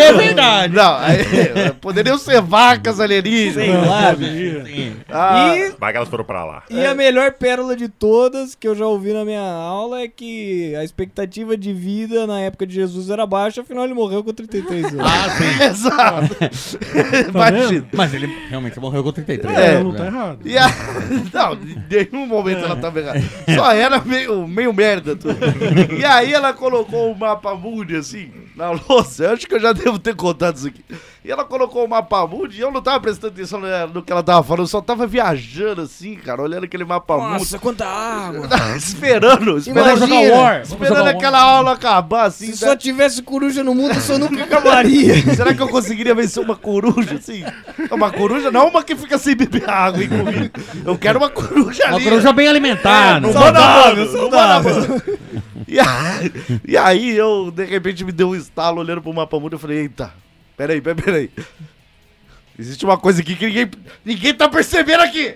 é verdade. Ah, Não, aí, poderiam ser vacas Sei alienígenas. lá, bicho. Ah, E, Vai que elas foram pra lá. e a melhor pérola de todas que eu já ouvi na minha aula é que a expectativa de vida na época de Jesus era baixa, afinal ele morreu com 33 anos. Ah, sim. Exato. Imagina. Mas ele realmente morreu com 33. É, É, não tá errado. E a... Não, em nenhum momento ela tava errada. Só era meio, meio merda tudo. E aí ela colocou colocou o mapa mundi assim na louça. Eu acho que eu já devo ter contado isso aqui. E ela colocou o mapa mundi e eu não tava prestando atenção no no que ela tava falando, eu só tava viajando assim, cara, olhando aquele mapa mundi. Nossa, quanta água! esperando, esperando, Imagina, aquela- War. esperando aquela aula acabar assim. Se só tivesse coruja no mundo, isso nunca acabaria. Será que eu conseguiria vencer uma coruja assim? Uma coruja não uma que fica sem beber água e comigo. Eu quero uma coruja ali. Uma coruja bem alimentada. Não manda Saudável, mano, não manda mano. E aí, e aí eu, de repente, me deu um estalo olhando pro mapa mundo. Eu falei, eita, peraí, peraí, peraí. Existe uma coisa aqui que ninguém, ninguém tá percebendo aqui.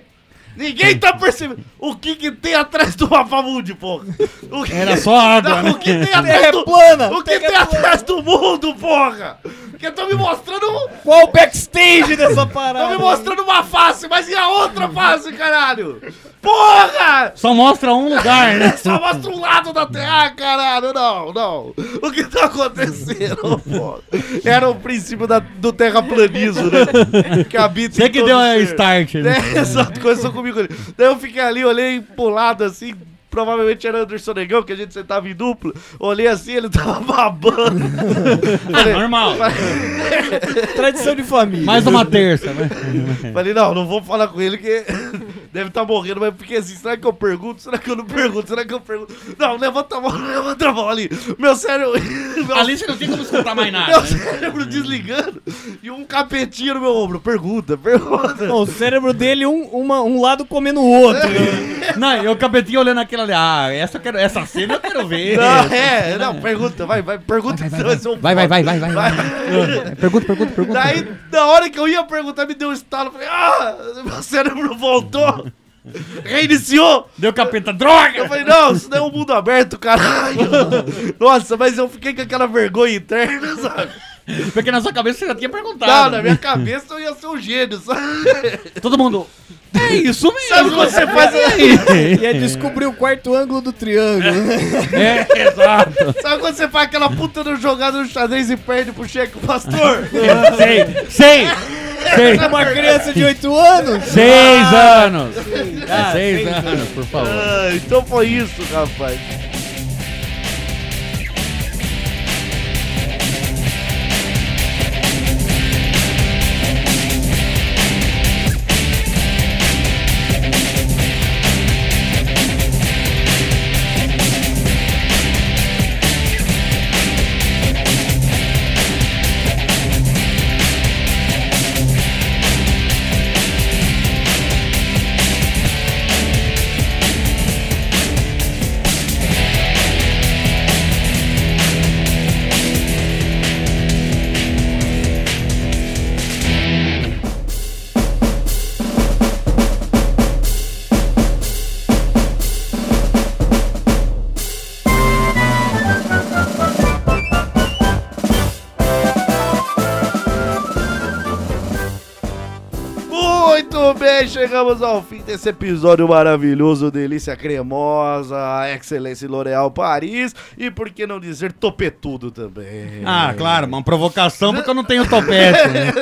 Ninguém tá percebendo. O que que tem atrás do mapa mundo, porra? O que- Era só água, Não, né? O que tem Terra atrás do... plana, O que tem atrás do mundo, porra? Porque tão me mostrando... Qual o backstage dessa Tão parada? me mostrando uma face, mas e a outra face, caralho? Porra! Só mostra um lugar, né? Só mostra um lado da terra, caralho. Não, não. O que tá acontecendo, pô? Era o princípio da, do terraplanismo, né? Que habita Você em que todo deu a ser. start, né? É, exato, começou comigo ali. Daí eu fiquei ali, olhei pulado assim. Provavelmente era Anderson Negão, que a gente sentava em dupla. Olhei assim, ele tava babando. Falei, Ah, Normal. Tradição de família. Mais uma terça, né? É. Falei, não, não vou falar com ele que deve estar morrendo, mas porque assim, será que eu pergunto? Será que eu não pergunto? Será que eu pergunto? Não, levanta a mão, levanta a mão ali. Meu cérebro. Meu, Ali você não tem como escutar mais nada. meu né? né? cérebro desligando e um capetinho no meu ombro. Pergunta, pergunta. Não, o cérebro dele, um, uma- um lado comendo o outro. Não, eu capetinho olhando aquilo ali. Ah, essa, eu quero, essa cena eu quero ver. Não, é, não, pergunta, vai, vai, pergunta. Vai, vai, né? Vai, vai, vai, vai, vai. vai. Pergunta, pergunta, pergunta. Daí, na hora que eu ia perguntar, me deu um estalo. Falei, ah, meu cérebro voltou. Reiniciou. Deu capeta, Eu droga! falei, não, isso não é um mundo aberto, caralho. Nossa, mas eu fiquei com aquela vergonha interna, sabe? Porque na sua cabeça você já tinha perguntado. Não, na minha cabeça eu ia ser um gênio, sabe? Todo mundo. É isso mesmo! Sabe quando você faz, E é descobrir o quarto ângulo do triângulo. É, exato. sabe quando você faz aquela puta no jogada no xadrez e perde pro cheque pastor? Sei, sei! Sei! Uma criança de 8 anos? Seis anos! É, seis anos, por favor. Ah, então foi isso, rapaz. Muito bem, chegamos ao fim desse episódio maravilhoso, delícia cremosa, excelência L'Oréal Paris e por que não dizer topetudo também. Ah, claro, uma provocação porque eu não tenho topete. Né?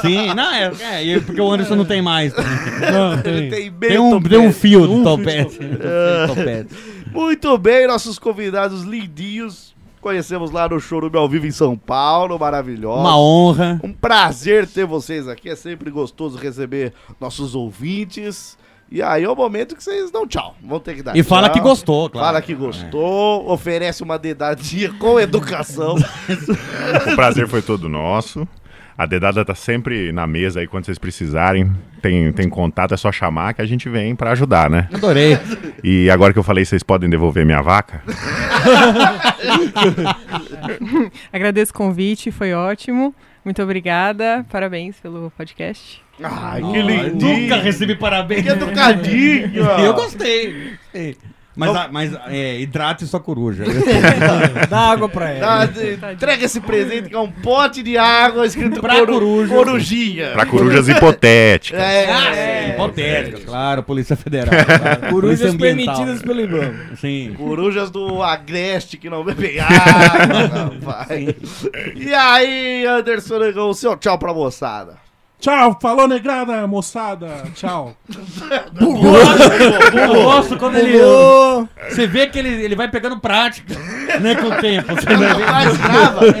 Sim, não, é, é, e porque o Anderson não tem mais. Não, Ele tem. tem meio Tem um, topete. tem um fio de topete. Tem topete. Muito bem, nossos convidados lindinhos. Conhecemos lá no Chorume ao vivo em São Paulo, maravilhosa. Uma honra. Um prazer ter vocês aqui, é sempre gostoso receber nossos ouvintes. E aí é o momento que vocês dão tchau. Vão ter que dar E fala tchau. que gostou, claro. É. Fala que gostou, oferece uma dedadinha com educação. O prazer foi todo nosso. A dedada tá sempre na mesa aí quando vocês precisarem. Tem, tem contato, é só chamar que a gente vem pra ajudar, né? Adorei. E agora que eu falei, vocês podem devolver minha vaca? Agradeço o convite, foi ótimo. Muito obrigada, parabéns pelo podcast. Ai, que Ai, Nunca lindinho. recebi parabéns. Que educadinho. Eu gostei. gostei. Mas, a- mas é, hidrate sua coruja. Dá água pra ela. Dá- Entrega esse presente que é um pote de água escrito Pra coruja. corujinha. Pra corujas hipotéticas. É, é. Hipotética, claro, Polícia Federal. Claro. Polícia Corujas Ambiental. permitidas pelo Ibama. Sim. Corujas do Agreste que não bebem água, rapaz. E aí, Anderson Negão, seu tchau pra moçada. Tchau, falou negrada, moçada. Tchau. Bugou. Eu gosto quando ele. Você vê que ele, ele vai pegando prática, né? Com o tempo. Você vai ver.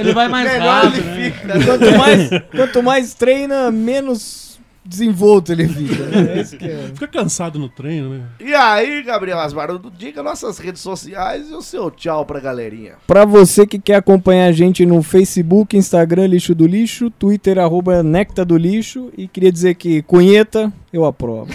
Ele vai é mais rápido. né? Quanto mais, quanto mais treina, menos desenvolto ele fica. É isso que é. Fica cansado no treino, né? E aí, Gabriel Asmaro, diga nossas redes sociais e o seu tchau pra galerinha. Pra você que quer acompanhar a gente no Facebook, Instagram, Lixo do Lixo, Twitter, arroba Necta do Lixo. E queria dizer que Cunheta, eu aprovo.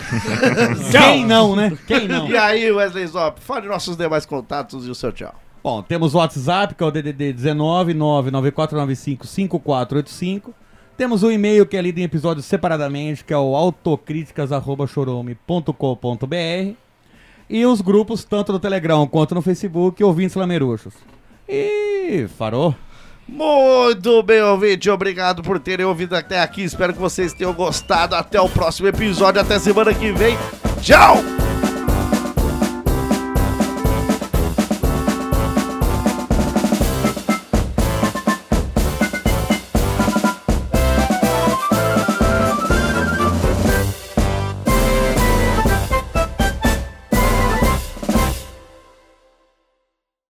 Quem não, né? Quem não? E aí, Wesley Zop, fale nossos demais contatos e o seu tchau. Bom, temos o WhatsApp, que é o DDD 19 5495 Temos o e-mail que é lido em episódios separadamente, que é o autocríticas.chorome.com.br. E os grupos, tanto no Telegram quanto no Facebook, ouvintes lameruxos. E farou. Muito bem, ouvinte. Obrigado por terem ouvido até aqui. Espero que vocês tenham gostado. Até o próximo episódio. Até semana que vem. Tchau!